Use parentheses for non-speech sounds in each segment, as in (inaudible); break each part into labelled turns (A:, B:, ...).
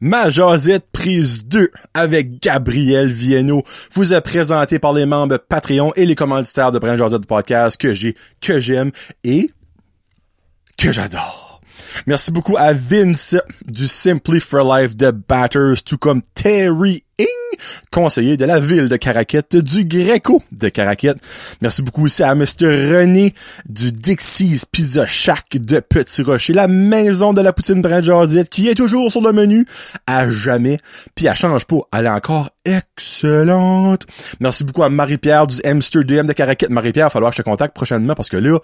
A: Ma Josette prise 2 avec Gabriel Vienno vous est présenté par les membres Patreon et les commanditaires de Brin Josette Podcast que j'ai, que j'aime et que j'adore. Merci beaucoup à Vince du Simply for Life de Batters, tout comme Terry Ing, conseiller de la ville de Caraquette, du Greco de Caraquette. Merci beaucoup aussi à Mr. René du Dixie's Pizza Shack de Petit Rocher, la maison de la poutine Brad Jardette, qui est toujours sur le menu à jamais, puis elle change pas, elle est encore excellente. Merci beaucoup à Marie-Pierre du Hamster DM de Caraquette. Marie-Pierre, il va falloir que je te contacte prochainement parce que là,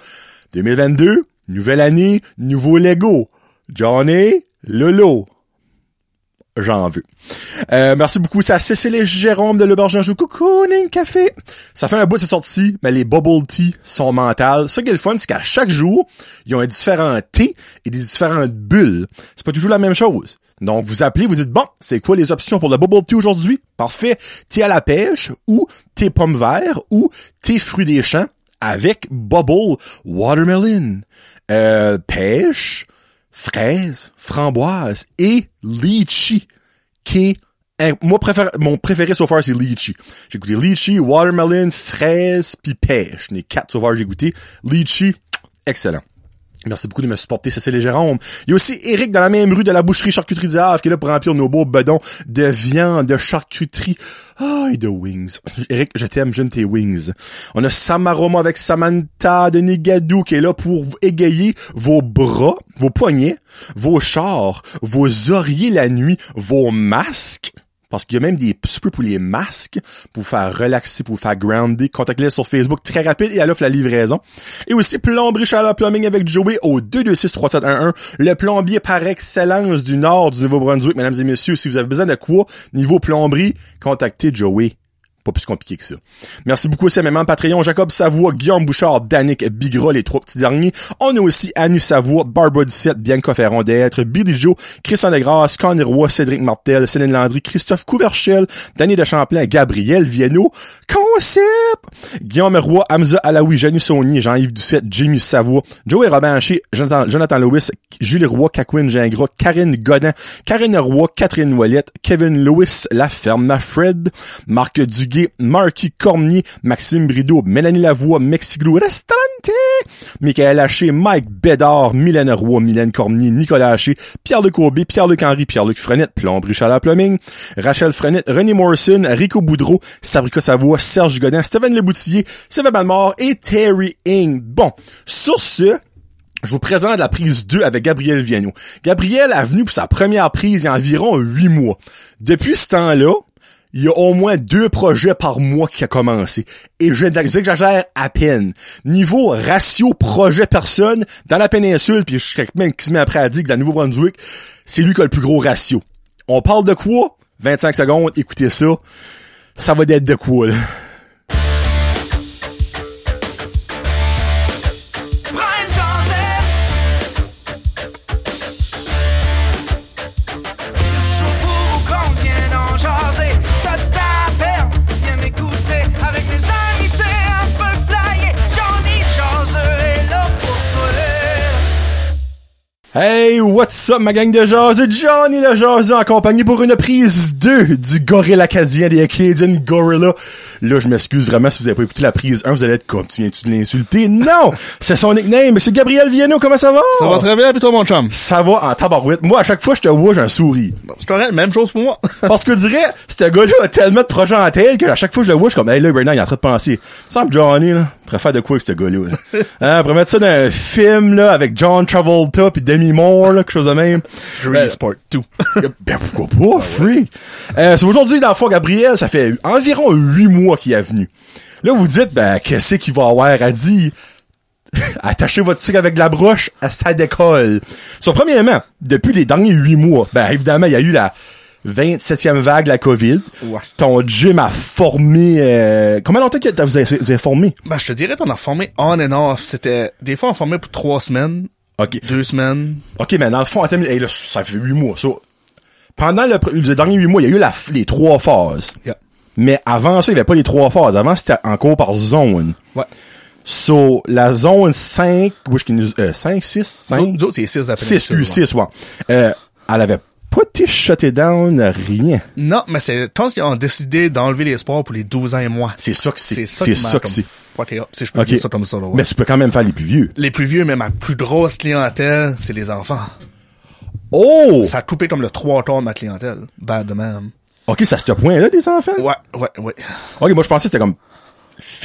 A: 2022, nouvelle année, nouveau Lego. Johnny, Lolo, j'en veux. Euh, merci beaucoup. C'est à Cécile et Jérôme de l'auberge d'Anjou. Coucou, Ning Café! Ça fait un bout de sortie, mais les bubble tea sont mentales. Ce qui est le fun, c'est qu'à chaque jour, ils ont un différent thé et des différentes bulles. C'est pas toujours la même chose. Donc, vous appelez, vous dites, bon, c'est quoi les options pour le bubble tea aujourd'hui? Parfait. Thé à la pêche ou thé pomme vert ou thé fruits des champs avec bubble watermelon. Euh, pêche, fraise, framboise et litchi, qui est inc- moi préfère, mon préféré so far, c'est litchi. J'ai goûté litchi, watermelon, fraise, puis pêche. Les quatre so far que j'ai goûté. Litchi, excellent. Merci beaucoup de me supporter, Cécile et Jérôme. Il y a aussi Eric dans la même rue de la boucherie charcuterie du Havre qui est là pour remplir nos beaux bedons de viande, de charcuterie, ah, et de wings. Eric, je t'aime, j'aime tes wings. On a Samaroma avec Samantha de Nigadou qui est là pour vous égayer vos bras, vos poignets, vos chars, vos oreillers la nuit, vos masques. Parce qu'il y a même des super pour les masques, pour vous faire relaxer, pour vous faire grounder. Contactez-les sur Facebook très rapide et elle offre la livraison. Et aussi Plomberie Chaleur Plumbing avec Joey au 226-3711. Le plombier par excellence du nord du Nouveau-Brunswick, mesdames et messieurs. Si vous avez besoin de quoi, niveau plomberie, contactez Joey pas plus compliqué que ça. Merci beaucoup aussi à mes membres Patreon, Jacob Savoie, Guillaume Bouchard, Danick Bigra, les trois petits derniers. On a aussi Annie Savoie, Barbara Dissette, Bianca Ferron d'être, Billy Joe, Christian Legras, Connie Roy, Cédric Martel, Céline Landry, Christophe Couverchel, Danny de Champlain, Gabriel Vienno, Concept, Guillaume Roy, Hamza Alaoui, Jenny Sony, Jean-Yves Ducette, Jimmy Savoie, Joey Robin Haché, Jonathan, Jonathan Lewis, Julie Roy, Kakwin Gingras, Karine Godin, Karine Roy, Catherine Ouellette, Kevin Lewis, La Ferme Fred, Marc Duguay, Marky Cormier, Maxime Brideau, Mélanie Lavoie, Mexiglo Restaurante, Michael Haché, Mike Bédard, Mylène Roy, Mylène Cormier, Nicolas Haché, Pierre-Luc Aubé, Pierre-Luc Henry, Pierre-Luc Frenette, Plomberie Chaleur Plumbing, Rachel Frenette, René Morrison, Rico Boudreau, Sabrica Savoie, Serge Godin, Stéphane Leboutillier, Sylvain Balmore et Terry Ing. Bon, sur ce, je vous présente la prise 2 avec Gabriel Viano. Gabriel a venu pour sa première prise il y a environ 8 mois. Depuis ce temps-là, il y a au moins deux projets par mois qui a commencé. Et je j'exagère à peine. Niveau ratio projet personne, dans la péninsule, puis je serais même qui se met après à dire que dans le Nouveau-Brunswick, c'est lui qui a le plus gros ratio. On parle de quoi? 25 secondes, écoutez ça. Ça va d'être de quoi, là?
B: Brian Joseph, surtout quand vient en jaser. Stats perdre, viens m'écouter avec mes invités un peu flyés. Johnny Jose est là pour toi.
A: Hey, what's up ma gang de jazz? Johnny le jazz en compagnie pour une prise 2 du gorille acadien des Acadian Gorilla. Là, je m'excuse vraiment si vous avez pas écouté la prise 1, vous allez être comme, tu viens-tu de l'insulter? Non! C'est son nickname, Monsieur Gabriel Viano, comment ça va?
C: Ça va très bien, puis toi, mon chum.
A: Ça va en tabarouette. Moi, à chaque fois, je te vois, j'ai un sourire.
C: C'est correct, même chose pour moi. (laughs)
A: Parce que je dirais, ce gars-là a tellement de projets en tête que à chaque fois que je le vois, je suis comme, hey là, Bernard, il est en train de penser. Ça me semble Johnny, là, pourrait faire de quoi avec ce gars-là, là. Hein, pourrait mettre ça dans un film, là, avec John Travolta pis Demi Moore, là, quelque chose de même. Ben,
C: Part 2.
A: ben, pourquoi pas, free. Euh, c'est aujourd'hui, dans le fond, Gabriel, ça fait environ huit mois qu'il est venu. Là, vous dites, ben, qu'est-ce qu'il va avoir à dire? Attachez votre tigre avec de la broche, euh, ça décolle. So, premièrement, depuis les derniers huit mois, ben, évidemment, il y a eu la 27e vague de la COVID.
C: Ouais.
A: Ton gym a formé, euh, combien longtemps que t'as- vous avez, vous avez formé?
C: Ben, je te dirais qu'on a formé on and off. C'était, des fois, on formait pour trois semaines,
A: OK.
C: deux semaines.
A: OK, mais dans le fond, en termes- hey, là, ça fait huit mois. So, pendant le, pr- les derniers huit mois, il y a eu la, f- les trois phases.
C: Yeah.
A: Mais avant ça, il n'y avait pas les trois phases. Avant, c'était encore par zone.
C: Ouais.
A: So, la zone 5, où est-ce qu'il nous- euh, 5, 6, 5?
C: Nous autres, c'est six après.
A: 6, 6, ouais. Euh, elle avait pas été shuté down, rien.
C: Non, mais c'est, je pense qu'ils ont décidé d'enlever les sports pour les 12 ans et moins.
A: C'est ça que c'est.
C: C'est ça
A: C'est
C: qui m'a
A: ça que
C: comme
A: c'est.
C: fucké up, si je peux
A: Ok.
C: dire ça comme ça, là, ouais.
A: Mais tu peux quand même faire les plus vieux.
C: Les plus vieux, mais ma plus grosse clientèle, c'est les enfants.
A: Oh!
C: Ça a coupé comme le trois quarts de ma clientèle. Bad de même.
A: OK, ça ce point-là, des enfants?
C: Ouais, ouais, ouais.
A: OK, moi, je pensais que c'était comme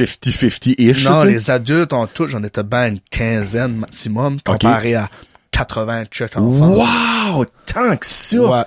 A: 50-50-ish.
C: Non,
A: tu sais.
C: les adultes en tout, j'en étais ben une quinzaine maximum, comparé à 80 chèques enfants.
A: Wow! Tant que ça!
C: Ouais.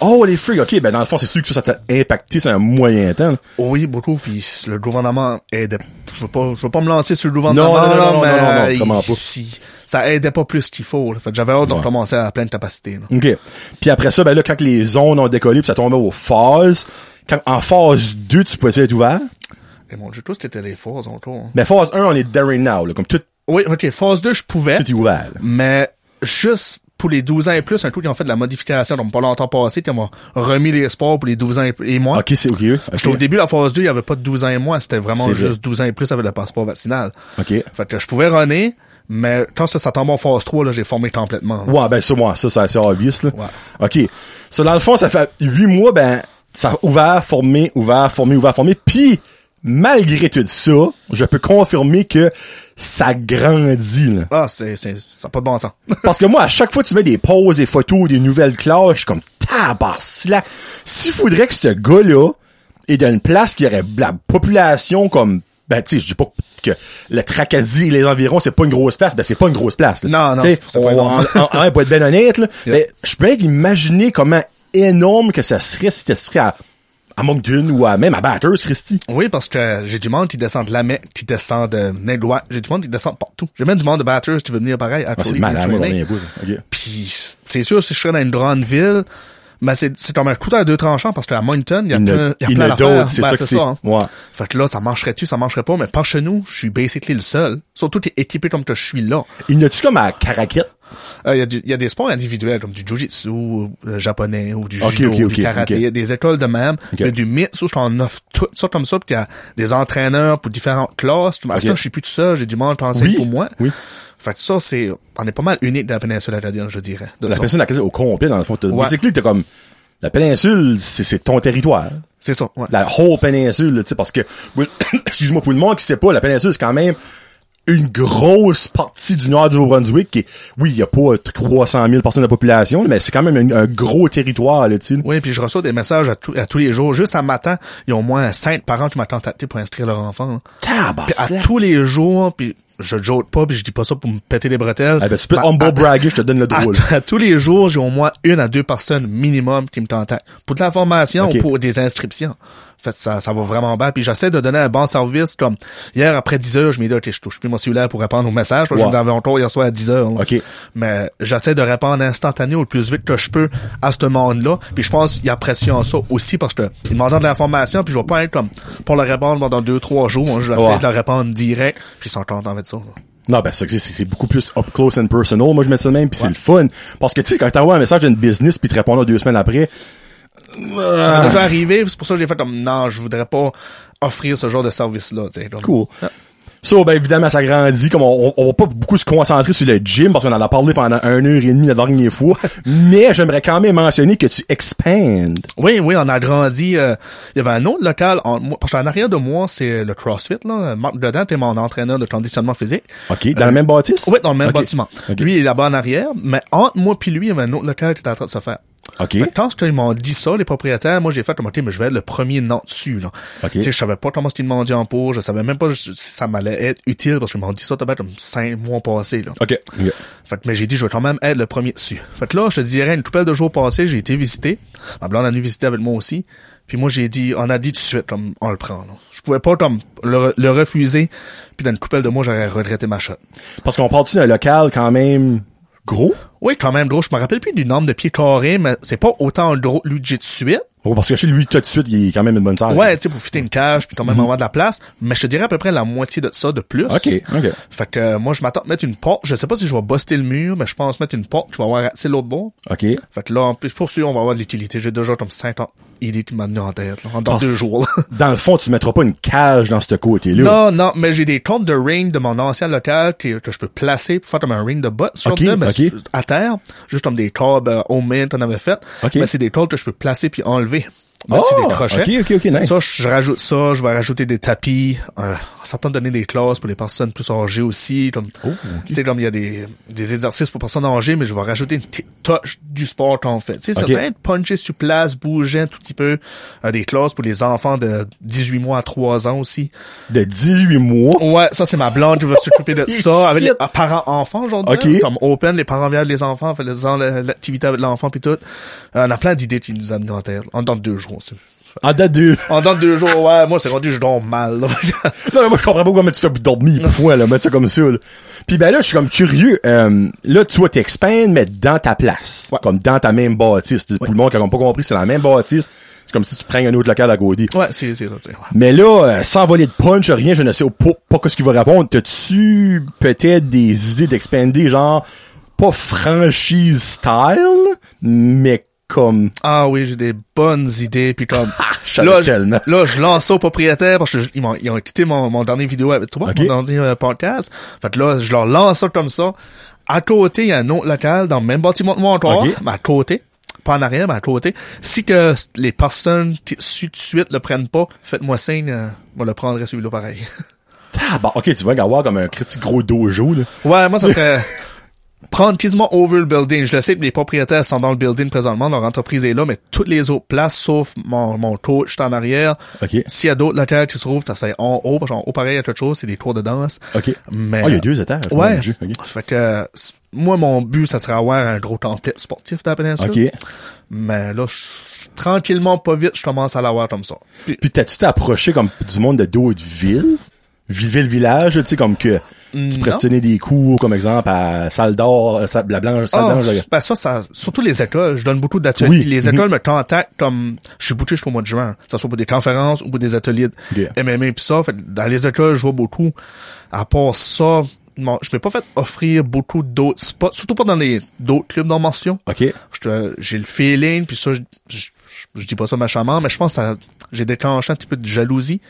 A: Oh, les frigs! OK, ben dans le fond, c'est sûr que ça, ça t'a impacté sur un moyen temps.
C: Oui, beaucoup. Puis le gouvernement aidait. Je veux pas, je veux pas me lancer sur le gouvernement,
A: Non, non, non,
C: là,
A: non,
C: mais
A: non, non, non, vraiment pas.
C: si- ça aidait pas plus qu'il faut. là. Fait que j'avais hâte de
A: Ouais.
C: recommencer à pleine capacité. là.
A: OK. Puis après ça, ben là, quand les zones ont décollé, puis ça tombait aux phases, quand, en phase 2, tu pouvais être ouvert. Mm.
C: Et mon Dieu, tous les téléphones autour. hein.
A: Mais phase 1, on est there and now, là, comme tout,
C: Oui, ok, phase 2, je pouvais.
A: tout est ouvert. là.
C: Mais juste pour les 12 ans et plus, un coup, qui ont fait de la modification, donc pas longtemps passé, qui m'ont remis les sports pour les 12 ans et, et moins.
A: Ah, OK, c'est OK.
C: Parce
A: OK.
C: qu'au début, la phase 2, il n'y avait pas de 12 ans et moins. C'était vraiment
A: C'est
C: juste
A: vrai.
C: 12 ans et plus avec le passeport vaccinal.
A: OK.
C: Fait que je pouvais runner, mais quand ça, ça tombe en phase 3, là, j'ai formé complètement. là.
A: Ouais, ben ça, moi, ça, c'est assez obvious, là.
C: Ouais.
A: OK. Ça, dans le fond, ça fait huit mois, ben, ça a ouvert, formé, ouvert, formé, ouvert, formé. Puis, malgré tout ça, je peux confirmer que ça grandit, là.
C: Ah, c'est, c'est, ça n'a pas de bon sens. (laughs)
A: Parce que moi, à chaque fois que tu mets des pauses, des photos, des nouvelles classes, je suis comme tabarcelac. S'il faudrait que ce gars-là ait d'une place qui aurait la population comme, ben, tu sais, je dis pas que le Tracadie et les environs, c'est pas une grosse place. Ben, c'est pas une grosse place. là.
C: Non, non,
A: Tu sais,
C: c'est pas
A: on-
C: énorme.
A: en- en- en- pour être bien honnête,
C: (laughs)
A: là,
C: Yeah.
A: ben, je peux même imaginer comment énorme que ça serait si ça serait à, à Moncton ou à, même à Batters, Christy.
C: oui, parce que j'ai du monde qui descend de la Mecque, qui descend de Négois, j'ai du monde qui descend partout. J'ai même du monde de Batters qui veut venir pareil.
A: Ah, c'est
C: actually,
A: malade, moi,
C: trainer.
A: j'en ai un bout, ça. Ok.
C: Puis, c'est sûr, si je serais dans une grande ville, ben c'est, c'est comme un couteau à deux tranchants parce qu'à Moncton, il y a
A: Il ne-
C: plein, il y a
A: il
C: plein
A: ne
C: d'affaires.
A: d'autres, c'est
C: Ben,
A: ça que c'est.
C: hein.
A: Ouais.
C: Fait que là, ça marcherait-tu, ça marcherait pas, mais par chez nous, je suis basically le seul. Surtout t'es équipé comme que je suis là.
A: Il n'a-tu comme à Caraquette?
C: Euh, Il y, a du- il y a des sports individuels comme du jujitsu euh, japonais ou du
A: Ok,
C: judo,
A: ok, ok,
C: du karaté,
A: ok.
C: Il y a des écoles de même,
A: Ok.
C: mais du mythe, ça, je t'en offre tout ça comme ça, puis il y a des entraîneurs pour différentes classes. Parce
A: Ok.
C: que là, je suis plus tout seul, j'ai du monde à penser
A: Oui,
C: pour moi.
A: oui.
C: Fait que ça, c'est, on est pas mal unique de la péninsule acadienne, je dirais. De
A: La
C: ça.
A: personne acadienne au complet, dans le fond. T'as,
C: Ouais.
A: Basically, t'as comme, la péninsule, c'est, c'est ton territoire.
C: C'est ça, ouais.
A: La whole péninsule, là, tu sais, parce que, (coughs) excuse-moi, pour le monde qui sait pas, la péninsule, c'est quand même une grosse partie du nord du Nouveau-Brunswick qui est, oui, il y a pas euh, 300 000 personnes de la population, mais c'est quand même un, un gros territoire, là, tu sais.
C: Oui, puis je reçois des messages à, tout- à tous les jours. Juste à matin, ils ont au moins cinq parents qui m'ont contacté pour inscrire leur enfant. là. Puis à
A: Tabarnak!
C: tous les jours, puis je joke pas, puis je dis pas ça pour me péter les bretelles.
A: Ah ben, tu peux
C: Mais
A: humble
C: à-
A: bragger, je te donne le
C: à,
A: droit, là.
C: à tous les jours, j'ai au moins une à deux personnes minimum qui me contactent pour de la formation
A: Ok.
C: ou pour des inscriptions. En fait, ça, ça va vraiment bien. Puis j'essaie de donner un bon service. Comme hier, après 10 heures, je m'ai dit, OK, je touche plus mon cellulaire pour répondre aux messages. Moi,
A: Ouais.
C: Je l'avais encore hier soir à 10 heures. là.
A: Ok.
C: Mais j'essaie de répondre instantané ou le plus vite que je peux à ce monde-là. Puis je pense qu'il apprécient ça aussi parce que ils me demandent de l'information, puis je vais pas être comme pour leur répondre pendant deux, trois jours. hein. Je vais
A: Ouais.
C: essayer de leur répondre direct, puis ils sont contents avec ça. là.
A: Non, ben, c'est, c'est, c'est beaucoup plus up close and personal. Moi, je mets ça de même, puis c'est le fun. Parce que, tu sais, quand t'envoies un message d'une business, puis te répondre deux semaines après,
C: Ça
A: Ah.
C: m'est déjà arrivé, c'est pour ça que j'ai fait comme non, je voudrais pas offrir ce genre de service-là. tu sais, comme-
A: Cool. Ça, ben évidemment, ça grandit. Comme on, on- on va pas beaucoup se concentrer sur le gym parce qu'on en a parlé pendant une heure et demie la dernière fois. (laughs) Mais j'aimerais quand même mentionner que tu expandes.
C: Oui, oui, on a grandi. euh, il y avait un autre local, en, moi- parce qu'en arrière de moi, c'est le CrossFit. Là. Marc Dedans était mon entraîneur de conditionnement physique. Euh,
A: OK? Dans le même bâtisse?
C: Oui, dans le même
A: OK.
C: bâtiment.
A: OK.
C: Lui, il est là-bas en arrière, mais entre moi puis lui, il y avait un autre local qui était en train de se faire.
A: OK.
C: Fait que quand ils m'ont dit ça, les propriétaires, moi j'ai fait comme, OK, mais je vais être le premier non dessus. Là.
A: OK.
C: Tu sais, Je savais pas comment c'était demandé en pot, je savais même pas si ça m'allait être utile, parce qu'ils m'ont dit ça peut-être comme cinq mois passés. Là.
A: OK. OK.
C: Fait que, mais j'ai dit, je vais quand même être le premier dessus. Fait que là, je te dirais, une couple de jours passés, j'ai été visité. Ma blonde a venu visiter avec moi aussi. Puis moi, j'ai dit, on a dit tout de suite, comme, on le prend, là. Je pouvais pas, comme, le, le refuser. Puis dans une couple de mois, j'aurais regretté ma shot.
A: Parce qu'on parle-tu d'un local quand même gros?
C: Oui, quand même, gros. Je me rappelle plus du nombre de pieds carrés, mais c'est pas autant gros, lui, que j'ai tout de suite.
A: Oh, parce que chez lui, tout de suite, il est quand même une bonne salle.
C: Ouais, tu sais, pour fitter une cage, puis quand même avoir de la place. Mais je te dirais à peu près la moitié de ça de plus.
A: Mhm. OK, OK.
C: Fait que euh, moi, je m'attends à mettre une porte. Je sais pas si je vais buster le mur, mais je pense mettre une porte qui va avoir accès à l'autre bord.
A: OK.
C: Fait que là, en plus, pour sûr, on va avoir de l'utilité. J'ai déjà comme 50 idées qui m'ont venu en tête, là, en- dans
A: Parce-
C: deux jours. là.
A: Dans le fond, tu mettras pas une cage dans ce côté-là.
C: Non, non, mais j'ai des comptes de ring de mon ancien local que, que je peux placer pour faire comme un ring de bottes, ce
A: Ok,
C: genre de- mais
A: ok.
C: c'est à terre, juste comme des câbles euh, homemade qu'on avait fait.
A: Ok.
C: Mais c'est des câbles que je peux placer puis enlever. Mettre sur
A: Oh,
C: des crochets.
A: ok, ok, ok,
C: Fait que
A: nice.
C: Ça, je, je rajoute ça, je vais rajouter des tapis, euh, ça tente de donner des classes pour les personnes plus âgées aussi, comme,
A: Oh,
C: tu sais, comme il y a des, des exercices pour personnes âgées, mais je vais rajouter une petite touche du sport qu'on fait. Tu sais,
A: Ok.
C: ça, ça aide puncher sur place, bouger un tout petit peu, Euh, des classes pour les enfants de 18 mois à 3 ans aussi.
A: De 18 mois.
C: Ouais, ça c'est ma blonde qui va
A: (laughs)
C: s'occuper de ça avec les
A: Shit.
C: parents-enfants genre
A: Ok.
C: hein, comme open les parents viennent les enfants faisant le- l'activité avec l'enfant puis tout. Euh, on a plein d'idées qui nous amènent en tête en dans deux jours. c'est-
A: En date de...
C: En dans deux jours, ouais, moi c'est rendu je dors mal. là. (laughs)
A: (laughs) Non, mais moi, je comprends pas comment tu fais pour dormir, point, là, mettre ça comme ça, là. Puis ben là, je suis comme curieux. Euh, là, tu vois, t'expandes, mais dans ta place.
C: Ouais.
A: Comme dans ta même bâtisse. Pour le monde qui n'a pas compris, c'est la même bâtisse. C'est comme si tu prends un autre local à côté.
C: ouais, c'est c'est ça. tu sais, ouais.
A: Mais là, euh, sans voler de punch, rien, je ne sais pas, pas que ce qu'il va répondre. T'as-tu peut-être des idées d'expander, genre, pas franchise style, mais comme... ah,
C: Ah oui, j'ai des bonnes idées
A: (laughs)
C: puis comme
A: je savais
C: là,
A: tellement.
C: là, je lance ça aux propriétaires parce que je- ils m'ont ils ont écouté mon, mon dernier vidéo avec toi,
A: Ok.
C: mon dernier euh, podcast. Fait que là, je leur lance ça comme ça. À côté, il y a un autre local dans le même bâtiment que moi encore,
A: Ok.
C: mais à côté, pas en arrière, mais à côté. Si que les personnes qui suivent de suite le prennent pas, faites-moi signe, euh, moi le prendrai celui-là pareil.
A: Ah, bah, ok, tu vas avoir comme un Christy gros dojo, là.
C: Ouais, moi, ça serait (laughs) prendre quasiment over le building. Je le sais que les propriétaires sont dans le building présentement, leur entreprise est là, mais toutes les autres places, sauf mon, mon coach, est en arrière.
A: Ok.
C: S'il y a d'autres locales qui se trouvent, ça serait en haut, parce qu'en haut, pareil, il y a quelque chose, c'est des cours de danse.
A: Ok.
C: Mais, euh,
A: Ah, il y a deux étages,
C: Ouais.
A: mon Dieu, ok.
C: Fait que, c- moi, mon but, ça serait avoir un gros template sportif de la péninsule.
A: Ok.
C: Mais là, je- je- tranquillement, pas vite, je commence à l'avoir comme ça. Puis-
A: Puis t'as-tu t'approché comme du monde de d'autres villes? Vivez village, tu sais, comme que tu pourrais
C: non.
A: te donner des cours, comme exemple, à Salle d'Or, euh, Salle- la Blanche, Salle
C: Ah,
A: d'Ange, là.
C: ben ça, ça, surtout les écoles, je donne beaucoup d'ateliers.
A: Oui. mm-hmm.
C: Les écoles me contactent comme, je suis bouché jusqu'au mois de juin. Ça soit pour des conférences ou pour des ateliers de
A: Ok.
C: MMA pis ça. Fait que dans les écoles, je vois beaucoup. À part ça, non, je m'ai pas fait offrir beaucoup d'autres spots, surtout pas dans les, d'autres clubs d'immersion.
A: Ok.
C: Je te- J'ai le feeling puis ça, je, je, je- je dis pas ça machamment, mais je pense que ça- j'ai déclenché un petit peu de jalousie.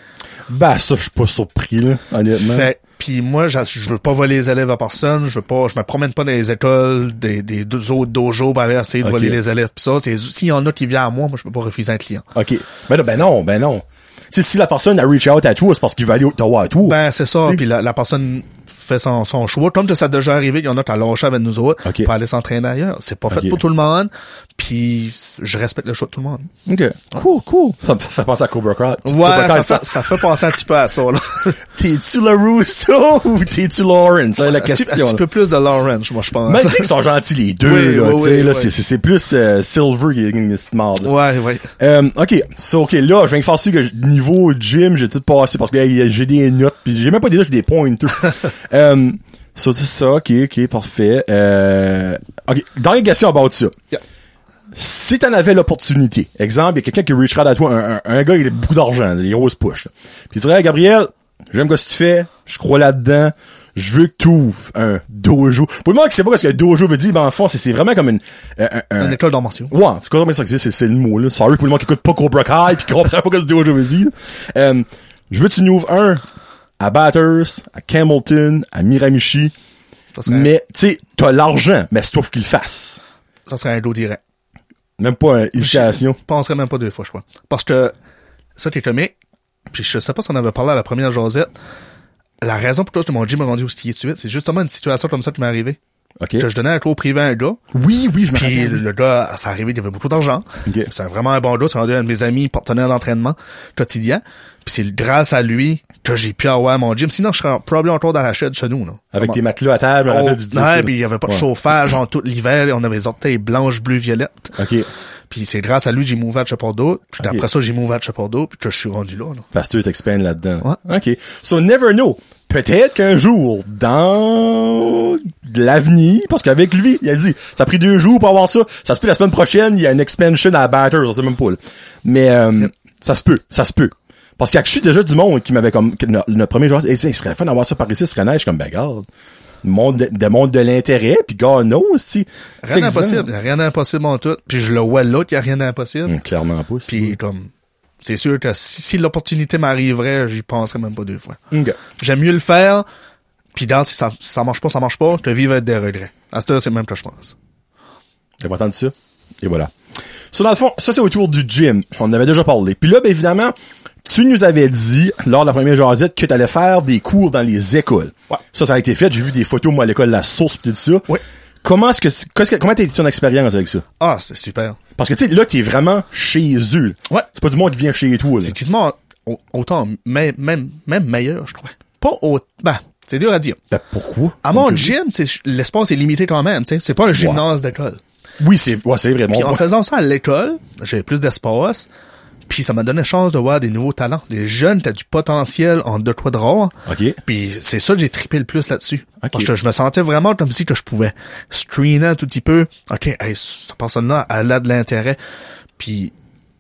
A: Bah, ça, je suis pas surpris, là, honnêtement.
C: Fait, puis moi, j'a- je veux pas voler les élèves à personne, je veux pas, je me promène pas dans les écoles des, des deux autres dojos pour aller essayer de
A: Ok.
C: voler les élèves pis ça. C'est, s'il y en a qui viennent à moi, moi, je peux pas refuser un client.
A: OK. Ben non, ben non, ben non. Tu sais, si la personne a reach out à toi, c'est parce qu'il va aller au Ottawa à toi.
C: Ben, c'est ça,
A: C'est-
C: puis la, la personne fait son, son choix. Comme que ça a déjà arrivé qu'il y en a qui a lâché avec nous autres
A: Ok.
C: pour aller s'entraîner ailleurs. C'est pas fait
A: Ok.
C: pour tout le monde, puis je respecte le choix de tout le monde.
A: OK. Cool, cool. Ça me fait penser à Cobra Kai. Cobra
C: Ouais,
A: Kai,
C: ça, fait, ça fait penser un petit peu à
A: (laughs)
C: ça, là.
A: T'es-tu le Russo (laughs) ou t'es-tu Lawrence? C'est la
C: un, petit,
A: question.
C: un petit
A: là.
C: peu plus de Lawrence, moi, je pense.
A: Malgré qu'ils sont gentils les deux,
C: Oui,
A: là,
C: oui,
A: tu sais,
C: oui,
A: là,
C: oui.
A: c'est- c'est c'est plus euh, Silver qui gagne cette marde. là.
C: ouais, ouais.
A: Euh, ok, so, ok, là, je viens de faire sûr que j- niveau gym, j'ai tout passé parce que hey, j'ai des notes, puis j'ai même pas des notes, j'ai des pointers. euh, so, c'est ça, ok, ok, parfait. Euh, ok, dernière question à bord de ça.
C: Yeah.
A: Si t'en avais l'opportunité, exemple, il y a quelqu'un qui reachera à toi, un, un, un gars, il a beaucoup d'argent, des grosses push, là. puis il dirait, Hey, Gabriel, j'aime ce que tu fais, je crois là-dedans, je veux que tu ouvres un dojo. Pour le moment qui sait pas ce que dojo veut dire, ben, en fond, c'est- c'est vraiment comme une, un- un- un-
C: Une école d'armation.
A: Ouais, c'est quand même ça que c'est, c'est- c'est le mot, là. Sorry pour le monde qui écoute pas Cobra Kai (laughs) pis qui comprend pas ce que je veux dire. Euh, je veux que tu nous ouvres un à Batters, à Campbellton, à Miramichi.
C: Ça serait,
A: Mais, tu sais, t'as l'argent, mais c'est toi faut qu'il le fasse.
C: ça serait un go direct.
A: Même pas une hésitation.
C: Je penserais même pas deux fois, je crois. Parce que ça, t'es comique. Puis je sais pas si on avait parlé à la première Josette. La raison pour laquelle mon gym m'a rendu où ce qui est de suite, c'est justement une situation comme ça qui m'est arrivée.
A: OK?
C: Que je donnais un cours privé à un gars.
A: Oui, oui, je me
C: Puis
A: rappelle.
C: le gars, ça arrivait qu'il avait beaucoup d'argent.
A: Ok.
C: C'est vraiment un bon gars. C'est rendu un de mes amis, partenaire d'entraînement quotidien. Puis c'est grâce à lui que j'ai pu avoir mon gym. Sinon, je serais probablement encore dans la chaîne chez nous. Là.
A: Avec
C: Comment-
A: tes matelas à table, je me
C: Oh,
A: rappelle du disque,
C: ouais,
A: là.
C: puis il y avait pas de
A: Ouais.
C: chauffage en tout l'hiver. et On avait les orteils blanches, bleues, violettes.
A: OK.
C: Puis c'est grâce à lui que j'ai mouvé à Chapardo. Puis
A: Ok.
C: après ça, j'ai mouvé à Chapardo, puis que je suis rendu là. là.
A: Parce que tu t'expandes là-dedans. OK. So, never know. Pe- peut-être qu'un jour, dans l'avenir, parce qu'avec lui, il a dit, ça a pris deux jours pour avoir ça, ça se peut la semaine prochaine, il y a une expansion à Batters, c'est même pas, là. Mais, euh, ça se peut, ça se peut. Parce qu'il y a que je suis déjà du monde qui m'avait comme, que notre, notre premier joueur, il dit, il serait le fun d'avoir ça par ici, ce serait nice, Je suis comme, ben, garde. Monde de, de monde de l'intérêt, puis gars, non, aussi.
C: Rien d'impossible. Rien d'impossible en tout. Puis je le vois là qu'il n'y a rien d'impossible.
A: Hum, Clairement pas. c'est-
C: Puis comme, c'est sûr que si, si l'opportunité m'arriverait, j'y penserais même pas deux fois.
A: Ok.
C: J'aime mieux le faire, puis dans, si ça, ça marche pas, ça marche pas, te vivre avec des regrets. À ce c'est le même que je pense.
A: T'as pas entendu ça? Et voilà. Ça, dans le fond, ça, c'est autour du gym. On en avait déjà parlé. Puis là, ben, évidemment, tu nous avais dit, lors de la première jasette, que t'allais faire des cours dans les écoles.
C: Ouais.
A: Ça, ça a été fait. J'ai vu des photos, moi, à l'école, la source, pis tout ça.
C: Ouais.
A: Comment est-ce que, qu'est-ce que- comment t'as été ton expérience avec ça?
C: Ah, c'est super.
A: Parce que, tu sais, là, t'es vraiment chez eux.
C: Ouais.
A: C'est pas du monde qui vient chez toi, là.
C: C'est quasiment au- autant, même, même, même meilleur, je trouve. Pas autant, ben, c'est dur à dire.
A: Ben, pourquoi?
C: À mon gym, c'est- l'espace est limité quand même, tu sais. C'est pas un gymnase d'école.
A: Oui, c'est, Oh, ouais, c'est vrai. Mon
C: Puis en faisant ça à l'école, j'avais plus d'espace. Puis ça m'a donné chance de voir des nouveaux talents, des jeunes qui ont du potentiel en deux trois de rare.
A: OK.
C: Puis c'est ça que j'ai trippé le plus là-dessus.
A: OK.
C: Parce que je me sentais vraiment comme si que je pouvais screener un tout petit peu. OK, hey, cette personne-là, elle a de l'intérêt. Puis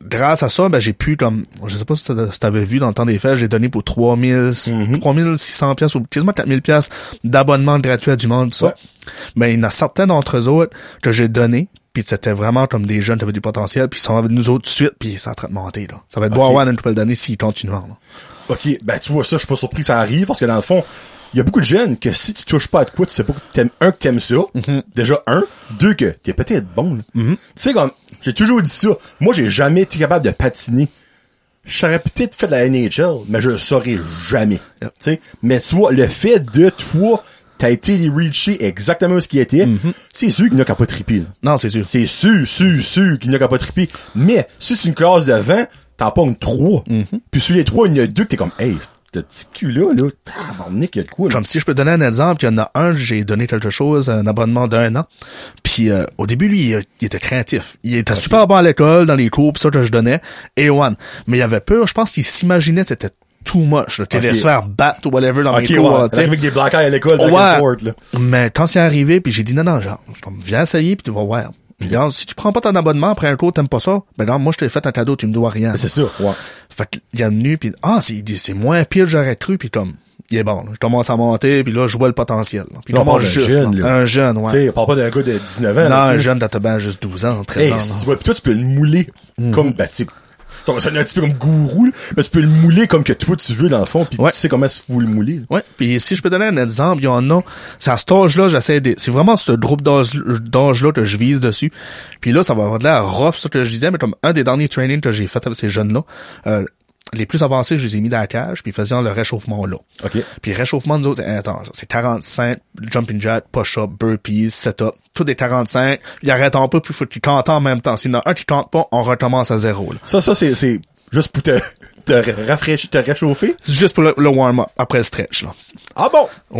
C: grâce à ça, ben, j'ai pu comme, je sais pas si t'as- si t'avais vu dans le temps des fêtes, j'ai donné pour 3000,
A: Mhm.
C: 3600 piastres ou quasiment 4000 piastres d'abonnement gratuit à du monde, pis ça.
A: Ouais.
C: Ben, il y en a certains d'entre eux autres que j'ai donné, puis c'était vraiment comme des jeunes qui avaient du potentiel, puis ils sont avec nous autres tout de suite, puis ça a en train de monter, là. Ça va être
A: OK.
C: boire one une couple d'années s'ils continuent, là.
A: OK, ben tu vois ça, je suis pas surpris que ça arrive parce que dans le fond, il y a beaucoup de jeunes que si tu touches pas à de quoi, tu sais pas que t'aimes un que t'aimes ça, déjà un, deux que t'es peut-être bon. là. Tu sais comme j'ai toujours dit ça, moi j'ai jamais été capable de patiner. J'aurais peut-être fait de la NHL, mais je le saurais jamais. Tu
C: Yep.
A: sais, mais tu vois le fait de toi T'as été les reacher exactement ce qu'il était. C'est sûr qu'il n'y a qu'à pas triper. là.
C: Non, c'est sûr.
A: C'est sûr, sûr, sûr qu'il n'y a qu'à pas triper. Mais si c'est une classe de 20, t'en pognes 3.
C: Mhm.
A: Puis sur les 3, il y en a 2 que t'es comme, hey, ce petit cul-là, là, tabarnak, il y a de quoi, là.
C: Comme si je peux donner un exemple, il y en a un, j'ai donné quelque chose, un abonnement d'un an. Puis euh, au début, lui, il, il était créatif. Il était super bon à l'école, dans les cours, pis ça que je donnais, et one. Mais il avait peur, je pense qu'il s'imaginait que c'était too much. là, qu'il allait
A: Ok.
C: se faire battre ou whatever dans
A: Ok,
C: mes cours. là,
A: ouais,
C: tu sais.
A: avec des black eyes à l'école, back and
C: Ouais.
A: forth, là.
C: Mais quand c'est arrivé, puis j'ai dit non, non, genre, comme, viens essayer, puis tu vas voir. Puis, regarde, si tu prends pas ton abonnement après un cours, t'aimes pas ça, ben non, moi je t'ai fait un cadeau, tu me dois rien.
A: C'est ça, ouais.
C: Fait qu'il y a nu, puis ah, c'est, il dit, c'est moins pire que j'aurais cru, puis comme, il est bon, là. je commence à monter, puis là, je vois le potentiel. là. Puis
A: Là, on
C: comment
A: parle d'un
C: juste,
A: jeune,
C: là,
A: là.
C: un jeune,
A: Tu sais,
C: ouais.
A: on parle pas d'un gars de 19 ans,
C: Non,
A: là,
C: un
A: tu sais. Eh,
C: jeune, t'as ben juste 12 ans, 13
A: Hey,
C: ans. là.
A: si, ouais, pis toi, tu peux le mouler.
C: Mhm.
A: Comme, bah, tu sais, ça va sonner un petit peu comme gourou, là, mais tu peux le mouler comme que toi, tu veux, dans le fond, puis
C: Ouais.
A: tu sais comment vous le mouler, là.
C: Ouais. Puis si je peux donner un exemple, il y en a, c'est à cet âge-là, j'essaie de, c'est vraiment ce groupe d'âge- d'âge-là que je vise dessus. Puis là, ça va avoir de l'air rough, ça que je disais, mais comme un des derniers trainings que j'ai fait avec ces jeunes-là, euh, les plus avancés, je les ai mis dans la cage, puis ils faisaient le réchauffement là.
A: OK.
C: Puis réchauffement, nous autres, c'est intense. C'est 45, jumping jack, push-up, burpees, set-up, tout des 45. Ils arrêtent un peu, puis il faut qu'ils comptent en même temps. S'il y en a un qui compte pas, on recommence à zéro. là.
A: Ça, ça, c'est, c'est juste pour te, te rafraîchir, te réchauffer.
C: C'est juste pour le, le warm-up, après le stretch. Là.
A: Ah bon? Ah!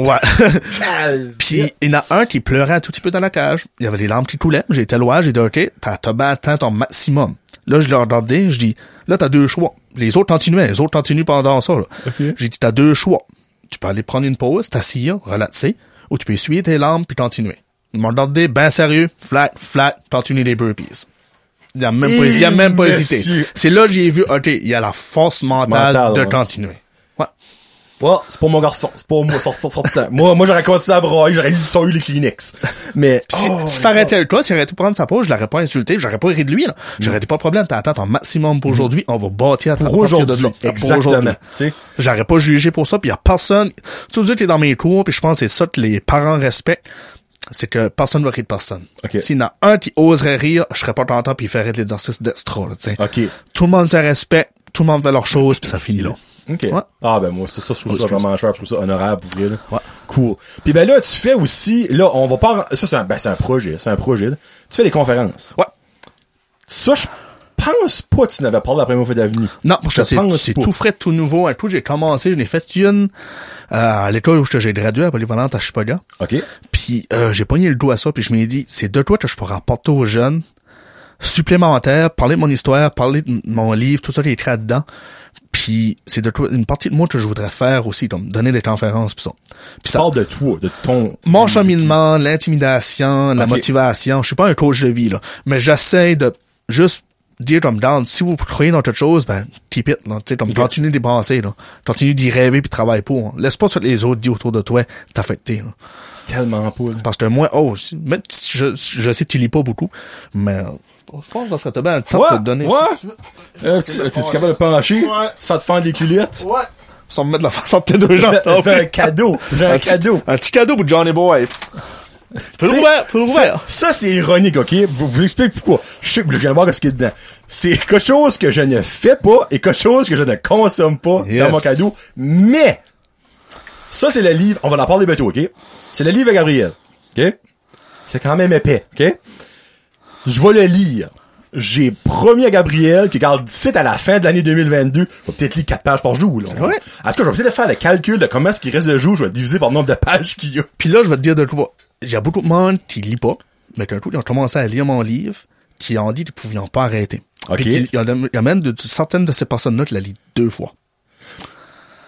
C: Ouais.
A: Pis,
C: (laughs) Puis il y en a un qui pleurait un tout petit peu dans la cage. Il y avait des larmes qui coulaient. J'étais loin, j'ai dit OK, t'as t'as bien atteint ton maximum. Là, je leur regardé, je dis là, t'as deux choix. Les autres continuaient, les autres continuent pendant ça. là. J'ai dit t'as deux choix. Tu peux aller prendre une pause, t'assis, relaxer, ou tu peux essuyer tes larmes puis continuer. Ils m'ont regardé, ben sérieux, flat, flat, continue les burpees. Il a même pas, il a même pas
A: Et
C: hésité.
A: monsieur.
C: C'est là que j'ai vu, OK, il y a la force mentale
A: Mentale,
C: de
A: ouais.
C: continuer. Ouais.
A: Ouais, c'est pas mon garçon, c'est pas moi, ça ça, ça, ça. Moi, moi j'aurais continué à brailler, j'aurais dit qu'ils ont eu les Kleenex. Mais
C: Si,
A: Oh,
C: si ça aurait été le cas, s'il aurait tout prendre sa pause, je l'aurais pas insulté, puis j'aurais pas ri de lui. là.
A: Mm.
C: J'aurais dit pas de problème, t'attends ton maximum pour aujourd'hui, on va bâtir à ta-
A: Pour
C: à partir de
A: aujourd'hui,
C: là. Ah, pour
A: exactement,
C: aujourd'hui.
A: tu sais.
C: Je l'aurais pas jugé pour ça, puis il y a personne. Tout de suite, il est dans mes cours, puis je pense que c'est ça que les parents respectent, c'est que personne ne va rire de personne.
A: Ok.
C: S'il y en a un qui oserait rire, je serais pas content, puis il ferait de l'exercice d'extra. là, tu sais.
A: Ok.
C: Tout le monde se respecte, tout le monde fait leur chose, puis ça finit là.
A: OK.
C: Ouais.
A: Ah ben moi, ça, ça je trouve
C: Oh,
A: ça
C: excuse.
A: vraiment cher, je trouve ça honorable pour vrai. Là.
C: Ouais.
A: Cool. Puis ben là, tu fais aussi, là, on va pas. en- Ça, c'est un, ben, c'est un projet, c'est un projet. là. Tu fais des conférences.
C: Ouais.
A: Ça, je pense pas que tu n'avais parlé la première fois d'avenue.
C: Non, parce que
A: Je pense
C: c'est c'est
A: pas.
C: tout frais, tout nouveau. Un coup, j'ai commencé, je n'ai fait une euh, à l'école où je- j'ai gradué à Polyvalente à Chipaga.
A: OK.
C: Puis euh, j'ai pogné le goût à ça, puis je m'ai dit, c'est de toi que je pourrais apporter aux jeunes supplémentaires, parler de mon histoire, parler de m- mon livre, tout ça qui est écrit dedans. Puis c'est de toi- une partie de moi que je voudrais faire aussi, comme donner des conférences pis ça. Puis ça,
A: Parle de toi, de ton.
C: mon cheminement, l'intimidation, la
A: Ok.
C: motivation. Je suis pas un coach de vie, là. Mais j'essaie de juste dire comme down, si vous croyez dans quelque chose, ben, keep it, là. Tu sais, comme, continue d'y penser, là. Continue d'y rêver puis travaille pour. hein. Laisse pas ce que les autres disent autour de toi t'affecter, là.
A: Tellement pas, là.
C: Parce que moi, oh, si- même si je, je sais que tu lis pas beaucoup, mais je pense que ça serait bien le temps de te donner.
A: Ouais! Euh, tu- T'es-tu capable de pencher?
C: Ouais.
A: Sans te faire des culottes?
C: Ouais. Sans me mettre la face entre tes
A: (laughs)
C: deux jambes.
A: T'as t'as un cadeau! J'ai un
C: petit-
A: cadeau!
C: Un petit cadeau pour Johnny Boy. Peux
A: T'sais,
C: l'ouvrir, peux l'ouvrir.
A: Ça, ça, c'est ironique, ok? Vous, vous expliquez pourquoi. Je sais, je viens de voir ce qu'il y a dedans. C'est quelque chose que je ne fais pas et quelque chose que je ne consomme pas
C: Yes.
A: dans mon cadeau. Mais! Ça, c'est le livre, on va en parler bientôt, ok? C'est le livre à Gabriel. Ok? C'est quand même épais, ok? Je vais le lire. J'ai promis à Gabriel que quand d'ici à la fin de l'année 2022, je vais peut-être lire 4 pages par jour. Là.
C: vrai?
A: En tout cas, je vais peut-être faire le calcul de comment est-ce qu'il reste de jour. Je vais diviser par le nombre de pages qu'il y a.
C: Puis là, je vais te dire de quoi. Il y a beaucoup de monde qui lit pas, mais qu'un coup, ils ont commencé à lire mon livre, qui ont dit qu'ils pouvaient pas arrêter.
A: Ok.
C: Puis qu'il- il y en a- il y a même de, de- certaines de ces personnes-là qui la lisent deux fois.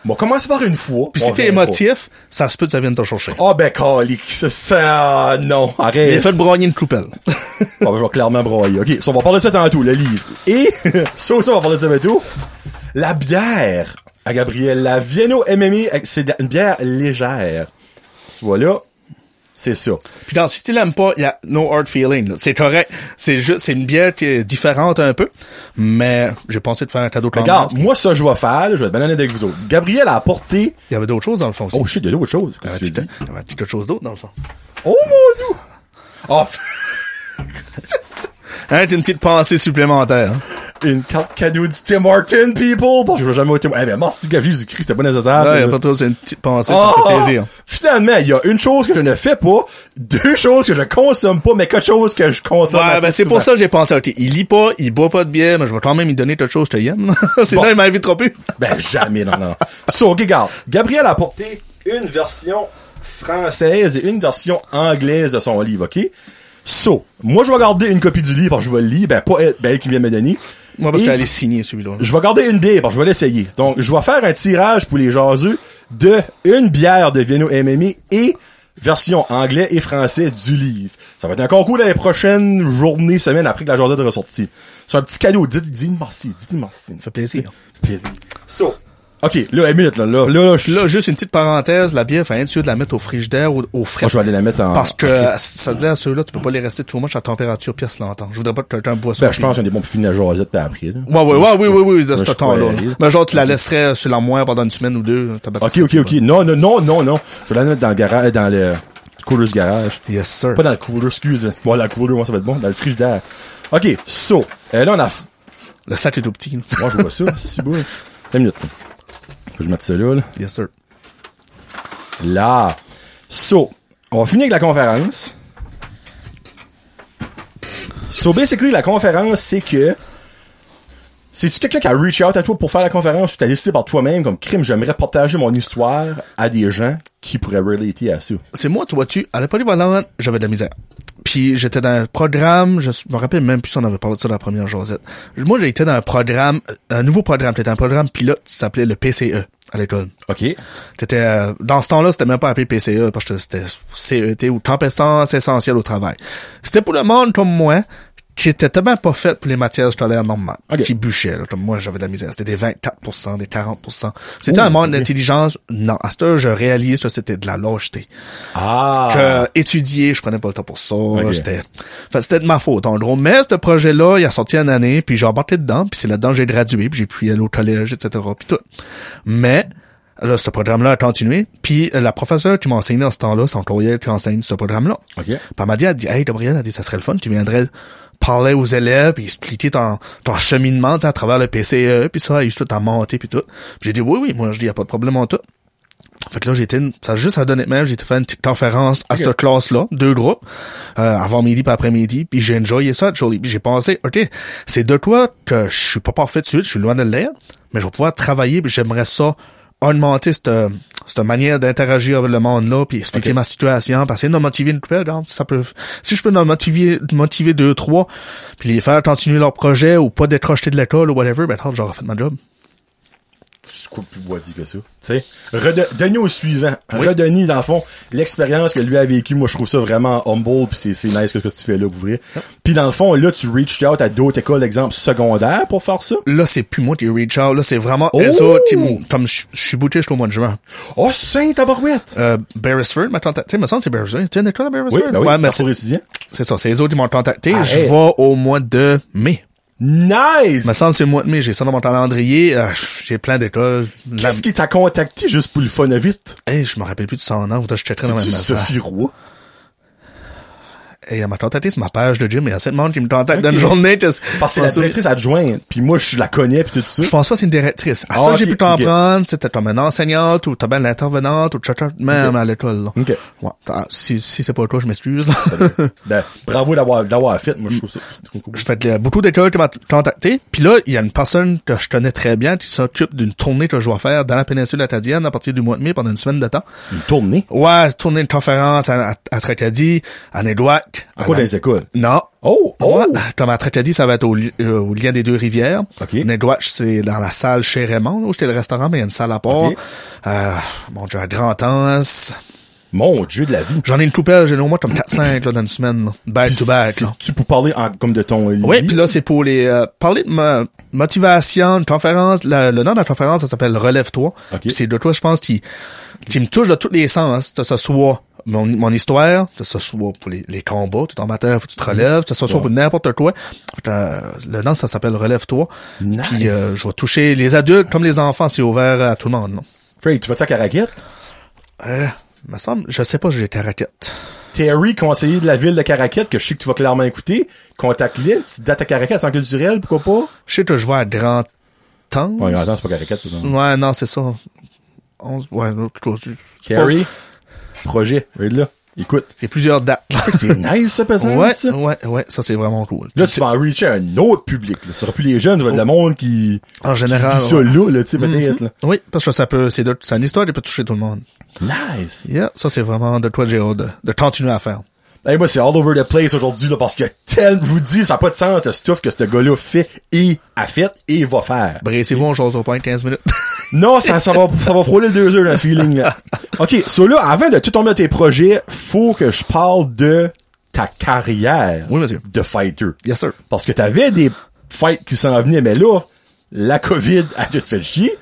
A: Bon, commence par une fois.
C: Puis
A: on
C: si t'es
A: verra.
C: émotif, ça se peut que ça vienne te chercher.
A: Ah ben calique, ça, ça non,
C: Il a
A: arrête.
C: fait broyer
A: (laughs)
C: une coupelle.
A: Bon, ben, je vais clairement broyer. OK, ça, on va parler de ça tantôt, le livre. Et, (laughs) ça aussi, on va parler de ça tantôt. La bière à Gabriel, la Vienno MME, c'est de la- une bière légère. Voilà, c'est ça.
C: Puis dans si tu l'aimes pas, il y a no hard feeling. là. C'est correct. C'est juste, c'est une bière qui est différente un peu, mais j'ai pensé de faire un cadeau quand
A: Regarde,
C: même.
A: moi, ça, je vais faire, là, je vais être banane avec vous autres. Gabriel a apporté...
C: Il y avait d'autres choses dans le fond aussi.
A: Oh shit, il y a d'autres choses.
C: il
A: Qu'est-ce
C: y avait
A: que tu
C: dit-
A: dis?
C: il y avait dit quelque chose d'autre dans le fond.
A: Oh mon dieu! Oh, (laughs)
C: Hein, t'as une petite pensée supplémentaire. hein.
A: une carte cadeau du Tim Horton, people! Bon, je vais jamais au Tim... Eh ben, merci, Gabriel, Jésus-Christ, c'était pas nécessaire.
C: Là,
A: ça,
C: il y a
A: là.
C: pas trop, c'est une petite pensée, ça
A: Ah!
C: fait plaisir.
A: Finalement, il y a une chose que je ne fais pas, deux choses que je consomme pas, mais quelque chose que je consomme.
C: Ouais,
A: assez
C: ben c'est
A: souvent.
C: pour ça que j'ai pensé, ok, il lit pas, il boit pas de bière, mais je vais quand même lui donner quelque chose que j'aime. (laughs) Sinon,
A: Bon.
C: il m'invitera plus.
A: Ben jamais, non, non. So, ok, regarde, Gabriel a apporté une version française et une version anglaise de son livre, ok? So, moi je vais garder une copie du livre, parce que je vais le lire, ben pas elle, ben, elle qui vient de me donner.
C: Moi, parce
A: Et-
C: que j'allais signer celui-là.
A: Je vais garder une bière, parce que je vais l'essayer. Donc, je vais faire un tirage pour les jaseux de une bière de Vienno MME et version anglais et français du livre. Ça va être un concours dans les prochaines journées, semaines après que la jasette est ressortie. C'est un petit cadeau. Dites, dites merci, dites merci.
C: Ça fait plaisir.
A: plaisir. So. OK, là, une minute, là, là, là, là, je-
C: Là, juste une petite parenthèse, la bière, faut être sûr de la mettre au frigidaire ou au frais.
A: Moi, je vais aller la mettre en...
C: Parce que
A: OK.
C: euh, ça veut dire ceux-là, tu peux pas les rester too much à température pièce longtemps. Je voudrais pas que quelqu'un boive ça.
A: Ben, je pense qu'on est bon pour finir la jasette puis après, là.
C: Ouais, ouais, ouais, oui, oui, oui, de
A: je
C: ce
A: crois
C: temps-là.
A: aller.
C: Mais genre, tu la laisserais sur la moire pendant une semaine ou deux. t'as pas-
A: OK, OK, OK. Non, non, non, non, non. Je vais la mettre dans le garage, dans le cooler du garage.
C: Yes, sir.
A: Pas dans le cooler, excuse. Bon, dans le cooler, moi, ça va être bon. Dans le frigidaire. OK, so. euh, là, on a...
C: Le sac est tout petit. là.
A: Moi, je vois ça. (laughs) si beau. Une minute. Faut que je mette ça là, là.
C: Yes, sir.
A: Là. So. On va finir avec la conférence. So, basically, la conférence, c'est que... C'est-tu quelqu'un qui a reach out à toi pour faire la conférence ou t'as décidé par toi-même comme crime, j'aimerais partager mon histoire à des gens qui pourraient relater à ça?
C: c'est moi, toi, tu, à la polyvalente, j'avais de la misère. Puis j'étais dans un programme, je me rappelle même plus si on avait parlé de ça dans la première Josette. Moi, j'étais dans un programme, un nouveau programme, c'était un programme pilote qui s'appelait le PCE à l'école.
A: OK.
C: C'était euh, dans ce temps-là, c'était même pas appelé PCE parce que c'était CET ou compétence essentielle au travail. C'était pour le monde comme moi qui était tellement pas fait pour les matières scolaires normales,
A: Ok.
C: qui bûchait. là. comme moi, j'avais de la misère. C'était des 24%, des 40%. C'était un
A: Ouh, ok.
C: monde d'intelligence. Non, à ce heure, je réalise que c'était de la lâcheté
A: Ah.
C: que étudier, je prenais pas le temps pour ça. C'était, enfin, c'était de ma faute, en gros. Mais ce projet-là, il a sorti une année, puis j'ai embarqué dedans, puis c'est là-dedans que j'ai gradué, puis j'ai pu aller au collège, etc., puis tout. Mais, là, ce programme-là a continué, puis euh, la professeure qui m'a enseigné en ce temps-là, c'est encore elle qui enseigne ce programme-là.
A: Ok.
C: Puis elle m'a dit, elle dit, hey, Gabriel, elle dit, ça serait le fun, tu viendrais parler aux élèves, puis expliquer ton, ton cheminement, tu sais, à travers le PCE, puis ça, juste ta montée, puis tout. Puis j'ai dit, oui, oui, moi, je dis, y a pas de problème en tout. Fait que là, j'étais, une- ça a juste à donner même, j'étais fait une petite conférence à
A: Ok.
C: cette classe-là, deux groupes, euh, avant midi puis après midi, puis j'ai enjoyé ça, Jolie. Puis j'ai pensé, ok, c'est de toi que je suis pas parfait de suite, je suis loin de l'air, mais je vais pouvoir travailler, puis j'aimerais ça augmenter cette, cette manière d'interagir avec le monde là, puis expliquer
A: Ok.
C: ma situation, parce que de motiver une couple, regarde, ça peut, si je peux en motiver, motiver deux, trois, puis les faire continuer leur projet ou pas décrocher de l'école ou whatever, ben, regarde, j'aurais fait ma job.
A: c'est quoi de plus boîtier que ça? Tu sais, rede- donnez au suivant. Redonnez, dans le fond, l'expérience que lui a vécue. Moi, je trouve ça vraiment humble, puis c'est, c'est nice que ce que tu fais là, pour vrai.
C: Ah.
A: Puis dans le fond, là, tu reached out à d'autres écoles, exemple, secondaires pour faire ça.
C: Là, c'est plus moi qui reach out. Là, c'est vraiment
A: Oh!
C: elles autres qui m'ont- Comme je je suis bouté jusqu'au mois de juin.
A: Oh, saint tabarouette!
C: Euh, Beresford m'a contacté. Tu sais, me semble que c'est Beresford. Tu es une école à Beresford?
A: Oui, ben oui,
C: ouais, mais
A: parcours
C: c'est-
A: étudiant.
C: c'est ça. C'est eux autres qui m'ont contacté.
A: Ah,
C: je
A: hey.
C: vais au mois de mai.
A: Nice!
C: me semble que c'est le mois de mai. J'ai ça dans mon calendrier. Euh, j'ai plein d'écoles. La-
A: Qu'est-ce qui t'a contacté juste pour le fun à vite?
C: Hey, je me rappelle plus de son nom. Faudrait que Je checkerai dans ma
A: C'est-tu
C: maison.
A: Sophie Roy.
C: Hey, elle m'a contacté sur ma page de gym. Il y a assez de monde qui me contacte dans
A: Ok.
C: une journée. que-
A: Parce que c'est la directrice adjointe, puis moi, je la connais, puis tout ça.
C: Je pense pas que c'est une directrice. À
A: Ah,
C: ça, j'ai
A: ok,
C: pu comprendre. C'était comme une enseignante ou t'as bien l'intervenante ou tchatcha, même à l'école. là.
A: Ok.
C: Ouais. Ah, Si, si c'est pas le cas, je m'excuse. là.
A: (laughs) Ben, bravo d'avoir, d'avoir fait, moi, je trouve ça trop cool.
C: (laughs) je fais de- beaucoup d'écoles qui m'ont contacté. Puis là, il y a une personne que je connais très bien qui s'occupe d'une tournée que je vais faire dans la péninsule acadienne à partir du mois de mai pendant une semaine de temps.
A: Une tournée.
C: Ouais, tourner une conférence à, à, à Tracadie, à Nédouac.
A: À quoi dans les écoles?
C: Non.
A: Oh, oh!
C: Ouais, comme à Tracadie, euh, ça va être au, li- euh, au lien des deux rivières.
A: Ok.
C: Nedwatch, c'est dans la salle chez Raymond, là, où j'étais le restaurant, mais il y a une salle à part.
A: Ok.
C: Euh, mon Dieu, à Grand Anse.
A: Mon Dieu de la vie.
C: J'en ai une coupelle, j'en ai au moins comme 4-5 là, dans une semaine. là. Back to back. Là.
A: Tu peux parler en- comme de ton euh, lit.
C: Oui, puis là, c'est pour les... euh, parler de ma motivation, une conférence. La- le nom de la conférence, ça s'appelle Relève-toi.
A: Ok.
C: Puis C'est de toi, je pense, qui, qui me touche de tous les sens, que ce soit mon, mon histoire, que ce soit pour les, les combats, tout en matière, faut que tu te relèves, que ce soit pour n'importe quoi. Fait que, euh, le nom, ça s'appelle Relève-toi.
A: Nice.
C: Puis euh, je vais toucher les adultes comme les enfants, c'est ouvert à tout le monde. non?
A: Frey, tu vas-tu à Caraquette?
C: Euh, me semble, je sais pas, j'ai été raquette.
A: Terry, conseiller de la ville de Caraquette, que je sais que tu vas clairement écouter, contacte l'île, petite date à Caraquette, sans culturel, pourquoi pas?
C: Je sais que je vais à Grand Temps.
A: Ouais, Grand Anse, c'est pas Caraquette, ça, non?
C: Ouais, non, c'est ça. Onze- ouais, non, je crois- c'est pas-
A: Terry, projet, regarde là. Écoute.
C: J'ai plusieurs dates.
A: (laughs)
C: (laughs)
A: C'est nice, ça, pesant,
C: ouais,
A: ça.
C: ouais, ouais, ça c'est vraiment cool.
A: Là, tu vas en reacher un autre public, là. Ce sera plus les jeunes, ça va être le monde qui,
C: En général.
A: qui ça
C: ouais.
A: là, là, tu sais, peut-être,
C: Mhm. Oui, parce que ça peut, c'est de- c'est une histoire qui peut toucher tout le monde.
A: là. Nice.
C: Yeah, ça c'est vraiment de toi j'ai hâte de, de continuer à faire.
A: Hey, moi, c'est all over the place aujourd'hui, là, parce que tel, je vous dis, ça n'a pas de sens, le stuff que ce gars-là fait et a fait et va faire.
C: Bressez-vous, on jase au point 15 minutes.
A: Non, ça, ça va, ça va frôler deux heures, le feeling,
C: (laughs)
A: là. OK, so là, avant de tout tomber dans tes projets, faut que je parle de ta carrière.
C: Oui, monsieur.
A: De fighter.
C: yes sir.
A: Parce que t'avais des fights qui s'en venaient, mais là, la COVID a tout fait chier.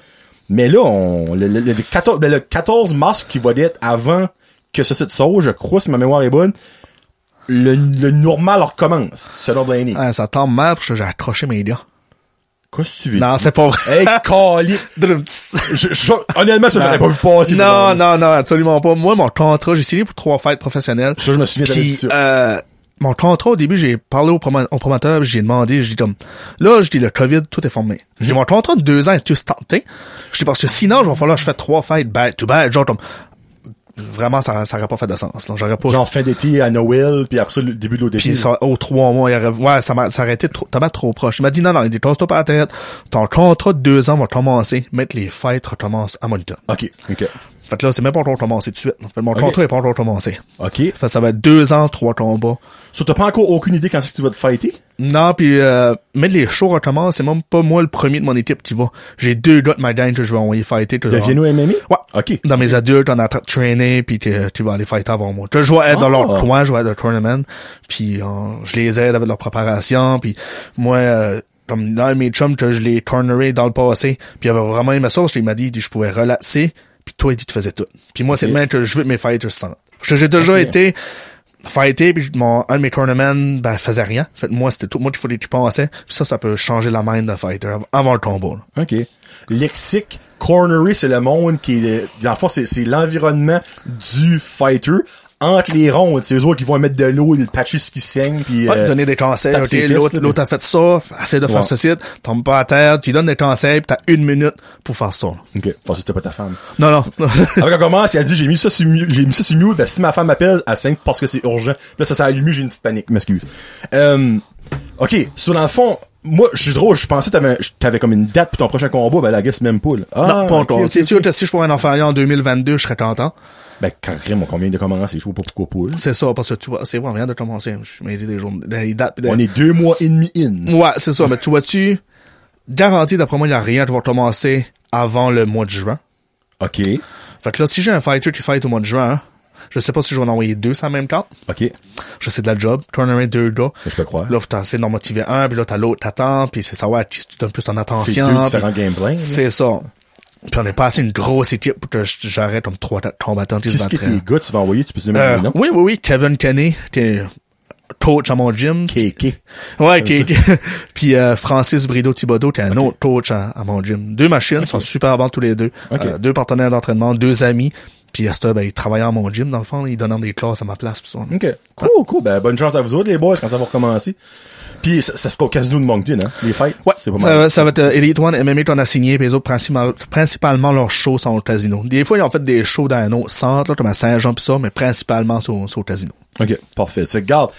A: Mais là, on, le, le- le 14, ben, le 14 mars qui va être avant que ce site sort, je crois, si ma mémoire est bonne, le, le normal recommence, selon Blaney.
C: Ah, ça tombe mal parce que j'ai accroché mes gars.
A: Qu'est-ce que tu veux
C: Non,
A: dire?
C: c'est pas vrai.
A: Hey,
C: (laughs)
A: calique.
C: Drum, tss.
A: Je- je- Honnêtement, ça, j'aurais pas vu passer.
C: Non, non, non, absolument pas. Moi, mon contrat, j'ai signé pour trois fêtes professionnelles.
A: Ça, je me souviens t'avais
C: Puis,
A: dit ça.
C: euh, mon contrat, au début, j'ai parlé au, promo- au promoteur, puis j'ai demandé, j'ai dit comme, là, je dis le COVID, tout est
A: Mhm.
C: formé. J'ai dit, mon contrat de deux ans est tout tenté. Je dis, parce que sinon, je vais falloir que je fasse trois fêtes back to back, genre comme, vraiment, ça, ça aurait pas fait de sens, là. J'aurais pas,
A: Genre fin d'été à Noël, puis après ça, le début de l'automne.
C: puis ça, oh, trois mois, il aurait, ouais, ça m'a, ça aurait été trop, t'as trop proche. Il m'a dit, non, non, il dit, casse-toi pas la tête. Ton contrat de deux ans va commencer, mettre les fêtes recommencent à Moncton.
A: OK, OK.
C: Fait que là, c'est même pas encore commencé de suite. Fait que mon
A: Ok.
C: contrat est pas encore commencé.
A: OK.
C: Fait que ça va être deux ans, trois combats.
A: So, t'as pas encore aucune idée quand c'est que tu vas te fighter?
C: Non, puis euh, mettre les shows recommencent, c'est même pas moi le premier de mon équipe qui va. J'ai deux gars de ma gang que je vais envoyer fighter. que je vais-
A: Deviens-nous MMA?
C: Ouais.
A: OK.
C: Dans mes adultes, on a tra- trainé, puis que tu vas aller fighter avant moi. Que Je vais être dans leur
A: Ah.
C: coin, je vais être dans le tournament, puis euh, je les aide avec leur préparation, puis moi, euh, comme dans mes chums, que je les cornerais dans le passé, puis il avait vraiment aimé ça, parce qu'il m'a dit que je pouvais relaxer, puis toi, il dit tu faisais tout. Puis moi, c'est le même que je veux que mes fighters se sentent. Parce que J'ai déjà été fighter, puis mon, un de mes tournaments, ben, faisait rien. Fait que moi, c'était tout moi qu'il fallait que tu pensais, puis ça, ça peut changer la mind d'un fighter av- avant le combat. là.
A: OK. Lexique, cornery, c'est le monde qui est... Dans le fond, c'est, c'est l'environnement du fighter entre les rondes. C'est eux autres qui vont mettre de l'eau, le patcher ce qui saigne, puis...
C: Ouais,
A: euh,
C: donner des conseils.
A: taper
C: ok,
A: ses fesses,
C: l'autre,
A: là,
C: l'autre a fait ça, essaie de
A: Ouais.
C: faire ceci, tombe pas à terre, tu lui donnes des conseils, pis t'as une minute pour faire ça.
A: puis- OK. Parce que c'était pas ta femme.
C: Non, non. (laughs)
A: Avant qu'on commence, il a dit, j'ai mis ça sur mute, j'ai mis ça sur mute, ben, si ma femme m'appelle, à 5 parce que c'est urgent. Puis là, ça s'est allumé, j'ai une petite panique, m'excuse. Euh, ok, sur dans le fond, moi, je suis drôle, je pensais que t'avais, t'avais comme une date pour ton prochain combat, ben, la guess même pas, là. Ah,
C: non, pas
A: ok,
C: encore.
A: ok,
C: c'est
A: ok.
C: sûr que si je pourrais en faire un en 2022, je serais content.
A: Ben, carrément, on vient de commencer, je vois pas pourquoi pas, là.
C: C'est ça, parce que tu vois, c'est vrai, on vient de commencer. Je m'ai dit des jours, des dates. des-
A: On est deux mois et demi in.
C: Ouais, c'est ça, mais tu vois-tu, garanti, d'après moi, il n'y a rien qui va commencer avant le mois de juin.
A: OK.
C: Fait que là, si j'ai un fighter qui fight au mois de juin, je sais pas si je vais en envoyer deux sur la même carte.
A: OK.
C: Je sais de la job. Turner deux gars.
A: Je peux croire.
C: Là, faut t'essayer d'en motiver un, puis là, t'as l'autre, t'attends, puis c'est savoir qui tu donnes plus en
A: C'est
C: attention.
A: deux
C: puis-
A: différents gameplays. là.
C: C'est ça. Puis on est passé une grosse équipe pour que j- j'arrête comme trois ta- combattants qui se
A: Qu'est-ce que
C: battraient.
A: tes gars, tu vas envoyer? Tu peux te
C: Euh,
A: demander non?
C: oui, oui, oui. Kevin Kenney, qui est coach à mon gym.
A: KK.
C: Ouais, qui est- (laughs) Puis euh, Francis Brideau-Thibodeau, qui est un autre coach à, à mon gym. Deux machines, sont super bons tous les deux.
A: Ok.
C: Euh, deux partenaires d'entraînement, deux amis. Puis à ce temps, ben, il travaillait à mon gym, dans le fond. là. Il donnait des classes à ma place. puis ça.
A: OK. Cool, cool. Ben, bonne chance à vous autres, les boys, quand ça va recommencer. Puis, ça, ça sera au casino de Moncton, hein? Les fêtes?
C: Ouais,
A: C'est pas
C: ça,
A: mal.
C: va, ça va être euh, Elite One, MMA qu'on a signé, puis les autres, principal- principalement leurs shows sont au casino. Des fois, ils ont fait des shows dans un autre centre, là, comme à Saint-Jean pis ça, mais principalement sur, sur le casino.
A: OK. Parfait. C'est garde.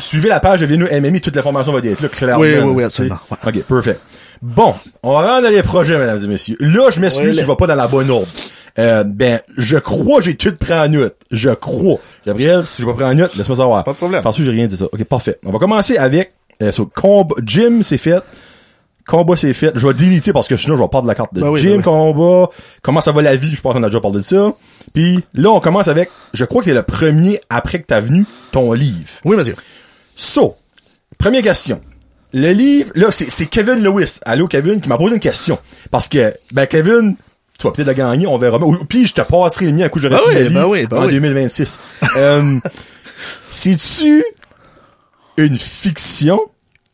A: Suivez la page de Vienno MMI, toute l'information va être là, clairement.
C: Oui, oui, oui,
A: Tu sais.
C: absolument, ouais.
A: OK, perfect. Bon, on rentre dans les projets, mesdames et messieurs. Là, je m'excuse
C: Oui,
A: si
C: là.
A: je vais pas dans la bonne ordre. Euh, ben, je crois que j'ai tout pris en note. Je crois. Gabriel, si je vais prendre en note, laisse-moi savoir.
C: Pas de problème.
A: Parce que j'ai rien dit ça. OK, parfait. On va commencer avec, euh, sur combat. Jim, c'est fait. Combat, c'est fait. Je vais déliter parce que sinon, je vais perdre la carte de
C: Ben oui,
A: Jim,
C: ben oui.
A: combat. Comment ça va la vie? Je pense qu'on a déjà parlé de ça. Puis là, on commence avec, je crois que c'est le premier après que t'as venu, ton livre.
C: Oui, monsieur.
A: So, première question. Le livre, là, c'est c'est Kevin Lewis. Allô, Kevin, qui m'a posé une question. Parce que, ben, Kevin, tu vas peut-être la gagner, on verra. Ou, puis, je te passerai le mien à coup de
C: Ben oui,
A: le
C: ben
A: livre
C: oui, ben
A: en
C: oui.
A: 2026. euh, (laughs) C'est-tu une fiction?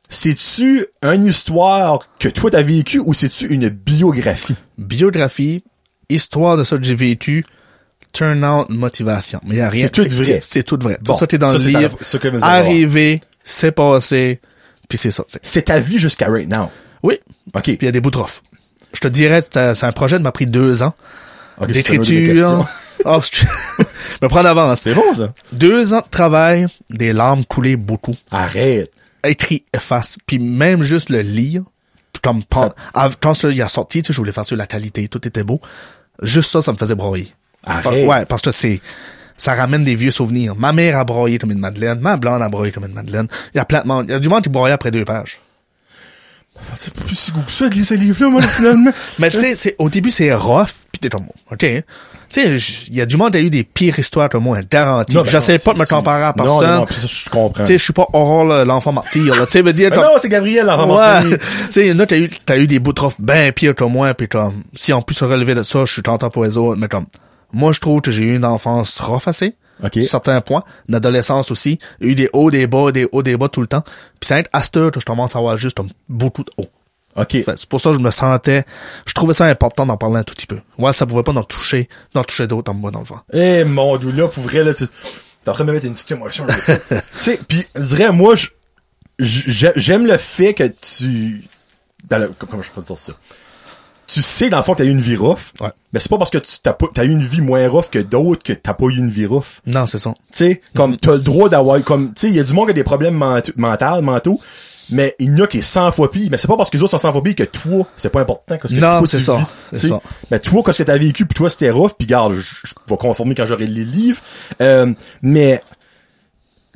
A: C'est-tu une histoire que toi t'as vécue ou c'est-tu une biographie?
C: Biographie, histoire de ça que j'ai vécu, turn-out, motivation. Mais il n'y a rien.
A: C'est tout
C: fictif.
A: vrai.
C: C'est tout vrai.
A: Bon,
C: tout ça, t'es dans
A: ça,
C: le
A: c'est à la-
C: livre.
A: ce que vous allez
C: Arrivé, c'est passé, puis c'est ça. tu sais.
A: C'est ta vie jusqu'à right now.
C: Oui.
A: OK.
C: Puis il y a des bouts de rough. Je te dirais, ça- c'est un projet qui m'a pris deux ans.
A: Ok, c'est un autre des questions.
C: D'écriture.
A: (laughs)
C: Ah, je me prends d'avance.
A: C'est bon, ça?
C: Deux ans de travail, des larmes coulaient beaucoup.
A: Arrête.
C: Écrit, efface, puis même juste le lire, comme pen- av- quand ça, il a sorti, tu sais, je voulais faire sur la qualité, tout était beau. Juste ça, ça me faisait broyer.
A: Arrête.
C: Par- Ouais, parce que c'est ça ramène des vieux souvenirs. Ma mère a broyé comme une madeleine, ma blonde a broyé comme une madeleine. Il y a plein de monde, il y a du monde qui broyait après deux pages.
A: C'est plus si goût que ça de lire ce livre-là, moi, (laughs) finalement.
C: Mais tu sais, c'est- au début, c'est rough, puis t'es comme, OK. Tu sais, j- il y a du monde qui a eu des pires histoires que moi, garantie.
A: Non, ben
C: J'essaie
A: non,
C: pas de me
A: c'est-
C: comparer à
A: Non, non,
C: personne.
A: non, puis ça, je comprends.
C: Tu sais, je suis pas Aurore le- l'enfant martyr, là. Tu sais, veut dire
A: Ah
C: comme...
A: non, c'est Gabriel, l'enfant
C: Ouais.
A: martyr.
C: tu sais, il y en a, t'as eu, t'as eu des bouts de trophées ben pires que moi, puis comme, si on peut se relever de ça, je suis content pour les autres, mais comme, moi, je trouve que j'ai eu une enfance rough assez.
A: Ok.
C: Sur Certains points. Une adolescence aussi. Eu des hauts, des bas, des hauts, des bas tout le temps. Puis c'est à cette heure que je commence à avoir juste comme, beaucoup de hauts.
A: OK.
C: Fait, C'est pour ça que je me sentais, je trouvais ça important d'en parler un tout petit peu. Ouais, ça pouvait pas d'en toucher, d'en toucher d'autres en moi dans le vent.
A: Eh, mon dieu, là, pour vrai, là, tu... T'es en train de me mettre une petite émotion. là, tu
C: (laughs)
A: sais. Tu sais, pis, je dirais, moi, je- je- j'aime le fait que tu... dans le- Comment je peux dire ça? Tu sais, dans le fond, que t'as eu une vie rough.
C: Ouais.
A: Mais c'est pas parce que tu t'as pas- t'as eu une vie moins rough que d'autres que t'as pas eu une vie rough.
C: Non, c'est ça.
A: tu sais
C: Mhm.
A: comme t'as le droit d'avoir comme tu sais il y a du monde qui a des problèmes mentaux mentaux, mentaux mais il y en a qui est 100 fois pire mais c'est pas parce que les autres sont 100 fois pire que toi c'est pas important qu'est-ce que
C: Non,
A: toi,
C: c'est
A: tu
C: ça,
A: vis,
C: c'est
A: tu sais.
C: ça.
A: mais toi qu'est-ce que t'as vécu puis toi c'était rough puis garde je je vais conformer quand j'aurai les livres Euh, mais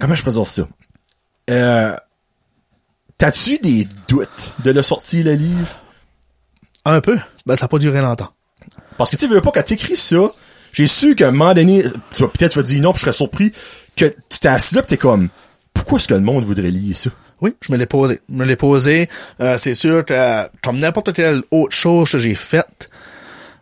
A: comment je peux dire ça euh, t'as-tu des doutes de le sortir le livre
C: Un peu. Ben, ça a pas duré longtemps.
A: parce que tu veux pas quand t'écris ça, j'ai su qu'à un moment donné, tu vas peut-être tu vas dire non, puis je serais surpris que tu t'es assis là pis t'es comme pourquoi est-ce que le monde voudrait lire ça?
C: Oui, je me l'ai posé. Je me l'ai posé. Euh, c'est sûr que, euh, comme n'importe quelle autre chose que j'ai faite,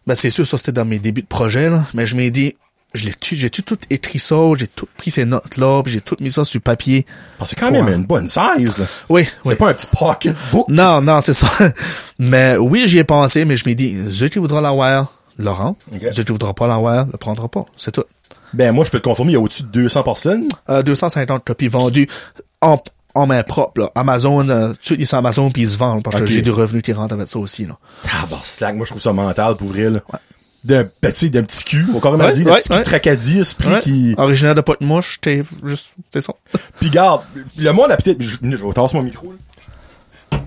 C: ben, c'est sûr, ça, c'était dans mes débuts de projet, là. Mais je m'ai dit, je l'ai tu, j'ai tu tout écrit ça, j'ai tout pris ces notes-là, puis j'ai tout mis ça sur papier.
A: Parce que c'est quand même
C: Ouais.
A: une bonne size, là.
C: Oui,
A: C'est
C: oui. Mm.
A: pas un petit pocketbook.
C: Oh. Non, non, c'est ça. (laughs) mais oui, j'y ai pensé, mais je m'ai dit, ceux qui voudront l'avoir, Laurent.
A: Ok.
C: Ceux qui voudront pas l'avoir, le prendra pas. C'est tout.
A: Ben, moi, je peux te confirmer, il y a au-dessus de 200 personnes.
C: Euh, 250 copies vendues en, en main propre. là. Amazon, euh, tout de suite, ils sont Amazon puis ils se vendent parce
A: Ok.
C: que j'ai du revenu qui rentre avec ça aussi. Là.
A: Tabarnak, moi, je trouve ça mental, pour vrai, là. D'un petit, d'un petit cul, on carrément
C: Ouais,
A: dit, d'un
C: ouais,
A: petit cul
C: ouais.
A: tracadie, ce prix
C: Ouais.
A: qui...
C: Originaire de Potemouche, t'es juste,
A: (laughs)
C: c'est ça.
A: Pis garde, le monde a peut-être. Je, je vais tasser mon micro. Là.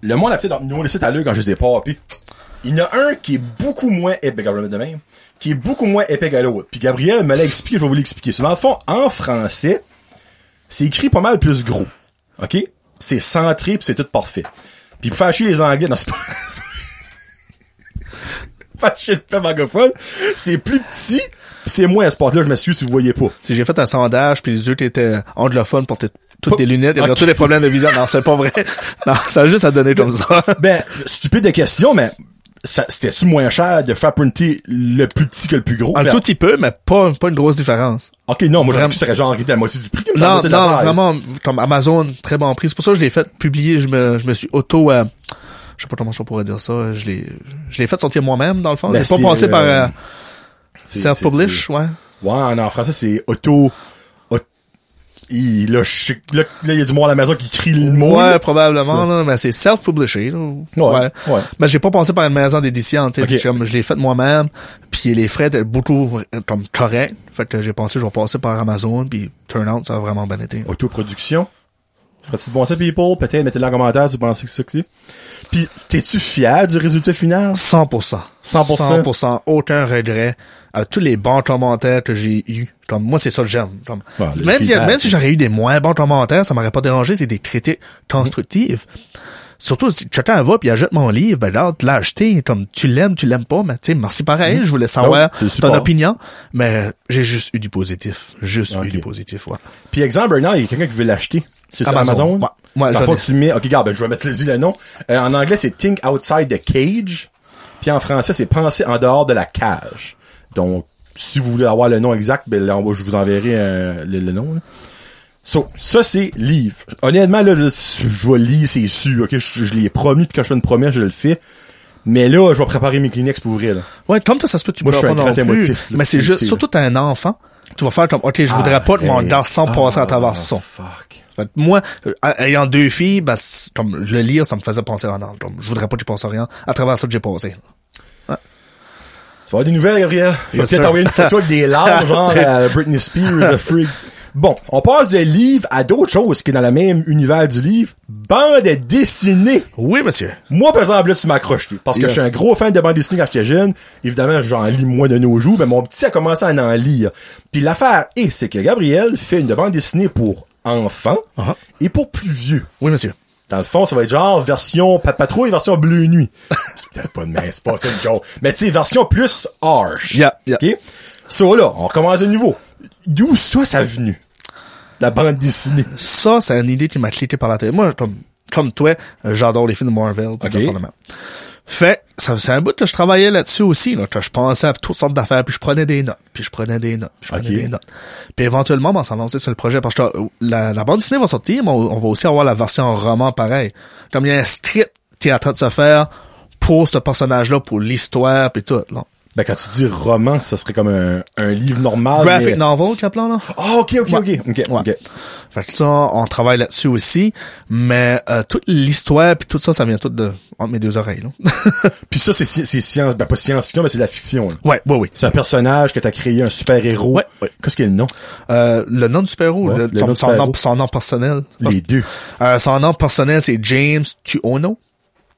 A: Le monde a peut-être nous laissé à l'heure quand je les ai pas happés. Il y en a un qui est beaucoup moins épais, Gabriel de même, qui est beaucoup moins épais que l'autre. Puis Gabriel me l'a expliqué, je vais vous l'expliquer. C'est Dans le fond, en français, c'est écrit pas mal plus gros. OK? C'est centré, puis c'est tout parfait. Puis pour faire chier les Anglais, non, c'est pas... (laughs) pas chez le peuple anglophone. C'est plus petit, pis c'est moins à ce sport-là, je m'excuse si vous voyez pas.
C: Si j'ai fait un sondage, puis les yeux qui étaient anglophones portaient toutes
A: Pas-
C: des lunettes, ils avaient
A: Ok.
C: tous les problèmes de vision. Non, c'est pas
A: (laughs)
C: vrai. Non, ça a juste à donner comme ça.
A: Ben, stupide de question, mais ça- c'était-tu moins cher de faire printer le plus petit que le plus gros?
C: Un
A: Ben,
C: tout petit peu, mais pas, pas une grosse différence.
A: Ok, non, moi, j'aurais
C: Vraiment.
A: que ça serait genre la moitié du prix. comme ça, la
C: Non,
A: moitié de la
C: non,
A: taille.
C: vraiment, comme Amazon, très bon prix. C'est pour ça que je l'ai fait publier. Je me, je me suis auto, euh, je sais pas comment je pourrais dire ça. Je l'ai, je l'ai fait sortir moi-même, dans le fond.
A: Ben,
C: j'ai
A: c'est,
C: pas passé par
A: euh,
C: euh,
A: C'est-
C: self-publish,
A: c'est-
C: ouais.
A: c'est- Ouais, non, en français, c'est auto... auto- Il, là, je sais que- là, là, il y a du monde à la maison qui crie le mot.
C: Ouais,
A: là.
C: probablement, là, mais c'est self-publishé, là.
A: Ouais, ouais.
C: Mais j'ai pas pensé par une maison d'édition, tu sais.
A: Ok.
C: J'ai comme- Je l'ai fait moi-même, puis les frais étaient beaucoup, euh, comme, corrects. Fait que j'ai pensé, je vais passer par Amazon, puis Turnout, ça a vraiment bien été.
A: Autoproduction. Ferais-tu de bon ça, people? Peut-être, mettez-le en commentaire si vous pensez que c'est ça que c'est. Puis, t'es-tu fier du résultat final?
C: 100%.
A: 100%.
C: 100%. Aucun regret. À tous les bons commentaires que j'ai eus. Comme, moi, c'est ça que j'aime. Comme,
A: Ah, le
C: même, si,
A: feedback.
C: même si j'aurais eu des moins bons commentaires, ça m'aurait pas dérangé. C'est des critiques constructives. Surtout si chacun va puis achète mon livre, ben là, tu l'as acheté, comme tu l'aimes, tu l'aimes pas, mais tu sais, merci pareil, je voulais
A: Ah
C: savoir
A: oui, c'est le
C: ton
A: support.
C: opinion, mais j'ai juste eu du positif. Juste
A: Ok.
C: eu du positif, ouais.
A: Puis, exemple, right now, il y a quelqu'un qui veut l'acheter. C'est sur
C: Amazon.
A: Amazon.
C: Ouais. Ouais,
A: Parfois,
C: j'en ai.
A: tu mets, ok, regarde, ben, je vais mettre les îles le nom. Euh, en anglais, c'est Think Outside the Cage. Puis en français, c'est Penser en dehors de la cage. Donc, si vous voulez avoir le nom exact, ben, là, on va- je vous enverrai euh, le, le nom, là. So, ça, c'est livre. Honnêtement, là, je- je vais le lire, c'est sûr, ok? Je, je l'ai promis, puis quand je fais une promesse, je le fais. Mais là, je vais préparer mes Kleenex pour ouvrir, là.
C: Ouais, comme ça, ça se peut, que tu
A: Moi,
C: me
A: je suis
C: pas
A: un
C: non
A: grand
C: plus.
A: émotif, là,
C: mais c'est
A: c'est-
C: juste,
A: c'est-
C: surtout t'as un enfant, tu vas faire comme, ok, je voudrais pas que mon
A: Arrête.
C: garçon passe à travers
A: Ah,
C: ça.
A: Fuck.
C: Fait que moi, euh, ayant deux filles, ben, c'est- comme le lire, ça me faisait penser à un Comme, je voudrais pas que tu penses à rien à travers ça que j'ai passé.
A: Tu vas avoir des nouvelles, Gabriel. Je vais
C: Yes,
A: peut-être
C: sir.
A: envoyer une photo avec
C: (laughs)
A: des larges, genre
C: C'est-
A: à Britney Spears, The Freak. Bon, on passe de livres à d'autres choses qui est dans le même univers du livre. Bande dessinée.
C: Oui, monsieur.
A: Moi, par exemple, là, tu m'accroches, lui. Parce que
C: Yes.
A: je suis un gros fan de bande dessinée quand j'étais jeune. Évidemment, j'en lis moins de nos jours, mais mon petit a commencé à en lire. Puis l'affaire est, c'est que Gabriel fait une bande dessinée pour enfants
C: Uh-huh.
A: et pour plus vieux.
C: Oui, monsieur.
A: Dans le fond, ça va être genre version Pat Patrouille, version Bleu Nuit. (laughs) c'est peut-être pas de mais c'est pas ça le joke. Mais tu sais, version plus harsh.
C: Yeah, yeah.
A: OK? So là, on recommence de nouveau. D'où ça, ça a venu? La bande dessinée.
C: Ça, c'est une idée qui m'a cliqué par la tête. Moi, comme, comme toi, euh, j'adore les films de Marvel. pis
A: Ok.
C: des affaires de même. Fait, ça c'est un bout que je travaillais là-dessus aussi, là, que je pensais à toutes sortes d'affaires, puis je prenais des notes, puis je prenais des notes, puis je prenais
A: Ok.
C: des notes. Puis éventuellement, ben, on s'est lancé sur le projet, parce que euh, la, la bande dessinée va sortir, mais on, on va aussi avoir la version roman pareil. Comme il y a un script qui est en train de se faire pour ce personnage-là, pour l'histoire, puis tout. Là.
A: Ben, quand tu dis roman, ça serait comme un, un livre normal.
C: Graphic
A: Ah, mais-
C: novel, qui là?
A: Ah, ok, ok, ok.
C: Ouais.
A: Ok,
C: Ouais.
A: ok.
C: Fait que ça, on travaille là-dessus aussi, mais euh, toute l'histoire puis tout ça, ça vient tout de entre mes deux oreilles. Là. (laughs)
A: Puis ça, c'est, sci- c'est science, ben pas science-fiction, mais c'est de la fiction. là.
C: ouais, ouais, oui.
A: C'est un personnage que t'as créé, un super-héros.
C: Ouais, ouais.
A: Qu'est-ce qu'il y a le nom?
C: Euh, le nom du super-héros,
A: Ouais,
C: le-
A: le
C: son,
A: nom du
C: son
A: super-héros.
C: nom, son nom personnel.
A: Les deux.
C: Euh, son nom personnel, c'est James Tuono.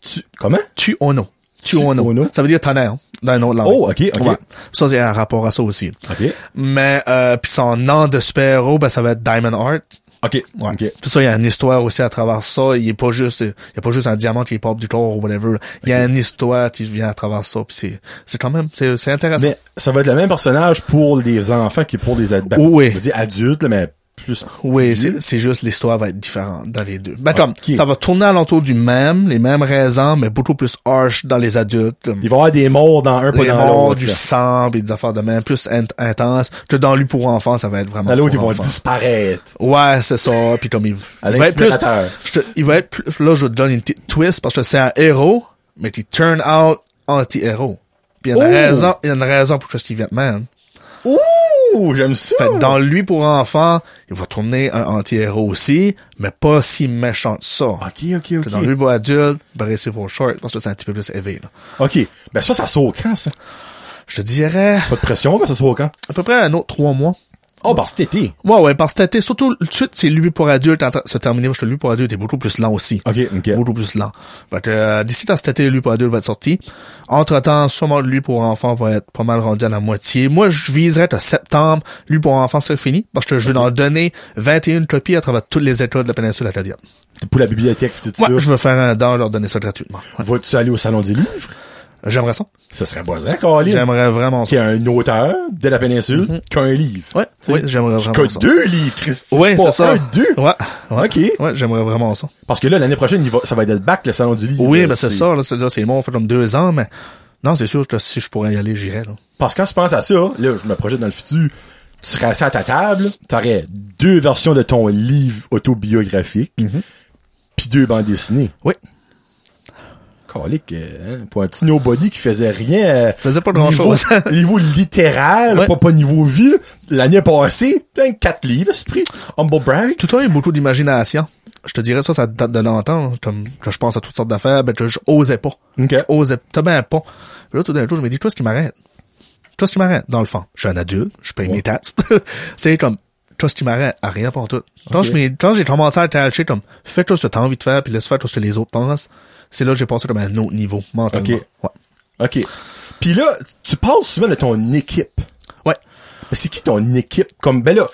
A: Tu, comment?
C: Tuono. Tuono.
A: Tuono.
C: Ça veut dire tonnerre hein, dans un autre langue.
A: Oh, ok, ok.
C: Ouais. Ça, c'est un rapport à ça aussi.
A: Ok.
C: Mais euh, puis son nom de super-héros, ben, ça va être Diamond Heart.
A: Ok.
C: Ouais.
A: ok.
C: Puis ça, il y a une histoire aussi à travers ça. Il est pas juste, il y a pas juste un diamant qui est pop du corps ou whatever. Il y a une histoire qui vient à travers ça. Puis c'est, c'est quand même, c'est, c'est intéressant.
A: Mais ça va être le même personnage pour les enfants qui pour les ad- ben,
C: Oui.
A: Je veux dire adultes, là, mais plus.
C: oui, c'est, c'est juste l'histoire va être différente dans les deux. Ben, comme,
A: Ah, Ok.
C: ça va tourner alentour du même, les mêmes raisons, mais beaucoup plus harsh dans les adultes. Comme
A: Il va y avoir des morts dans un pas
C: Les
A: dans
C: morts,
A: l'autre,
C: du
A: là.
C: sang, pis des affaires de même, plus int- intenses. Que dans lui pour enfants, ça va être vraiment.
A: Dans l'autre, ils
C: pour
A: vont
C: enfants.
A: disparaître.
C: Ouais, c'est ça. Puis comme il,
A: À
C: il va être plus,
A: l'incinérateur.
C: je te- il va être plus, là, je te donne une petite twist parce que c'est un héros, mais qui turn out anti-héros. Puis il y a une
A: Oh!
C: raison, il y a une raison pour ce qu'il vient de même.
A: Ouh, j'aime ça.
C: Fait que dans lui pour enfant, il va tourner un anti-héros aussi, mais pas si méchant que ça.
A: Ok, ok,
C: Que Dans lui
A: ok.
C: pour adulte, bracez vos shorts parce que c'est un petit peu plus élevé, là.
A: Ok. Ben ça, ça sort quand, ça?
C: Je te dirais,
A: Pas de pression, ben ça sort quand?
C: à peu près un autre trois mois.
A: Oh, ben cet été.
C: Ouais, ouais, parce que t'as été- surtout, tout de suite, c'est lui pour adulte en train de se terminer, parce que lui pour adulte est beaucoup plus lent aussi.
A: Ok, ok.
C: Beaucoup plus lent. Fait que, euh, d'ici dans cet été, lui pour adulte va être sorti. Entre-temps, sûrement, lui pour enfant va être pas mal rendu à la moitié. Moi, je viserais que septembre, lui pour enfant serait fini, parce que je vais en donner 21 copies à travers toutes les écoles de la péninsule acadienne.
A: Pour la bibliothèque pis tout
C: Ouais,
A: ça.
C: je vais faire un don, leur donner ça gratuitement. Ouais.
A: Vas-tu aller au salon du livre?
C: J'aimerais ça.
A: Ce serait buzzant, Colin.
C: J'aimerais vraiment
A: Qu'il
C: ça. Mm-hmm.
A: y a un auteur de la péninsule qui a un livre.
C: Ouais,
A: T'sais,
C: ouais, j'aimerais
A: Tu
C: vraiment
A: as
C: ça.
A: deux livres, Christy.
C: Ouais,
A: Pas
C: c'est ça.
A: Un, deux.
C: Ouais. ouais.
A: OK.
C: Ouais, j'aimerais vraiment ça.
A: Parce que là, l'année prochaine, il va- ça va être le bac, le salon du livre.
C: Oui,
A: Euh,
C: ben c'est ça, là, c'est, là, c'est bon, on fait comme deux ans, mais non, c'est sûr que si je pourrais y aller, j'irais, là.
A: Parce que quand tu penses à ça, là, je me projette dans le futur, tu serais assis à ta table, t'aurais deux versions de ton livre autobiographique,
C: Mhm.
A: puis deux bandes dessinées.
C: Oui.
A: Calique, euh, hein, pour un petit nobody qui faisait rien. euh,
C: Faisait pas grand-chose. (laughs)
A: niveau- niveau littéral,
C: Ouais.
A: pas, pas niveau vie. L'année passée, plein de quatre livres, ce prix. Humble brag.
C: Tout le temps, il y a beaucoup d'imagination. Je te dirais ça, ça date de longtemps, là, comme que je pense à toutes sortes d'affaires, ben que je osais pas.
A: Ok.
C: Je osais tellement pas. Puis là, tout d'un coup, je me dis, toi, ce qui m'arrête. Toi, ce qui m'arrête, dans le fond. Je suis un adulte, je paye mes taxes. (laughs) c'est comme, toi, ce qui m'arrête, à rien pour tout. Quand
A: Ok.
C: je m'ai- quand j'ai commencé à tâcher, comme, fais tout ce que t'as envie de faire, puis laisse faire tout ce que les autres pensent, c'est là que j'ai passé comme à un autre niveau, mentalement.
A: Ok.
C: Ouais.
A: OK. Puis là, tu parles souvent de ton équipe.
C: Ouais.
A: Mais c'est qui ton équipe? Comme, ben là,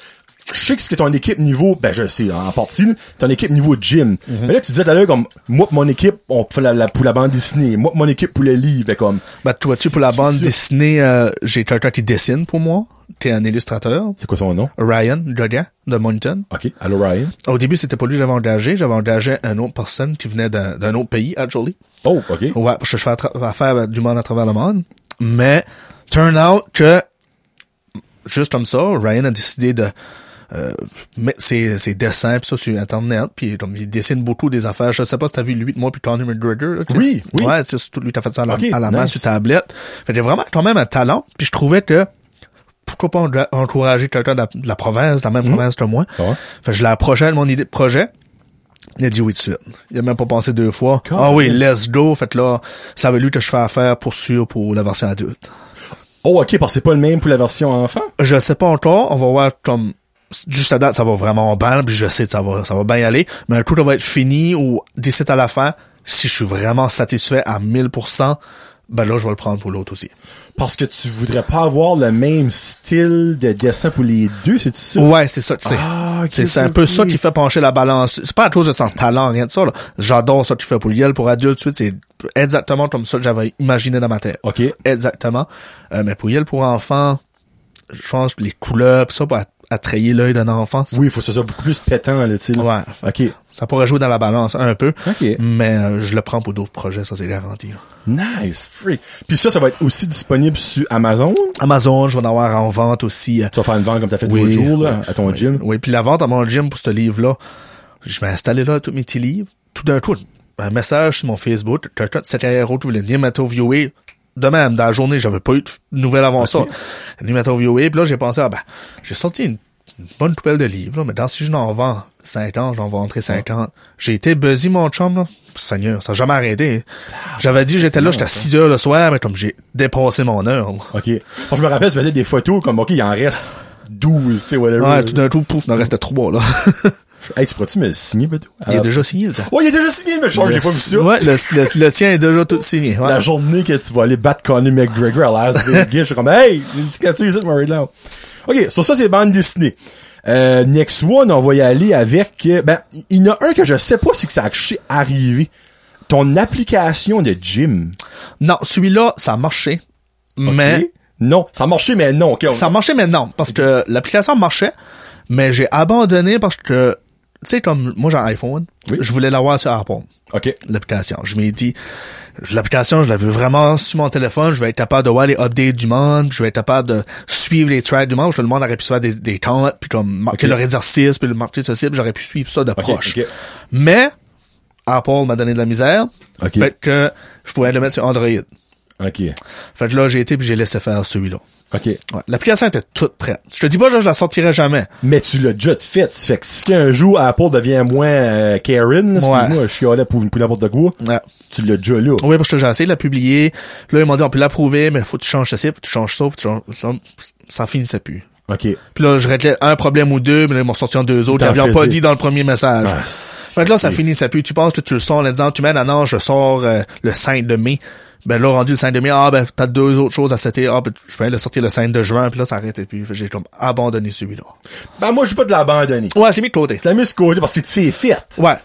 A: je sais que ce que ton équipe niveau, ben je sais, en partie, là, ton équipe niveau gym.
C: Mhm.
A: Mais là, tu disais tout à l'heure, comme, moi pis mon équipe, on fait la, la- pour la bande dessinée, moi pis mon équipe pour le livre, ben comme.
C: Ben, toi, tu, pour la
A: C'est
C: bande
A: sûr.
C: dessinée, euh, j'ai quelqu'un qui dessine pour moi. T'es un illustrateur.
A: C'est quoi son nom?
C: Ryan Gogan, de Moncton.
A: OK. Allô, Ryan.
C: Au début, c'était pas lui que j'avais engagé. J'avais engagé une autre personne qui venait d'un d'un autre pays, actually.
A: Oh, OK.
C: Ouais, parce que je fais attra- affaire avec du monde à travers le monde. Mais, turn out que, juste comme ça, Ryan a décidé de euh, mettre ses, ses dessins pis ça sur Internet. Puis comme il dessine beaucoup des affaires. Je sais pas si t'as vu lui, moi, puis Conor McGregor. là, tu sais.
A: Oui, oui.
C: Ouais, c'est surtout lui qui a fait ça à la,
A: Ok,
C: à la main
A: nice.
C: sur tablette. Fait que j'ai vraiment quand même un talent. Puis je trouvais que pourquoi pas en- encourager quelqu'un de, la- de la province, de la même province que moi.
A: Ah ouais.
C: Fait que je l'ai approché de mon idée de projet. Il a dit oui tout de suite. Il a même pas pensé deux fois.
A: Quand
C: ah oui,
A: même.
C: let's go. Fait que là, ça veut lui que je fais affaire pour sûr pour la version adulte.
A: Oh, OK, parce que c'est pas le même pour la version enfant.
C: Je sais pas encore. On va voir comme juste à date, ça va vraiment bien, puis je sais que ça va, ça va bien y aller. Mais un coup, ça va être fini ou d'ici à la fin, si je suis vraiment satisfait à 1000%, ben là, je vais le prendre pour l'autre aussi.
A: Parce que tu voudrais pas avoir le même style de dessin pour les deux, c'est ça?
C: Ouais, c'est ça, tu sais.
A: Ah, ok,
C: c'est c'est un
A: ok,
C: peu
A: ok.
C: ça qui fait pencher la balance. C'est pas à cause de son talent, rien de ça, là. J'adore ça qu'il fait pour Yale, pour adulte, tout de suite. C'est exactement comme ça que j'avais imaginé dans ma tête.
A: Ok.
C: Exactement. Euh, mais pour Yale, pour enfant, je pense que les couleurs, pis ça, pour att- attrayer l'œil d'un enfant, ça,
A: Oui, il faut que ce soit beaucoup plus pétant, là, tu sais. là.
C: Ouais.
A: OK.
C: ça pourrait jouer dans la balance un peu.
A: Ok.
C: Mais euh, je le prends pour d'autres projets, ça, c'est garanti. là.
A: Nice, freak. Puis ça, ça va être aussi disponible sur Amazon.
C: Amazon, je vais en avoir en vente aussi. euh,
A: Tu vas faire une vente comme t'as fait l'autre jour, là,
C: oui,
A: à ton
C: oui.
A: gym.
C: Oui, puis la vente à mon gym pour ce livre-là, je m'ai installé là tous mes petits livres. Tout d'un coup, un message sur mon Facebook, quelqu'un de Sacré-Héros qui voulait venir m'interviewer. De même, dans la journée, j'avais pas eu de nouvelles avant ça. Venir m'interviewer, puis là, j'ai pensé, ah ben, j'ai sorti une, une bonne coupelle de livres, là, mais dans si je n'en vends 50, j'en vendrai 50. J'ai été busy, mon chum, là. Seigneur, ça n'a jamais arrêté. hein.
A: Ah,
C: J'avais dit, j'étais là, j'étais à 6 heures le soir, mais comme j'ai dépassé mon heure, là.
A: OK. Bon, je me rappelle, tu faisais des photos comme, OK, il en reste 12, tu sais, whatever.
C: Ouais, tout d'un coup, pouf, il en restait trois, là.
A: Hey, tu pourrais-tu me le signer, plutôt?
C: Il est déjà signé, le tien.
A: Oh, il est déjà signé, mais je crois que j'ai pas vu ça.
C: Ouais, le, le- le tien est déjà tout signé. ouais.
A: La journée que tu vas aller battre Connie McGregor à Las Vegas, je suis comme, hey, une petite capture ici, Murray Law. OK, sur ça, c'est bande dessinée. Euh, next one, on va y aller avec, euh, ben, il y en a un que je sais pas si que ça a arrivé. Ton application de gym.
C: Non, celui-là, ça a marché. Mais,
A: Non, ça a marché, mais non. Ah ok, on-
C: ça a marché maintenant. Parce que l'application marchait, mais j'ai abandonné parce que, tu sais, comme, moi, j'ai un iPhone.
A: Oui.
C: Je voulais l'avoir sur Apple.
A: OK.
C: l'application. Je m'ai dit, l'application, je la veux vraiment sur mon téléphone, je vais être capable de voir les updates du monde, puis je vais être capable de suivre les tracks du monde, parce que le monde aurait pu se faire des, des temps, puis comme marquer
A: Ok.
C: leur exercice, puis le marquer ceci, puis j'aurais pu suivre ça de proche.
A: ok.
C: Mais, Apple m'a donné de la misère,
A: Ok.
C: fait que je pouvais le mettre sur Android.
A: OK.
C: Fait que là, j'ai été, puis j'ai laissé faire celui-là.
A: OK.
C: Ouais. L'application était toute prête. Je te dis pas, genre, je la sortirai jamais.
A: Mais tu l'as déjà fait. Tu fais que si un jour Apple devient moins euh, Karen, excuse-moi, je chialais pour, pour n'importe quoi,
C: Ouais.
A: tu l'as déjà là.
C: Oui, parce que j'ai essayé de la publier. Là, ils m'ont dit, on peut l'approuver, mais faut que tu changes ceci, faut que tu changes ça, faut que tu changes ça. Ça finissait plus.
A: OK.
C: Puis là, je réglais un problème ou deux, mais là, ils m'ont sorti en deux autres.
A: T'en
C: Ils l'avaient pas
A: faisais.
C: dit dans le premier message.
A: Ah,
C: fait que là, ça finit, ça pue. Tu penses que tu le sors en leur disant, tu mets, ah non, je sors euh, le 5 de mai. Ben là, rendu le 5 de mai, ah ben, t'as deux autres choses à citer. Ah ben, je vais le sortir le 5 de juin, puis là, ça arrêtait plus. Fait que J'ai comme abandonné celui-là.
A: Ben, moi, je veux pas de l'abandonner.
C: Ouais, je l'ai mis de côté.
A: Je la mis sur le côté parce que tu sais, fait.
C: Ouais.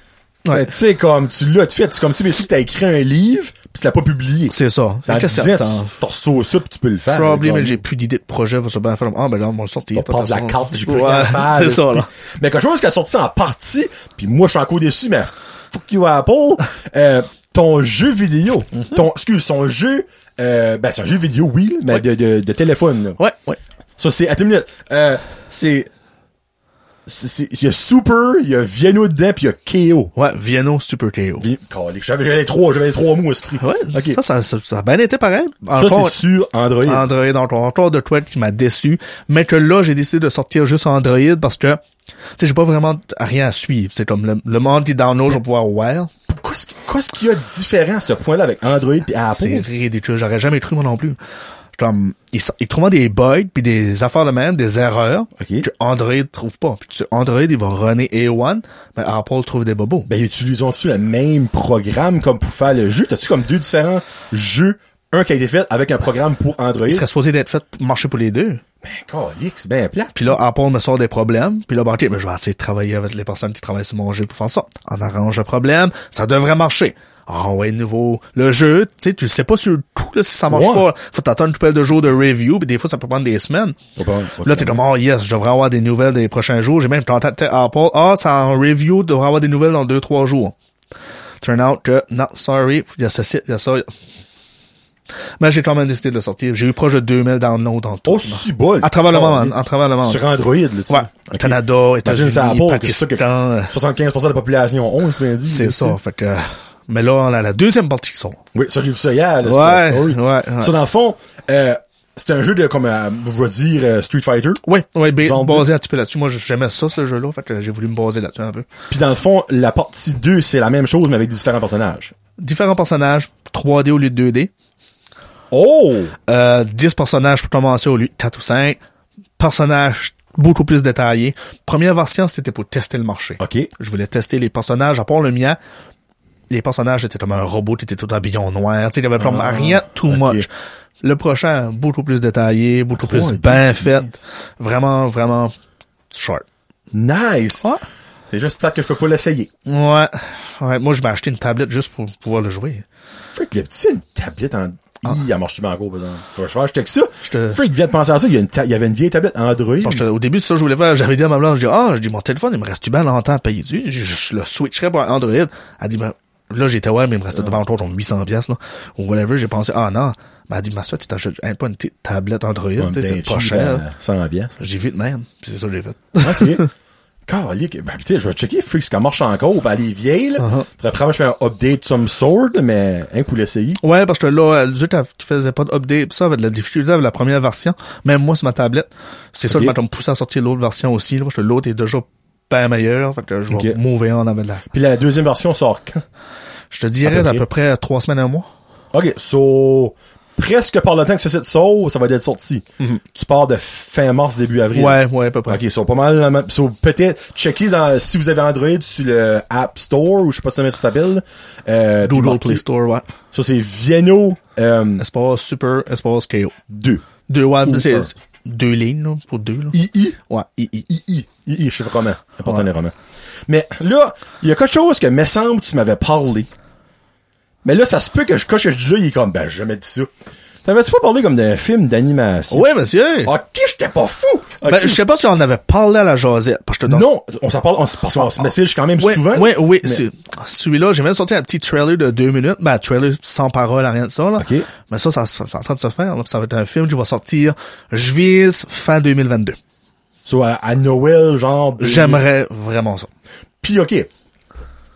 A: Fait,
C: Ouais.
A: Tu sais, comme tu l'as fait. C'est comme si, mais si t'as écrit un livre, pis tu l'as pas publié.
C: C'est ça.
A: Dans
C: Fait que
A: 10 ans,
C: septembre.
A: tu t'en ressors ça pis tu peux le faire.
C: Probably,
A: Comme-
C: mais j'ai plus d'idée de projet. Va se bien faire. Ah, ben là, on va le sortir.
A: On part de la
C: façon.
A: carte, j'ai plus
C: Ouais,
A: rien à faire.
C: (laughs) C'est
A: là,
C: ça,
A: puis-
C: là.
A: Mais quelque chose qui a sorti en partie, puis moi, je suis encore déçu, mais fuck you,
C: (laughs)
A: Apple. Euh, ton jeu vidéo,
C: Mhm.
A: ton, excuse, ton jeu, euh, ben, c'est un jeu vidéo, oui, là, mais
C: Ouais.
A: de, de, de téléphone, là.
C: Ouais, ouais.
A: Ça, c'est, attends une minute, euh, c'est, c'est- c'est- il y a Super, il y a Viano dedans, puis il y a KO.
C: Ouais, Vienno Super KO.
A: Vi- Calé, J'avais j'avais les trois, j'avais les trois mots, ce
C: Ouais, ça, ça, ça, ça a bien été pareil.
A: Ça, c'est
C: Encore-
A: sur Android.
C: Android. encore, encore de quoi qui m'a déçu. Mais que là, j'ai décidé de sortir juste Android parce que, tu sais, j'ai pas vraiment rien à suivre. C'est comme le, le monde qui download, je vais pouvoir ouais.
A: Pourquoi est-ce qu'il- Qu'est-ce qu'il y a de différent à ce point-là avec Android et
C: C'est
A: Apple?
C: ridicule. J'aurais jamais cru, moi non plus. Je suis Comme, ils, sont- ils trouvent des bugs, puis des affaires de même, des erreurs
A: Ok.
C: que Android trouve pas. Puis tu sais, Android, il va runner A1, mais Apple trouve des bobos.
A: Ben, utilisons-tu le même programme comme pour faire le jeu? T'as-tu comme deux différents jeux? Un qui a été fait avec un programme pour Android.
C: il serait supposé d'être fait pour marcher pour les deux.
A: Ben, calix, ben plat.
C: Puis là, Apple me sort des problèmes. Puis là, ben, OK, ben, je vais essayer de travailler avec les personnes qui travaillent sur mon jeu pour faire ça. On arrange le problème. Ça devrait marcher. Ah ouais, nouveau. Le jeu, tu sais, tu le sais pas sur le coup, là, si ça marche
A: Ouais.
C: pas. Faut t'attendre une couple de jours de review, puis des fois, ça peut prendre des semaines.
A: Ouais, ouais, ouais.
C: Là, t'es comme, oh yes, je devrais avoir des nouvelles des prochains jours. J'ai même contacté Apple. Ah, c'est en review, tu devrais avoir des nouvelles dans deux, trois jours. Turn out que, non, sorry, il y a ce site, il y a ça. Mais j'ai quand même décidé de le sortir. J'ai eu proche de 2000 downloads en tout.
A: Aussi bol.
C: À travers le
A: Oh, Calix.
C: monde, à travers le monde.
A: Sur Android, là, tu
C: Ouais.
A: sais. Ok.
C: Canada,
A: Imagine, c'est
C: États-Unis,
A: Apple, que c'est ça que
C: Pakistan. euh,
A: 75% de la population ont, c'est bien dit.
C: C'est
A: là,
C: ça.
A: tu sais.
C: Fait que, mais là, on a la deuxième partie qui sort.
A: Oui, ça, j'ai vu ça hier. là,
C: Ouais,
A: sur la story.
C: ouais, ouais.
A: Ça, dans le fond, euh, c'est un jeu de, comme, euh, je vais dire, euh, Street Fighter.
C: Oui, oui,
A: Zombie.
C: ben, basé un petit peu là-dessus. Moi, je- j'aimais ça, ce jeu-là. Fait que j'ai voulu me baser là-dessus un peu.
A: Puis dans le fond, la partie 2, c'est la même chose, mais avec différents personnages.
C: Différents personnages, 3D au lieu de 2D.
A: Oh!
C: Euh, 10 personnages pour commencer au lieu de 4 ou 5. Personnages beaucoup plus détaillés. Première version, c'était pour tester le marché.
A: OK.
C: Je voulais tester les personnages, à part le mien. Les personnages étaient comme un robot, t'étais tout habillé en noir, tu sais, il y avait comme rien too
A: ok.
C: much. Le prochain, beaucoup plus détaillé, beaucoup plus
A: ouais,
C: bien fait. Vraiment, vraiment sharp.
A: Nice!
C: Ouais.
A: C'est juste plate que je peux pas l'essayer.
C: Ouais. Ouais, Moi, je m'ai acheté une tablette juste pour pouvoir le jouer.
A: Frick, y a-tu une tablette en... Il en marche-tu bien encore, par exemple? Faut que je fasse- je check ça.
C: Ah. te-
A: Frick vient de penser à ça. Il y, a une ta- il y avait une vieille tablette Android.
C: Parce que, au début, c'est ça, que je voulais faire. J'avais dit à ma blonde, je dis, ah, je dis, mon téléphone, il me reste-tu bien longtemps à payer dessus? Je, je le switcherais pour Android. Elle dit, ben, là, j'étais, ouais, mais il me restait devant encore ton 800 piastres, là. Ou whatever. J'ai pensé, ah, non. Ben, elle dit, mais ça, tu t'achètes hein, pas une petite tablette Android, tu sais,
A: ben
C: c'est pas cher.
A: Sans bien. ça.
C: J'ai vu de même. Puis c'est ça que j'ai fait.
A: hein,
C: (laughs)
A: OK. Calique. Ben, putain, je vais checker Frick ce qu'elle marche encore. Ben, elle est vieille, là.
C: Uh-huh.
A: Très probablement, je fais un update de some sort, mais, hein, pour l'essayer.
C: Ouais, parce que là, euh, vu que tu faisais pas d'update, pis ça avait de la difficulté avec la première version. Même moi, sur ma tablette, c'est ça
A: Ok.
C: qui m'a comme poussé à sortir l'autre version aussi, là, parce que l'autre est déjà pas meilleur. Fait que je vais
A: Ok.
C: move on avec la.
A: Puis la deuxième version sort quand?
C: Je te dirais
A: peu
C: d'à
A: près.
C: peu près trois semaines à un mois.
A: OK, so... Presque par le temps que ça sort, ça va être sorti. Tu pars de fin mars, début avril.
C: Mhm. Ouais, ouais, à peu près.
A: Ok, ils sont pas mal. dans la même- so, peut-être checker dans si vous avez Android sur le App Store ou je sais pas comment ça s'appelle. Euh, puis
C: Google
A: marquez-
C: Play Store, ouais.
A: Ça c'est Vieno euh,
C: Espace Super, Espace KO.
A: 2.
C: Deux,
A: Ou
C: ouais, c'est
A: un.
C: deux lignes, là, pour deux, là.
A: II.
C: Ouais, i, i.
A: II. II, je sais pas comment. Important les romans. Mais là, il y a quelque chose que me semble tu m'avais parlé. Mais là, ça se peut que je coche que je dis là, il est comme ben j'ai jamais dit ça. T'avais-tu pas parlé comme d'un film d'animation?
C: Ouais, monsieur!
A: Ok, j'étais pas fou! Ok.
C: Ben, je sais pas si on avait parlé à la jasette, parce que dans-
A: non, on s'en parle, on, s- parce qu'on se message quand même
C: Ah, Ouais,
A: souvent.
C: Ouais, oui.
A: Mais-
C: c'est- Celui-là, j'ai même sorti un petit trailer de deux minutes. Ben, un trailer sans parole, rien de ça, là.
A: Ok.
C: Mais ça, ça, ça- c'est en train de se faire, là. Puis Ça va être un film qui va sortir, je vise, fin 2022.
A: So, à, à Noël, genre. des-
C: J'aimerais vraiment ça.
A: Puis, OK.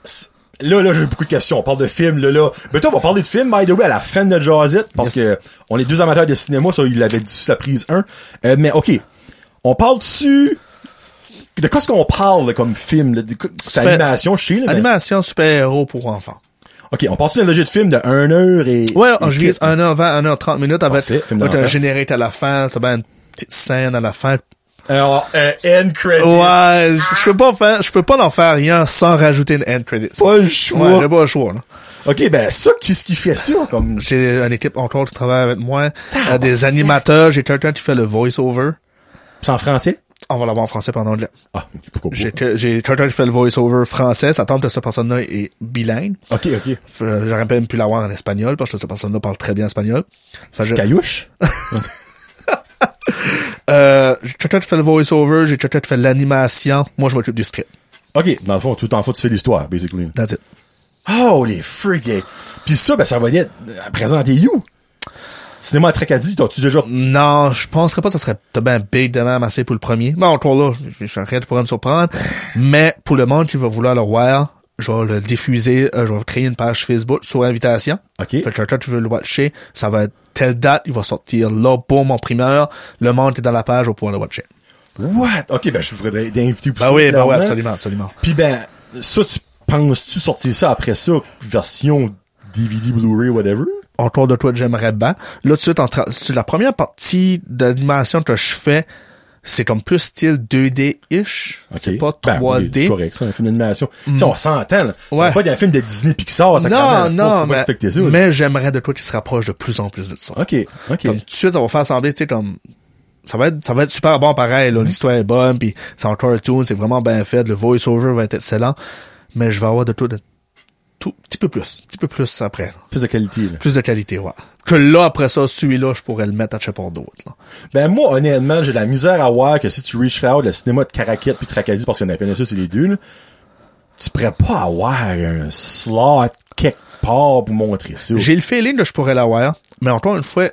A: S- Là, là, j'ai beaucoup de questions. On parle de films, là, là. Mais toi, on va parler de films, by the way, à la fin de notre Jazzit, parce
C: Yes.
A: que on est deux amateurs de cinéma, ça, il l'avait dit sur la prise 1. Euh, mais, OK. On parle dessus. De quoi est-ce qu'on parle là, comme film? là? De quoi- C'est
C: Super-
A: animation, je sais. là, mais-
C: Animation super-héros pour enfants.
A: OK, on parle-tu d'un logique de film de 1 heure et...
C: Ouais,
A: et
C: je vise
A: quelques-
C: 1h20, 1h30 minutes avec,
A: Parfait, film
C: avec un
A: d'enfant.
C: générique à la fin, t'as ben une petite scène à la fin.
A: Alors, un end credit.
C: Ouais, je peux pas faire, je peux pas en faire rien sans rajouter une end credit.
A: Pas le choix.
C: Ouais, j'ai pas le choix, là.
A: OK, ben ça, qu'est-ce qui fait ça? Comme...
C: J'ai une équipe encore qui travaille avec moi, euh, des animateurs, j'ai quelqu'un qui fait le voice-over.
A: C'est en français?
C: on va l'avoir en français pendant anglais.
A: Ah, pourquoi pas?
C: J'ai j'ai total fait le voice-over français, ça tombe que cette personne-là est bilingue.
A: Ok, ok.
C: Fait, euh, J'aurais même pu l'avoir en espagnol, parce que cette personne-là parle très bien espagnol. Fait que Ah, je- (laughs)
A: Caillouche?
C: Euh, j'ai total fait le voice-over, j'ai total fait l'animation. Moi, je m'occupe du script.
A: ok, dans le fond, tout en fond, tu fais l'histoire, basically.
C: That's it.
A: Oh, les friggés! Puis ça, ben, ça va être à présent des You. Cinéma à Tracadie, t'as-tu déjà...
C: Non, je penserais pas que ça serait bien big de même assez pour le premier. Mais encore là, je- je- rien de pourrait me surprendre. Mais pour le monde qui va vouloir le voir, je vais le diffuser, euh, je vais créer une page Facebook sur invitation.
A: Ok.
C: Fait que quelqu'un qui veut le watcher, ça va être telle date, il va sortir là, boum, en primeur. Le monde est dans la page, on va pouvoir le watcher.
A: What? Ok, ben, je voudrais d'inviter pour
C: Ben
A: ça,
C: oui, ben oui,
A: clairement.
C: absolument, absolument.
A: Puis ben, ça, tu penses-tu sortir ça après ça, version DVD, Blu-ray, whatever?
C: Encore de toi, j'aimerais bien. Là, tout de suite, en tra- sur la première partie d'animation que je fais, c'est comme plus style 2D-ish.
A: Ok.
C: C'est pas
A: Ben, oui,
C: 3D.
A: c'est correct, c'est un film d'animation. Tu sais, on s'entend, là.
C: Ouais.
A: C'est pas d'un film de Disney Pixar, ça
C: Non,
A: quand même. Faut-
C: non,
A: faut pas
C: mais,
A: expecter ça, là.
C: mais j'aimerais de toi qu'il se rapproche de plus en plus de ça.
A: Ok, ok.
C: Comme tout de suite, ça va faire sembler, tu sais, comme ça va être ça va être super bon pareil.
A: Mm-hmm.
C: là. L'histoire est bonne, puis c'est en cartoon, c'est vraiment bien fait. Le voice over va être excellent, mais je vais avoir de tout, de tout, petit peu plus, petit peu plus après,
A: Plus de qualité, là.
C: plus de qualité, ouais. Que là après ça, celui-là, je pourrais le mettre à Chapard d'autres. là.
A: Ben moi, honnêtement, j'ai de la misère à voir que si tu reach out le cinéma de Caraquette puis Tracadie, parce qu'il y en a plein de ça, c'est les deux, là, tu pourrais pas avoir un slot quelque part pour montrer ça.
C: J'ai le feeling que je pourrais l'avoir, mais encore une fois,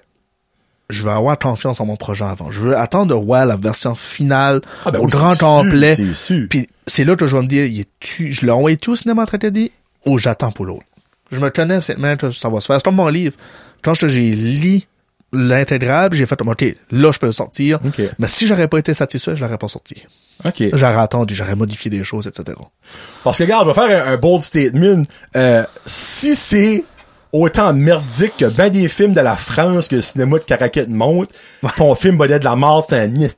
C: je vais avoir confiance en mon projet avant. Je veux attendre de voir la version finale
A: Ah ben
C: au
A: oui,
C: grand
A: c'est sûr,
C: complet.
A: c'est sûr.
C: Puis c'est là que je vais me dire, y est-tu- je l'ai envoyé tout au cinéma en tragédie ou j'attends pour l'autre. Je me connais cette main, ça va se faire. C'est comme mon livre. Quand je- j'ai lu l'intégrable, j'ai fait, ok, là je peux le sortir.
A: Ok.
C: Mais si j'aurais pas été satisfait, je l'aurais pas sorti.
A: OK.
C: J'aurais attendu, j'aurais modifié des choses, etc.
A: Parce que, regarde, je vais faire un, un bold statement. Euh, si c'est autant merdique que ben des films de la France que le cinéma de Caraquette monte, ton film va être de la mort, c'est un
C: (laughs)
A: nid.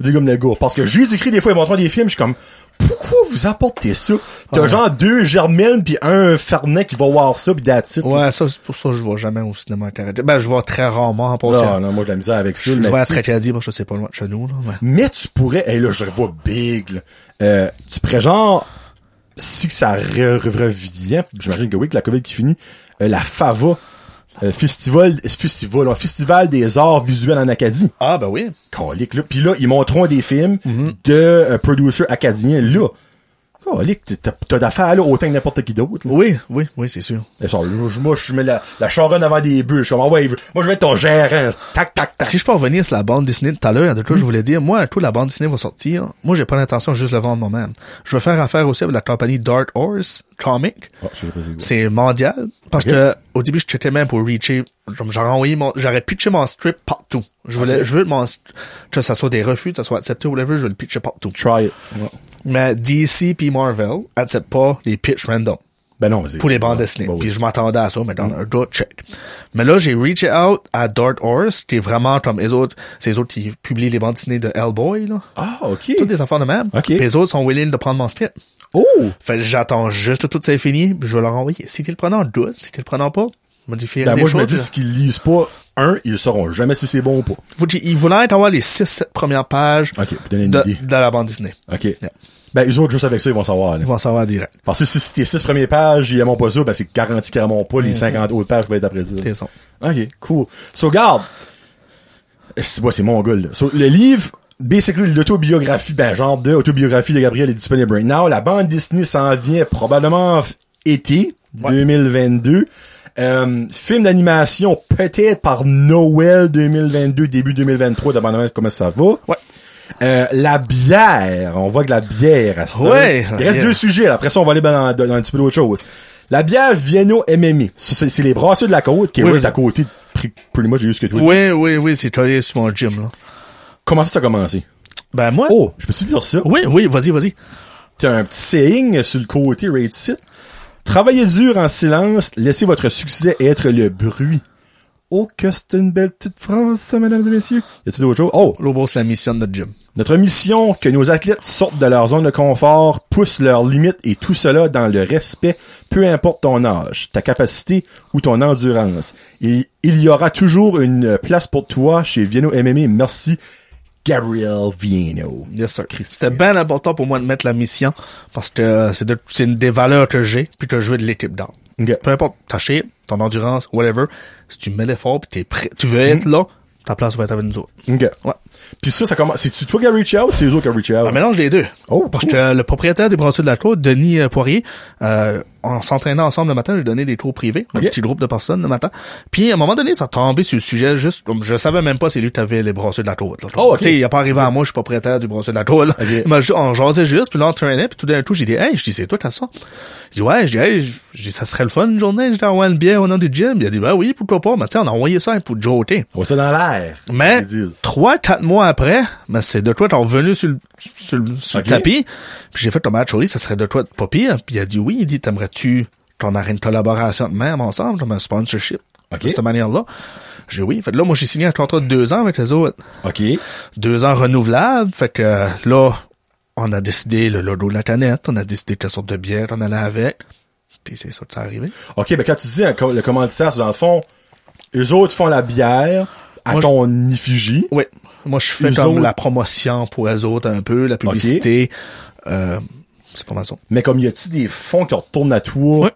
A: Dis comme le gars. Parce que Jésus-Christ, des fois, ils montrent des films, je suis comme, pourquoi vous apportez ça? T'as genre deux Germaines puis un Fernet qui va voir ça pis that's it. Ah,
C: Ouais, ça, c'est pour ça que je vois jamais au cinéma en tragédie. Ben, je vois très rarement en passant.
A: Non, non, moi, j'ai de la misère avec ça.
C: Je
A: mais
C: vais à
A: tu sais,
C: Tracadie, parce que c'est pas loin de chez nous, là. mais-
A: Mais tu pourrais, et là, je le vois big, là. Euh, tu pourrais genre, si que ça re- re- revient, j'imagine que oui, que la COVID qui finit, euh, la FAVA, euh, festival, festival, non, festival des arts visuels en Acadie.
C: Ah, ben oui.
A: Calique, là. Puis là, ils montreront des films
C: Mm-hmm.
A: de euh, producers acadiens, là. Calique, t'as- t'as- t'as d'affaires, là, autant que n'importe qui d'autre, là.
C: Oui, oui, oui, c'est sûr.
A: Elles sont là, je- moi, je mets la, la charonne avant des bûches. Je suis comme, ah ouais, moi, je vais être ton gérant. c'est Tac, tac, tac.
C: Si je peux revenir sur la bande dessinée de tout à l'heure, il y a d'autres choses
A: Hmm.
C: que je voulais dire. Moi, tout la bande dessinée va sortir. Moi, j'ai pas l'intention de juste le vendre moi-même. Je veux faire affaire aussi avec la compagnie Dark Horse Comic.
A: Ah, ça, je sais pas c'est quoi.
C: C'est mondial. Parce
A: Ok.
C: que, au début, je checkais même pour reacher. Comme J'aurais envoyé mon, j'aurais pitché mon strip partout. Je voulais, je veux mon, st- que ça soit des refus, que ça soit accepté ou whatever, je veux le pitcher partout.
A: Try it. Ouais.
C: Mais DC puis Marvel acceptent pas les pitch random.
A: Ben non, c'est-
C: pour les bandes
A: ouais,
C: dessinées.
A: bah oui. Mm.
C: Puis je m'attendais à ça, mais dans un d'autres check. Mais là, j'ai reach out à Dart Horse, qui est vraiment comme les autres, c'est les autres qui publient les bandes dessinées de Hellboy, là.
A: Ah, ok.
C: Toutes des enfants de même.
A: Ok.
C: Puis les autres sont willing de prendre mon strip.
A: Oh!
C: Fait que j'attends juste que tout ça est fini, puis je vais leur envoyer. Si t'es le prenant, good. Si t'es le prenant pas, modifier
A: Ben
C: des
A: moi, je
C: choses.
A: me dis, ce qu'ils lisent pas, un, ils le sauront jamais si c'est bon ou pas.
C: Faut dire, Ils voulaient être avoir les 6-7 premières pages
A: Ok, pour donner une
C: de,
A: idée.
C: de la bande dessinée.
A: OK. Ben, eux autres, juste avec ça, ils vont savoir. Là.
C: Ils vont savoir direct.
A: Parce que si c'était six premières pages, ils aiment pas ça, ben c'est garanti qu'ils aiment
C: Mhm.
A: pas les 50 autres pages vont être après ça.
C: T'es son.
A: OK, cool. So, garde. Eh, C'est ouais, c'est mon goal. là. So, le livre, basically, l'autobiographie, ben, genre de autobiographie de Gabriel est disponible right now. La bande dessinée s'en vient probablement f- été 2022. Euh, film d'animation, peut-être par Noël 2022, début 2023, dépendamment de comment ça va.
C: Ouais.
A: Euh, la bière, on voit que la bière à ce temps.
C: Ouais,
A: Il reste
C: yeah.
A: deux sujets, là. après ça on va aller dans, dans- dans un petit peu d'autre chose. La bière Vienno MMI, Ça, c'est c'est les brasseurs de la côte qui
C: Oui.
A: est à côté de pre- pretty much juste que toi.
C: Oui, oui, oui, c'est collé sur mon gym, là.
A: Comment ça ça a commencé
C: Ben, moi.
A: Oh, je peux te dire ça
C: Oui, oui, vas-y, vas-y.
A: T'as un petit saying sur le côté right site. Travaillez dur en silence, laissez votre succès être le bruit. Oh que c'est une belle petite phrase ça mesdames et messieurs. Y a-t-il d'autres choses Oh,
C: Lobos, la mission de notre gym.
A: Notre mission, que nos athlètes sortent de leur zone de confort, poussent leurs limites et tout cela dans le respect, peu importe ton âge, ta capacité ou ton endurance. Et il y aura toujours une place pour toi chez Vienno MMA. Merci Gabriel Viano.
C: Yes, sir.
A: Christian.
C: C'était bien important pour moi de mettre la mission parce que euh, c'est de- c'est une des valeurs que j'ai puis que je veux de l'équipe d'or.
A: Ok.
C: Peu importe ta shape, ton endurance, whatever, si tu mets l'effort puis t'es prêt, tu veux
A: Hmm.
C: être là, ta place va être avec nous autres.
A: OK.
C: Ouais.
A: Puis ça, ça commence. C'est-tu toi qui as reach out ou c'est eux autres qui ont reach out?
C: Un mélange des deux.
A: Oh,
C: parce
A: cool.
C: que euh, le propriétaire des brasseries de la côte, Denis euh, Poirier, euh, en s'entraînant ensemble le matin, j'ai donné des cours privés, un
A: Ok.
C: petit groupe de personnes le matin. Puis à un moment donné, ça tombait sur le sujet juste comme je savais même pas c'est lui qui avait les brasseries de la côte. là.
A: Oh, ok.
C: Tu sais, il a pas arrivé à moi, je suis propriétaire du brasserie de la côte. là.
A: Ok.
C: Mais je- on jasait juste, puis là on traînait, puis tout d'un coup, j'ai dit "Hey, je dis c'est toi t'as ça Je dis ouais, je dis hey, je- je dis, ça serait le fun une journée, je dis ah ouais, une bière au nom du gym. Il a dit bah oui, pourquoi pas, mais tu sais on a envoyé ça hein, pour joker.
A: On voit ça dans l'air.
C: Mais
A: Ils disent.
C: trois, quatre mois après, ben c'est de toi t'es revenu sur le, sur le, sur le
A: Ok.
C: tapis. Puis j'ai fait ton match, oui, ça serait de toi de pas pire. Puis il a dit oui, il dit t'aimerais-tu qu'on arrête une collaboration de même ensemble, comme un sponsorship,
A: Ok.
C: de cette manière-là. J'ai dit oui. Fait que là, moi j'ai signé un contrat de deux ans avec les autres.
A: OK.
C: Deux ans renouvelables. Fait que euh, là, on a décidé le logo de la canette, on a décidé quelle sorte de bière on allait avec. Puis c'est ça que c'est arrivé.
A: OK, ben quand tu dis un co- le commanditaire, c'est dans le fond, eux autres font la bière à
C: Moi, je-
A: ton effigie.
C: Oui. Moi, je fais
A: Eux
C: comme
A: autres-
C: la promotion pour eux autres un peu, la publicité. Euh, c'est pas mal ça.
A: Mais comme y a-tu des fonds qui retournent à toi
C: Ouais.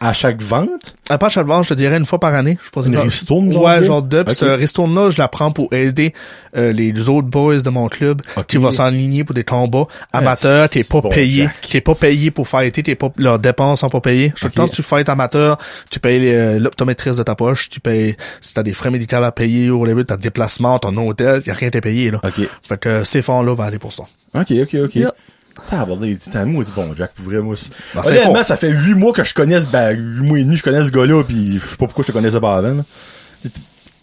A: à chaque vente?
C: À part chaque vente, je te dirais une fois par année. Je pense
A: Une
C: que-
A: ristourne, genre
C: Ouais,
A: de?
C: genre de. Puis
A: Ok.
C: ce ristourne-là, je la prends pour aider euh, les autres boys de mon club
A: Ok.
C: qui vont s'enligner pour des combats amateurs. T'es pas
A: bon
C: payé.
A: Jack.
C: T'es pas payé pour fighter. T'es pas, leurs dépenses sont pas payées. Je
A: Ok.
C: pense que tu fights amateur, tu payes les, euh, l'optométriste de ta poche, tu payes, si t'as des frais médicaux à payer, ou whatever, t'as des déplacements, ton hôtel, y a rien à payer, là.
A: Ok.
C: Fait que euh, ces fonds-là vont aller pour ça.
A: OK, OK, OK.
C: Yeah.
A: Tabardé, il dit, t'as un mot, il dit, bon, Jack, pour vrai, moi, c'est-
C: Ben, c'est
A: Honnêtement,
C: fort.
A: ça fait huit mois que je connais ce, ben, huit mois et demi, je connais ce gars-là, pis je sais pas pourquoi je te connaissais pas avant, là.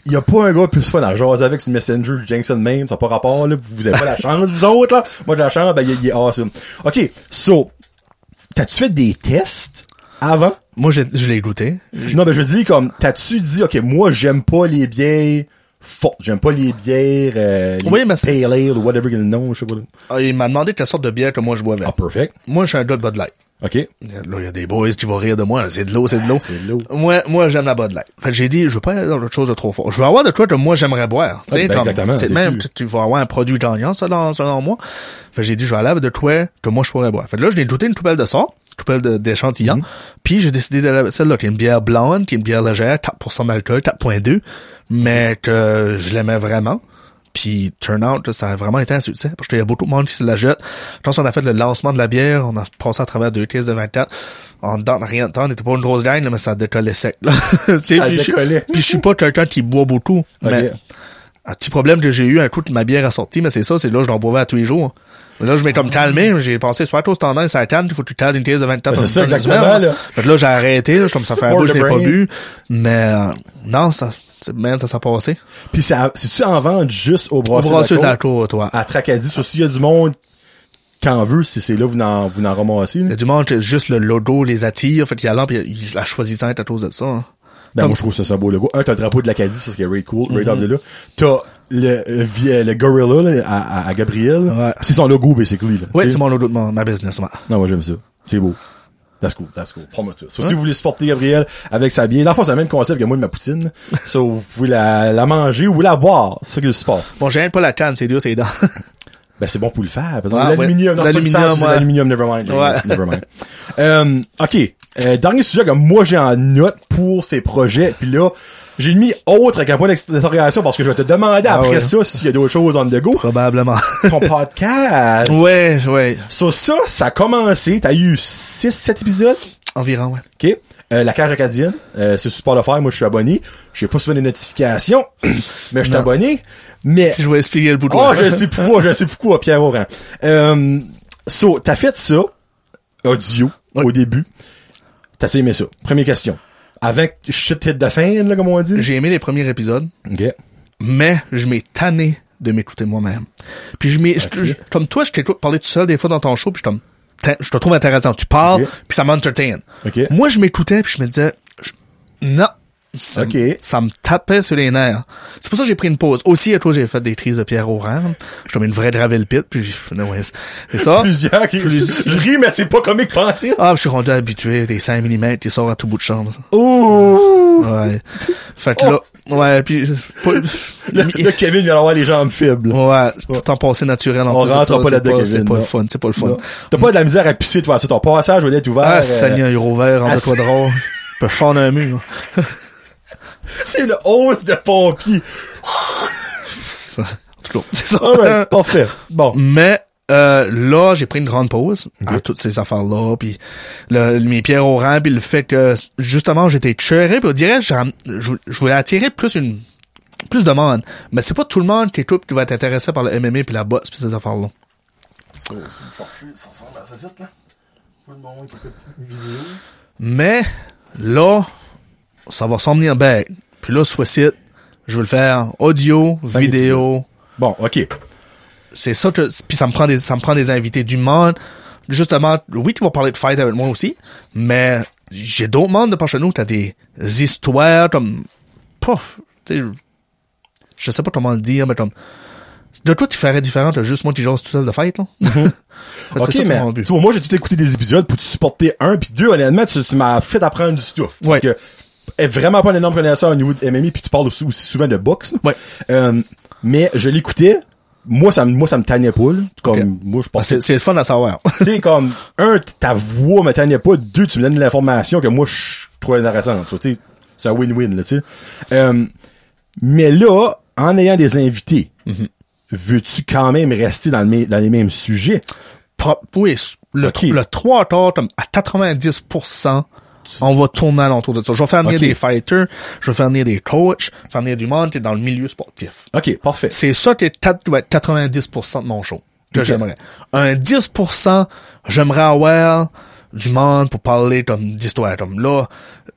A: Il y a pas un gars plus fun à jaser avec sur Messenger, Jackson même, ça n'a pas rapport, là. Vous avez pas la chance, vous autres, là. Moi, j'ai la chance, ben, il est- il est awesome. OK, so, t'as-tu fait des tests avant?
C: Moi, je, je l'ai goûté.
A: Non, mais je dis comme, t'as-tu dit, OK, moi, j'aime pas les bières fortes, j'aime pas les bières, euh, les
C: Oui, mais c'est-
A: pale ale ou whatever le nom, je sais pas. là.
C: Ah, Il m'a demandé quelle sorte de bière que moi je boivais.
A: Ah, perfect.
C: Moi, je suis un gars de Bud Light.
A: OK.
C: Là, il y a des boys qui vont rire de moi. C'est de l'eau, c'est de l'eau.
A: c'est de l'eau.
C: Moi, moi j'aime la Bud Light. Fait que j'ai dit, je veux pas aller dans autre chose de trop fort. Je veux avoir de quoi que moi, j'aimerais boire. Tu sais,
A: Ah, ben,
C: comme-
A: exactement,
C: tu sais,
A: c'est
C: même,
A: sûr.
C: tu, tu vas avoir un produit gagnant, selon, selon moi. Fait que j'ai dit, je vais aller avec de quoi que moi, je pourrais boire. Fait que là, j'ai goûté une toupelle de sang, toupelle de- d'échantillon. Puis, j'ai décidé d'aller avec celle-là, qui est une bière blonde, qui est une bière légère, 4% d'alcool, 4.2. Mais que je l'aimais vraiment. Puis, turn out, là, ça a vraiment été un succès, parce qu'il y a beaucoup de monde qui se la jette. Quand on a fait le lancement de la bière, on a passé à travers deux caisses de 24. En dedans, en rien de temps, on n'était pas une grosse gang, là, mais ça décollait sec, là. (laughs) Tu sais,
A: Ça
C: puis je-
A: décollait.
C: puis je suis pas quelqu'un qui boit beaucoup, mais un petit problème que j'ai eu un coup que ma bière a sorti, mais c'est ça, c'est là, je l'en boivais à tous les jours. Mais Là, je m'ai comme
A: Ah.
C: calmé, j'ai pensé, soit au standard, ça canne, il faut que tu calmes une caisse de 24
A: Ben, c'est
C: dans
A: ça,
C: une semaine,
A: exactement, là.
C: Fait que là, j'ai arrêté, là, je suis comme ça fait un
A: Support
C: bout, je
A: the
C: l'ai pas
A: brain.
C: bu, mais, euh, non, ça, c'est- man, ça s'est passé.
A: Puis ça, si tu en vends juste au
C: Au
A: brasserie
C: brasseau de la
A: Côte,
C: cour, toi.
A: à Tracadie, ça, s'il y a du monde qui en veut, si c'est là, vous n'en, vous n'en ramassez, là.
C: Il y a du monde que juste le logo les attire, fait qu'il y a l'ampe, il a choisi ça à cause de ça. hein.
A: Ben,
C: Comme- Mm-hmm.
A: moi, je trouve ça, c'est un beau logo. Un, t'as le drapeau de l'Acadie, ça, c'est ce qui est really cool, right off the là. T'as le, euh, vi- euh, le gorilla, là, à, à- à Gabriel.
C: Ouais.
A: C'est ton logo, basically, là.
C: Ouais,
A: Tu sais?
C: c'est mon logo de mon- ma business, moi.
A: Non, moi, j'aime ça. C'est beau. That's cool, that's cool. Prends-moi ça. So, si vous voulez supporter Gabriel avec sa bière, dans le fond, c'est le même concept que moi et ma
C: (laughs)
A: poutine. so, vous pouvez la, la manger ou la boire. C'est ça que le support.
C: Bon, j'ai pas la canne, c'est
A: (laughs)
C: dur, c'est dents.
A: Ben, c'est bon pour le faire. Par exemple,
C: Ah, ouais.
A: l'aluminium, non, c'est pas le fer,
C: L'aluminium,
A: c'est
C: ouais.
A: l'aluminium, nevermind.
C: Ouais.
A: Nevermind. Euh, OK. Euh, dernier sujet que moi, j'ai en note pour ces projets. Puis là, j'ai mis autre avec un point d'interrogation parce que je vais te demander
C: Ah,
A: après
C: ouais.
A: ça s'il y a d'autres choses on the
C: (laughs)
A: go.
C: Probablement.
A: Ton podcast.
C: ouais, ouais.
A: So, ça, ça a commencé. T'as eu 6, 7 épisodes.
C: Environ, ouais.
A: OK. Euh, la cage acadienne, euh, c'est super le faire. Moi, je suis abonné. J'ai pas souvent des notifications, (clears throat) mais je suis
C: Non.
A: abonné. Mais
C: Je vais expliquer le bout de
A: Oh,
C: moi.
A: je sais pourquoi, je sais pourquoi, Pierre Auran. Euh, so, t'as fait ça, audio, au
C: Oui.
A: début. T'as aimé ça. Première question. Avec shit hit de fin, là, comme on dit.
C: J'ai aimé les premiers épisodes,
A: Ok.
C: mais je m'ai tanné de m'écouter moi-même. Puis je m'ai, je-
A: Ok.
C: je- comme toi, je t'écoute parler tout seul des fois dans ton show, puis je suis comme, Tiens, je te trouve intéressant. Tu parles,
A: Ok.
C: puis ça m'entertain.
A: Ok.
C: Moi, je m'écoutais, puis je me disais, je- non. Ça,
A: Ok.
C: me- ça me tapait sur les nerfs. C'est pour ça que j'ai pris une pause. Aussi, à cause j'ai fait des crises de Pierre Auran. Je suis comme une vraie gravel pit, puis je- non, ouais, c'est- c'est ça.
A: (laughs) Plusieurs qui, je ris, mais c'est pas comique panté.
C: Ah, je suis rendu
A: (laughs)
C: habitué des 5 mm qui sortent à tout bout de chambre.
A: Ouh! Oh.
C: Ouais. fait que là, Ouais, puis... euh, pas-
A: Là, là, Kevin vient d'avoir les jambes faibles.
C: Ouais, tout en passé naturel. En
A: On
C: plus de
A: rentre
C: ça,
A: pas
C: c'est
A: là-dedans, Kevin,
C: C'est pas le
A: non.
C: fun, c'est pas le fun.
A: Non. T'as pas de la misère à pisser, toi, ça. Ton passage va être ouvert.
C: Ah,
A: euh,
C: Seigneur, il rouvert, en
A: ah,
C: de quoi
A: c'est-
C: drôle. Peut fendre un mur.
A: euh, (laughs) c'est le hausse de pompiers.
C: Ça, en tout cas, c'est ça.
A: (laughs)
C: (laughs)
A: Alright, parfait. Bon.
C: Mais euh, là, j'ai pris une grande pause à toutes ces affaires-là, puis le- mes pierres au rang, puis le fait que justement j'étais cheuré, puis on dirait je, ram- je, je voulais attirer plus une plus de monde. Mais c'est pas tout le monde qui écoute qui va être intéressé par le MMA puis la boxe puis ces affaires-là. Mais là, ça va s'en venir bête. Puis là, sur le site, je veux le faire audio, vidéo,
A: Bon, OK.
C: c'est ça que puis ça me prend des ça me prend des invités du monde justement oui tu vas parler de fight avec moi aussi mais j'ai d'autres mondes de par chez nous t'as des histoires comme pouf tu sais, je sais pas comment le dire mais comme de toi tu ferais différent t'as juste moi qui jase tout seul de fight là (laughs) Fait que
A: Mm-hmm. Ok,
C: c'est ça,
A: mais
C: mon but.
A: tu vois, moi, j'ai tout écouté des épisodes pour te supporter un, puis deux, honnêtement, tu, tu m'as fait apprendre du stuff.
C: Ouais.
A: Parce que, est vraiment pas un énorme connaisseur au niveau de MMI, puis tu parles aussi, aussi souvent de boxe.
C: Ouais.
A: Euh, mais je l'écoutais. Moi, ça, me- moi, ça me tannait pas, là. Comme,
C: Ok.
A: moi, je
C: Parce
A: pensais
C: que c'est le fun à savoir (laughs)
A: c'est comme un ta voix me tannait pas deux tu me donnes de l'information que moi je trouve intéressante tu sais c'est un win-win là tu sais Euh, mais là en ayant des invités
C: Mm-hmm.
A: veux-tu quand même rester dans, le mê- dans les mêmes sujets
C: Pro- oui le,
A: Ok.
C: tr- le 3 quarts comme à 90% on va tourner alentour de ça. Je vais faire venir
A: Ok.
C: des fighters, je vais faire venir des coachs, je vais faire venir du monde qui est dans le milieu sportif.
A: ok parfait
C: C'est ça qui est ta- doit être 90% de mon show que
A: Ok.
C: j'aimerais. Un 10%, j'aimerais avoir du monde pour parler comme d'histoire comme là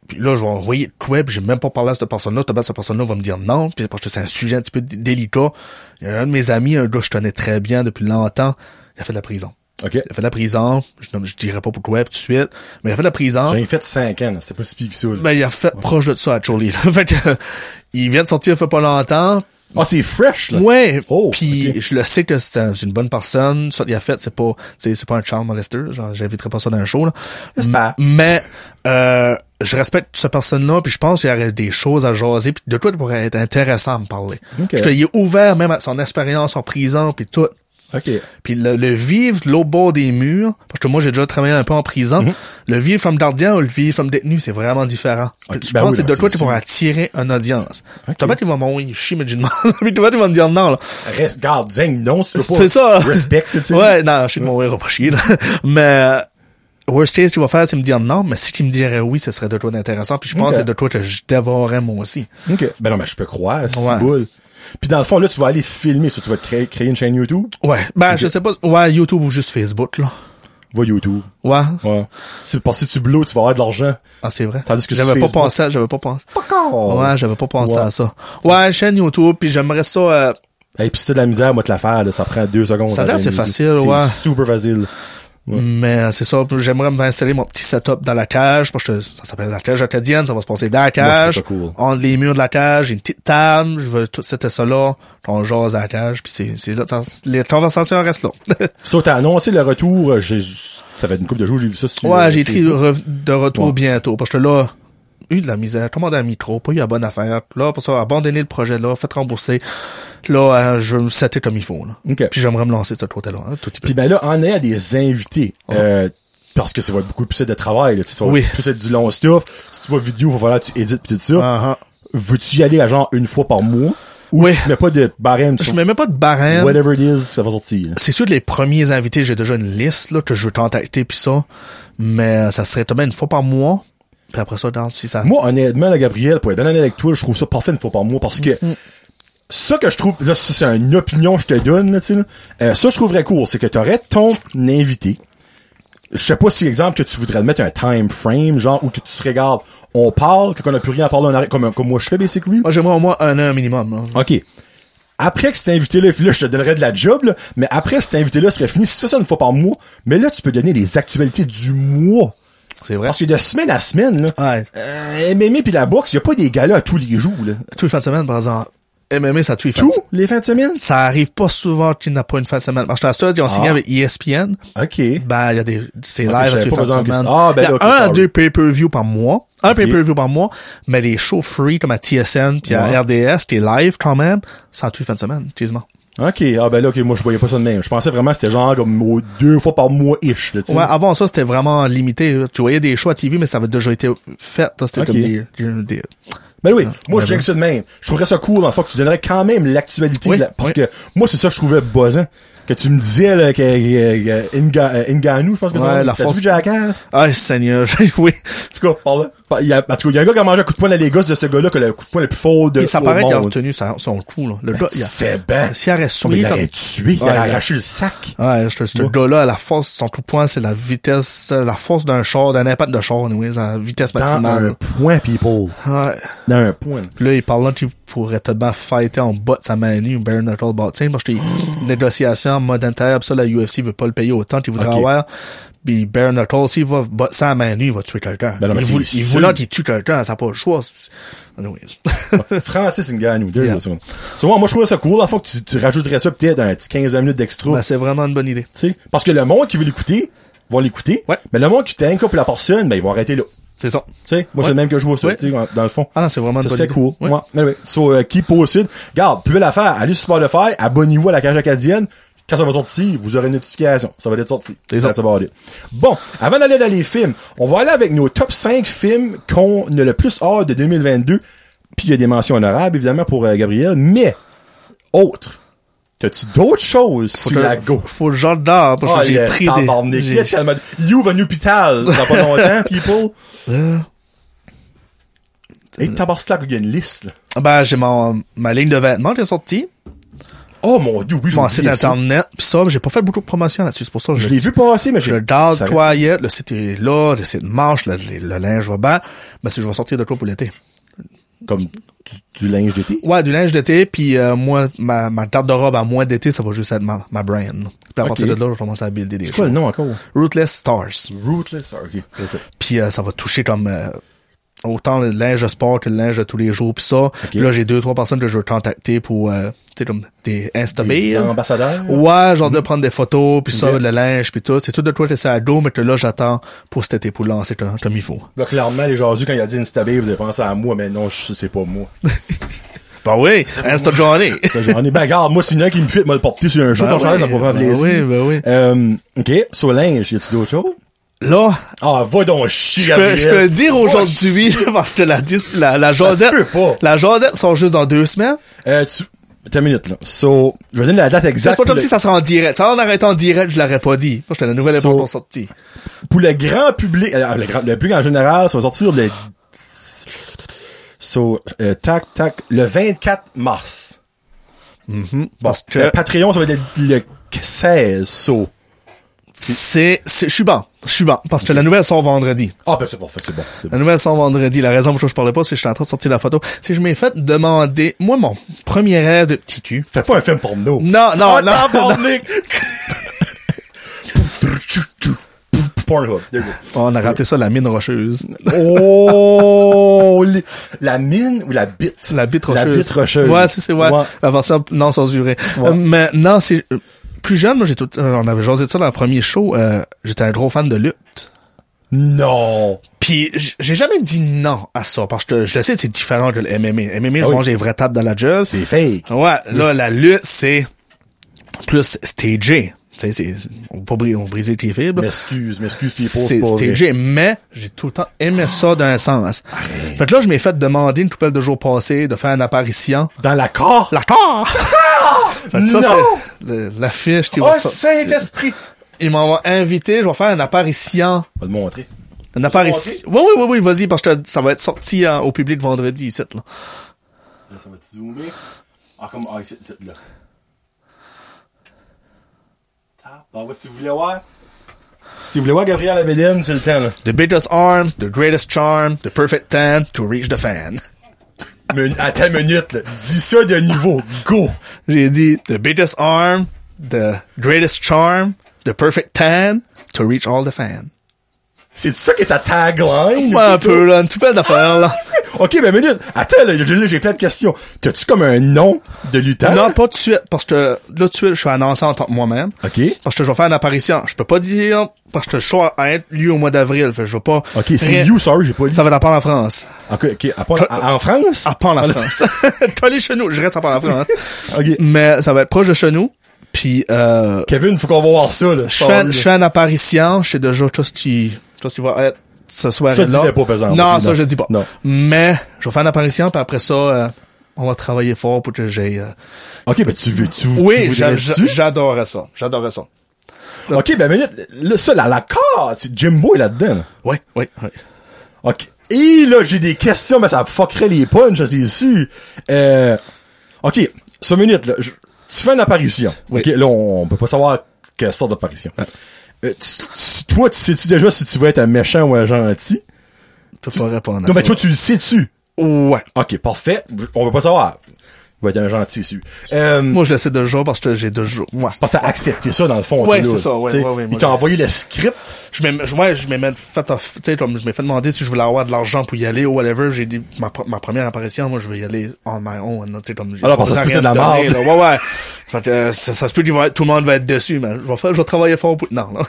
C: puis là je vais envoyer de quoi puis j'ai même pas parlé à cette personne là t'as cette personne là va me dire non puis parce que c'est un sujet un petit peu dé- délicat il y a un de mes amis un gars que je connais très bien depuis longtemps il a fait de la prison
A: ok
C: il a fait de la prison je, nomme- je dirais pas pourquoi tout de suite mais il a fait de la prison
A: j'en ai fait 5 ans là, c'est pas si pire que ça là.
C: ben il a fait proche de ça actually (laughs) là. fait que, euh, il vient de sortir il fait pas longtemps
A: ah c'est fresh là
C: Ouais.
A: Oh,
C: puis
A: ok.
C: je le sais que c'est un- c'est une bonne personne. Ça qu'il a fait, c'est pas, c'est c'est pas un charme molester. là. Genre, j'inviterai pas ça dans un show là.
A: J'espère.
C: M- Mais euh, je respecte cette personne-là, puis je pense qu'il y aurait des choses à jaser, puis de quoi il pourrait être intéressant à me parler.
A: Ok.
C: Je te il est ouvert même à son expérience en prison, puis tout.
A: ok
C: Puis le, le vivre de l'autre bord des murs, parce que moi j'ai déjà travaillé un peu en prison,
A: Mhm.
C: le vivre comme gardien ou le vivre comme détenu, c'est vraiment différent.
A: Ok,
C: je
A: ben oui,
C: pense que c'est
A: ben
C: de toi
A: c'est
C: tu pourras attirer une audience.
A: Ok.
C: T'as pas qu'il va m'envoyer chier, mais je demande. (laughs) Puis toi, tu vas me dire non, là.
A: reste garde zing non tu peux pas
C: C'est ça.
A: respect tu sais
C: (laughs) Ouais, non, je sais que mon va pas chier, là. (laughs) Mais, euh, worst case qu'il va faire, c'est me dire non, mais si qu'il me dirait oui, ce serait de toi d'intéressant, puis je pense
A: Ok.
C: que c'est de toi que je dévorerais moi aussi.
A: ok ben non mais je peux croire c'est
C: Ouais.
A: boule puis dans le fond là tu vas aller filmer ça tu vas te créer, créer une chaîne YouTube
C: Ouais. Ben, je sais pas, ouais, YouTube ou juste Facebook, là.
A: va YouTube
C: Ouais.
A: Ouais. C'est parce que si tu blows, tu vas avoir de l'argent.
C: Ah, c'est vrai.
A: Tandis que
C: j'avais
A: sur
C: pas
A: Facebook-
C: pensé, à- j'avais pas pensé.
A: off.
C: Ouais, j'avais pas pensé
A: Ouais.
C: à ça. Ouais, chaîne YouTube, puis j'aimerais ça, euh,
A: Et puis si t'as de la misère, moi te la faire, là, ça prend deux secondes.
C: Ça a l'air,
A: Attends,
C: c'est
A: mais-
C: facile, ouais.
A: C'est super facile.
C: Mais euh, c'est ça, j'aimerais m'installer mon petit setup dans la cage, parce que ça s'appelle la cage acadienne, ça va se passer dans la cage,
A: ça cool.
C: entre les murs de la cage, une petite table, je veux tout cet ça là, on jase à la cage, puis c'est, c'est là, ça- les conversations restent là. (laughs)
A: Ça, t'as annoncé le retour, euh, j'ai- ça fait une couple de jours, j'ai vu ça sur
C: ouais,
A: euh,
C: j'ai écrit
A: Facebook.
C: re- de retour
A: Ouais.
C: bientôt, parce que là, eu de la misère, commandé un micro, pas eu la bonne affaire, là, pour ça, abandonner le projet là, faites rembourser, là, euh, je vais me setter comme il faut, là.
A: Ok.
C: Puis j'aimerais me lancer de ce côté-là, hein, tout petit peu.
A: Puis ben là, en ayant des invités, euh, parce que ça va être beaucoup plus de travail, là, tu sais, ça va
C: Oui.
A: plus être du long stuff. Si tu vois vidéo, va falloir que tu édites pis tout ça.
C: Ah, ah.
A: Veux-tu y aller à genre une fois par mois? Ou
C: Oui.
A: tu mets pas de barème, tu
C: Je mets même pas de barème.
A: whatever it is, ça va sortir. là.
C: c'est sûr que les premiers invités, j'ai déjà une liste là, que je veux contacter puis ça. Mais ça serait quand même une fois par mois. Puis après ça, dans, si ça.
A: Moi, honnêtement, là, Gabriel, pour être bien honnête avec toi, je trouve ça parfait une fois par mois parce que ça que je trouve, là, ça, c'est une opinion que je te donne, là, tu sais, là. Euh, ça, je trouverais cool, c'est que t'aurais ton invité. Je sais pas si, exemple, que tu voudrais mettre un time frame, genre, ou que tu te regardes, on parle, que qu'on a plus rien à parler, on arrête, comme, comme moi je fais, basically.
C: Moi, j'aimerais au moins un an minimum. là.
A: OK. Après que cet invité-là, puis là, je te donnerais de la job, là, mais après cet invité-là serait fini, si tu fais ça une fois par mois, mais là, tu peux donner les actualités du mois.
C: C'est vrai.
A: Parce que de semaine à semaine, là,
C: Ouais.
A: euh, MMA pis la boxe, y a pas des galas à tous les jours, là.
C: Tous les fins de semaine, par exemple. MMA, ça tous les fins de
A: Tous
C: semaine.
A: les fins de semaine?
C: Ça arrive pas souvent qu'il n'y a pas une fin de semaine. Parce que la seule, ils ont signé
A: Ah.
C: avec E ESPN.
A: OK.
C: Ben, il y a des, c'est
A: Ok,
C: live
A: je
C: à
A: savais
C: tous les
A: pas
C: fins de
A: besoin que ça-
C: semaine.
A: Ah, ben
C: Il y a
A: là, ok,
C: un à
A: sorry.
C: deux pay-per-view par mois. un pay-per-view par mois, mais les shows free comme à TSN puis à
A: Ouais.
C: RDS, t'es live quand même, sans tous les fins de semaine, quasiment.
A: OK. Ah, ben là, OK, moi, je voyais pas ça de même. Je pensais vraiment que c'était genre comme au- deux fois par mois-ish, là, tu sais.
C: Ouais, ah. avant ça, c'était vraiment limité. Tu voyais des shows à TV, mais ça avait déjà été fait. là. C'était
A: Ok.
C: comme des, des- des-
A: Ben oui, moi,
C: ouais,
A: je dirais
C: ben.
A: que c'est de même. Je trouverais ça cool, en fait, que tu donnerais quand même l'actualité.
C: Oui,
A: de la- parce
C: oui.
A: que moi, c'est ça que je trouvais buzzant. Que tu me disais, là, que, que- que Inga- euh, Ngannou, je pense que c'est
C: Ouais,
A: un-
C: la
A: T'as
C: force-
A: vu Jackass?
C: Ah, Seigneur, (laughs) oui.
A: En tout cas, par là. Par- il y a- En tout cas, il y a un gars qui a mangé un coup de poing à les gosses de ce gars-là, que le coup de poing le plus fort de
C: Et ça
A: au
C: paraît qu'il a
A: monde.
C: retenu sa- son coup, là. Le gars, il a-
A: C'est ben.
C: S'il aurait souri
A: Mais il
C: comme-
A: l'aurait tué, il
C: Ouais,
A: aurait
C: il a-
A: arraché le sac.
C: Ouais, ce, ce
A: Ouais.
C: gars-là, à la force, son coup de poing, c'est la vitesse, euh, la force d'un char, d'un impact de char, anyways, la vitesse
A: Dans
C: maximale.
A: un point, people.
C: Ouais.
A: Dans un point.
C: Puis là, il parle là qu'il pourrait tellement fighter en bas de sa main nue, bare knuckle boxing, parce
A: (gasps)
C: que les négociations monétaires, pis ça, la UFC veut pas le payer autant qu'il voudrait
A: Ok.
C: avoir. Puis bare knuckle, s'il va botter à main nue, il va tuer quelqu'un.
A: Ben non, mais
C: il
A: c'est-
C: voulait
A: c'est-
C: qu'il tue quelqu'un, ça n'a pas le choix. C'est- Anyways.
A: (laughs)
C: (laughs)
A: Oh. Francis Ngannou, deux
C: Yeah.
A: secondes. So, moi, moi, je trouvais ça cool, en fait, que tu, tu rajouterais ça peut-être un petit 15 minutes d'extra.
C: Ben, c'est vraiment une bonne idée.
A: tu sais. Parce que le monde qui veut l'écouter, va l'écouter.
C: Ouais.
A: Mais le monde qui t'inquiète pour la personne, ben, ils vont arrêter là.
C: C'est ça.
A: Tu sais, moi, c'est
C: Ouais.
A: le même que je vois ça,
C: Ouais.
A: tu sais, en- dans le fond.
C: Ah non, c'est vraiment
A: Ça
C: une bonne
A: serait
C: idée.
A: cool.
C: Ouais.
A: Ouais. Anyway, so, euh, keep posted. Garde, plus belle affaire, allez sur Spotify, abonnez-vous à la cage acadienne. Quand ça va sortir, vous aurez une notification. Ça va être sorti.
C: C'est ça.
A: Quand va aller. Bon, avant d'aller dans les films, on va aller avec nos top 5 films qu'on a le plus hâte de 2022. Puis il y a des mentions honorables, évidemment, pour euh, Gabriel. Mais, autre. T'as-tu d'autres choses sur
C: que-
A: la go?
C: Faut le genre d'art, parce que
A: Ah,
C: j'ai
A: le
C: pris
A: tabarnak.
C: des...
A: Il est
C: j'ai-
A: tellement- Il ouvre un hôpital dans pas longtemps,
C: (laughs)
A: people.
C: Euh,
A: Et tabarnak, il y a une liste, là.
C: Ben, j'ai mon, ma ligne de vêtements qui est sortie.
A: Oh mon dieu, oui, j'ai
C: Mon
A: oublié
C: site
A: ça.
C: internet, pis ça, j'ai pas fait beaucoup de promotion là-dessus, c'est pour ça que
A: Je
C: je
A: l'ai
C: dis-
A: vu passer, mais j'ai...
C: Le Dog
A: ça reste-
C: Quiet, le site est là, le site marche, le, le- le linge va bien. Ben, c'est je vais sortir de quoi pour l'été.
A: Comme du, du linge d'été.
C: Ouais, du linge d'été, puis euh, moi, ma, ma tarte de robe à moi d'été, ça va juste être ma, ma brand. Puis à
A: Ok.
C: partir de là, je vais commencer à builder des
A: C'est
C: choses.
A: quoi le nom encore?
C: Rootless Stars.
A: Rootless, ah, ok, parfait.
C: Puis euh, ça va toucher comme euh, autant le linge de sport que le linge de tous les jours, puis ça. Puis là, j'ai deux, trois personnes que je veux contacter pour, euh, tu sais, comme des
A: Des
C: Instabilles.
A: ambassadeurs?
C: Ouais, genre de prendre des photos, puis ça,
A: Ok.
C: le linge, puis tout. C'est tout de quoi que c'est à dos, mais que là, j'attends pour cet été pour lancer comme, comme il faut.
A: Là, clairement, les jaseux, quand il a dit Instababe, vous avez pensé à moi, mais non, je- c'est pas
C: (laughs)
A: moi. Bah
C: Ben oui, Insta
A: (laughs)
C: Johnny.
A: Ça, J'en ai, ben, regarde, moi, s'il y en a qui me fit, moi, le porter sur un show,
C: Ben
A: ton chandail, ça
C: ouais,
A: pourrait me faire
C: ben
A: plaisir.
C: oui, ben oui.
A: Euh, ok, sur le linge, y a-tu d'autres choses?
C: Là,
A: Ah, va donc chier,
C: je peux, je peux le
A: Gabriel. Oh,
C: dire aujourd'hui, (laughs) parce que la, dis- la,
A: Ça
C: la
A: se
C: Josette,
A: peut pas.
C: la Josette sont juste dans deux semaines.
A: Euh, tu... T'as une minute, là. So, je vais donner la date
C: C'est
A: exacte.
C: pas comme
A: le-
C: si ça serait en direct. Ça, en arrêtant en direct, je l'aurais pas dit. Parce que la nouvelle est pas
A: So-
C: encore sortie.
A: pour le grand public, euh, le, grand, le public en général, ça va sortir le, so, euh, tac, tac, le 24 mars.
C: Parce que
A: Le Patreon, ça va être le 16, so.
C: c'est, c'est- je suis bon. Je suis bon. Parce que la nouvelle sort vendredi.
A: Ah, ben, c'est parfait, c'est bon, c'est bon.
C: La nouvelle sort vendredi. La raison pour laquelle je parlais pas, c'est que je suis en train de sortir la photo. Si je m'ai fait demander, moi, mon premier rêve de petit cul.
A: Fais pas un film pour nous.
C: Non, non,
A: Ah,
C: non,
A: tabarnak!
C: non.
A: Pornhub, there you
C: On a rappelé ça la mine rocheuse.
A: go. (laughs) Oh! li- La mine ou la bite?
C: La bite rocheuse.
A: La bite rocheuse.
C: Ouais, c'est, c'est, ouais.
A: Ouais.
C: La version non censurée. Euh, mais non, c'est, euh, plus jeune, moi, j'ai tout, euh, on avait jasé de ça dans le premier show, euh, j'étais un gros fan de lutte.
A: Non!
C: Puis, j- j'ai jamais dit non à ça, parce que je le sais, c'est différent que le MMA. MMA, je
A: Ah oui.
C: mange des vraies tapes dans la job.
A: C'est fake.
C: Ouais, là, la lutte, c'est plus stagé. Tu sais, c'est, on peut pas bri- on briser tes fibres.
A: M'excuse, m'excuse, puis
C: C'est
A: pose pas.
C: stagé, mais j'ai tout le temps aimé ça d'un sens. Fait que là, je m'ai fait demander une couple de jours passés de faire une apparition
A: Dans la corps?
C: Ah, L'accord! Fait que (laughs) ça,
A: Non!
C: c'est le- l'affiche qui va
A: Oh,
C: sortir.
A: Saint-Esprit!
C: Ils m'ont invité, je vais faire une apparition.
A: On va te montrer.
C: Une apparition. Oui, oui, oui, oui, vas-y, parce que ça va être sorti hein, au public vendredi, ici, là.
A: Là, ça va-tu zoomer? Ah, comme, ah, ici, ici, là. Ah, bon, si vous voulez voir... Si vous voulez voir Gabriel Avedine, c'est le temps, là.
C: The biggest arms, the greatest charm, the perfect time to reach the fan. (laughs)
A: Men- attends une minute, là. Dis ça de nouveau. Go!
C: J'ai dit, the biggest arm, the greatest charm, the perfect time to reach all the fans.
A: C'est ça qui est ta tagline?
C: Ouais, un peu, là, une toute belle affaire, là.
A: Ok, ben minute. Attends, là, j'ai- j'ai plein de questions. T'as-tu comme un nom de lutteur?
C: Non, pas tout de suite, parce que là, tout de suite, je suis annoncé en tant que moi-même.
A: Ok.
C: Parce que je vais faire une apparition. Je peux pas dire, parce que le show a être lieu au mois d'avril. Fait que je vais pas.
A: Ok, c'est
C: Ré-
A: You, sorry, j'ai pas lu.
C: Ça va être à part en France.
A: Ok, ok, à part- à- en France?
C: À part la France. (laughs) Toi, les chenous, je reste à part la France.
A: (laughs) Ok.
C: Mais ça va être proche de chez nous. Puis, euh,
A: Kevin, faut qu'on va voir ça, là.
C: je fais, je fais une apparition. Je sais déjà tout ce qui, tout ce qui va être ce soir-là.
A: Ça, dis-le pas, par exemple.
C: Non,
A: Non.
C: ça, je dis pas.
A: Non.
C: Mais, je vais faire une apparition, puis après ça, euh, on va travailler fort pour que j'aille... euh,
A: Ok, ben tu veux, tu,
C: Oui,
A: tu
C: j'a-
A: voudrais
C: j'a- j'adorais ça. J'adorais ça.
A: Ok, ben minute. Là, ça, la, la carte, c'est Jimbo est là-dedans. là.
C: Oui, oui, oui.
A: Ok. Et là, j'ai des questions, mais ça fuckerait les punches, c'est sûr. Euh, ok, sur minute, là, je- tu fais une apparition.
C: Oui.
A: Ok, là, on, on peut pas savoir quelle sorte d'apparition. Euh, tu- tu- toi, tu sais-tu déjà si tu vas être un méchant ou un gentil?
C: Je peux pas répondre à
A: Non,
C: ça.
A: mais toi, tu le sais-tu?
C: Ouais.
A: Ok, parfait. On veut pas savoir. Il va être un gentil, sûr. Euh,
C: Moi, je le sais deux jours parce que j'ai deux jours. Ouais.
A: parce que t'as accepté ça, dans le fond. toi,
C: Ouais,
A: là,
C: c'est ça, ouais,
A: tu sais.
C: ouais, ouais,
A: Il
C: moi,
A: t'a
C: je-
A: envoyé le script.
C: Je m'ai, je- ouais, je m'ai même fait, off- tu sais, comme je m'ai fait demander si je voulais avoir de l'argent pour y aller ou whatever. J'ai dit, ma, pr- ma première apparition, moi, je vais y aller en my own, là, tu sais, comme j'ai
A: Alors, Ah parce que
C: pas
A: ça se peut
C: rien
A: que c'est de la marde.
C: donné, là. Ouais, ouais. Fait que, euh, ça, ça se peut que tout le monde va être dessus, mais je vais faire, je vais travailler fort pour, non, (laughs) là.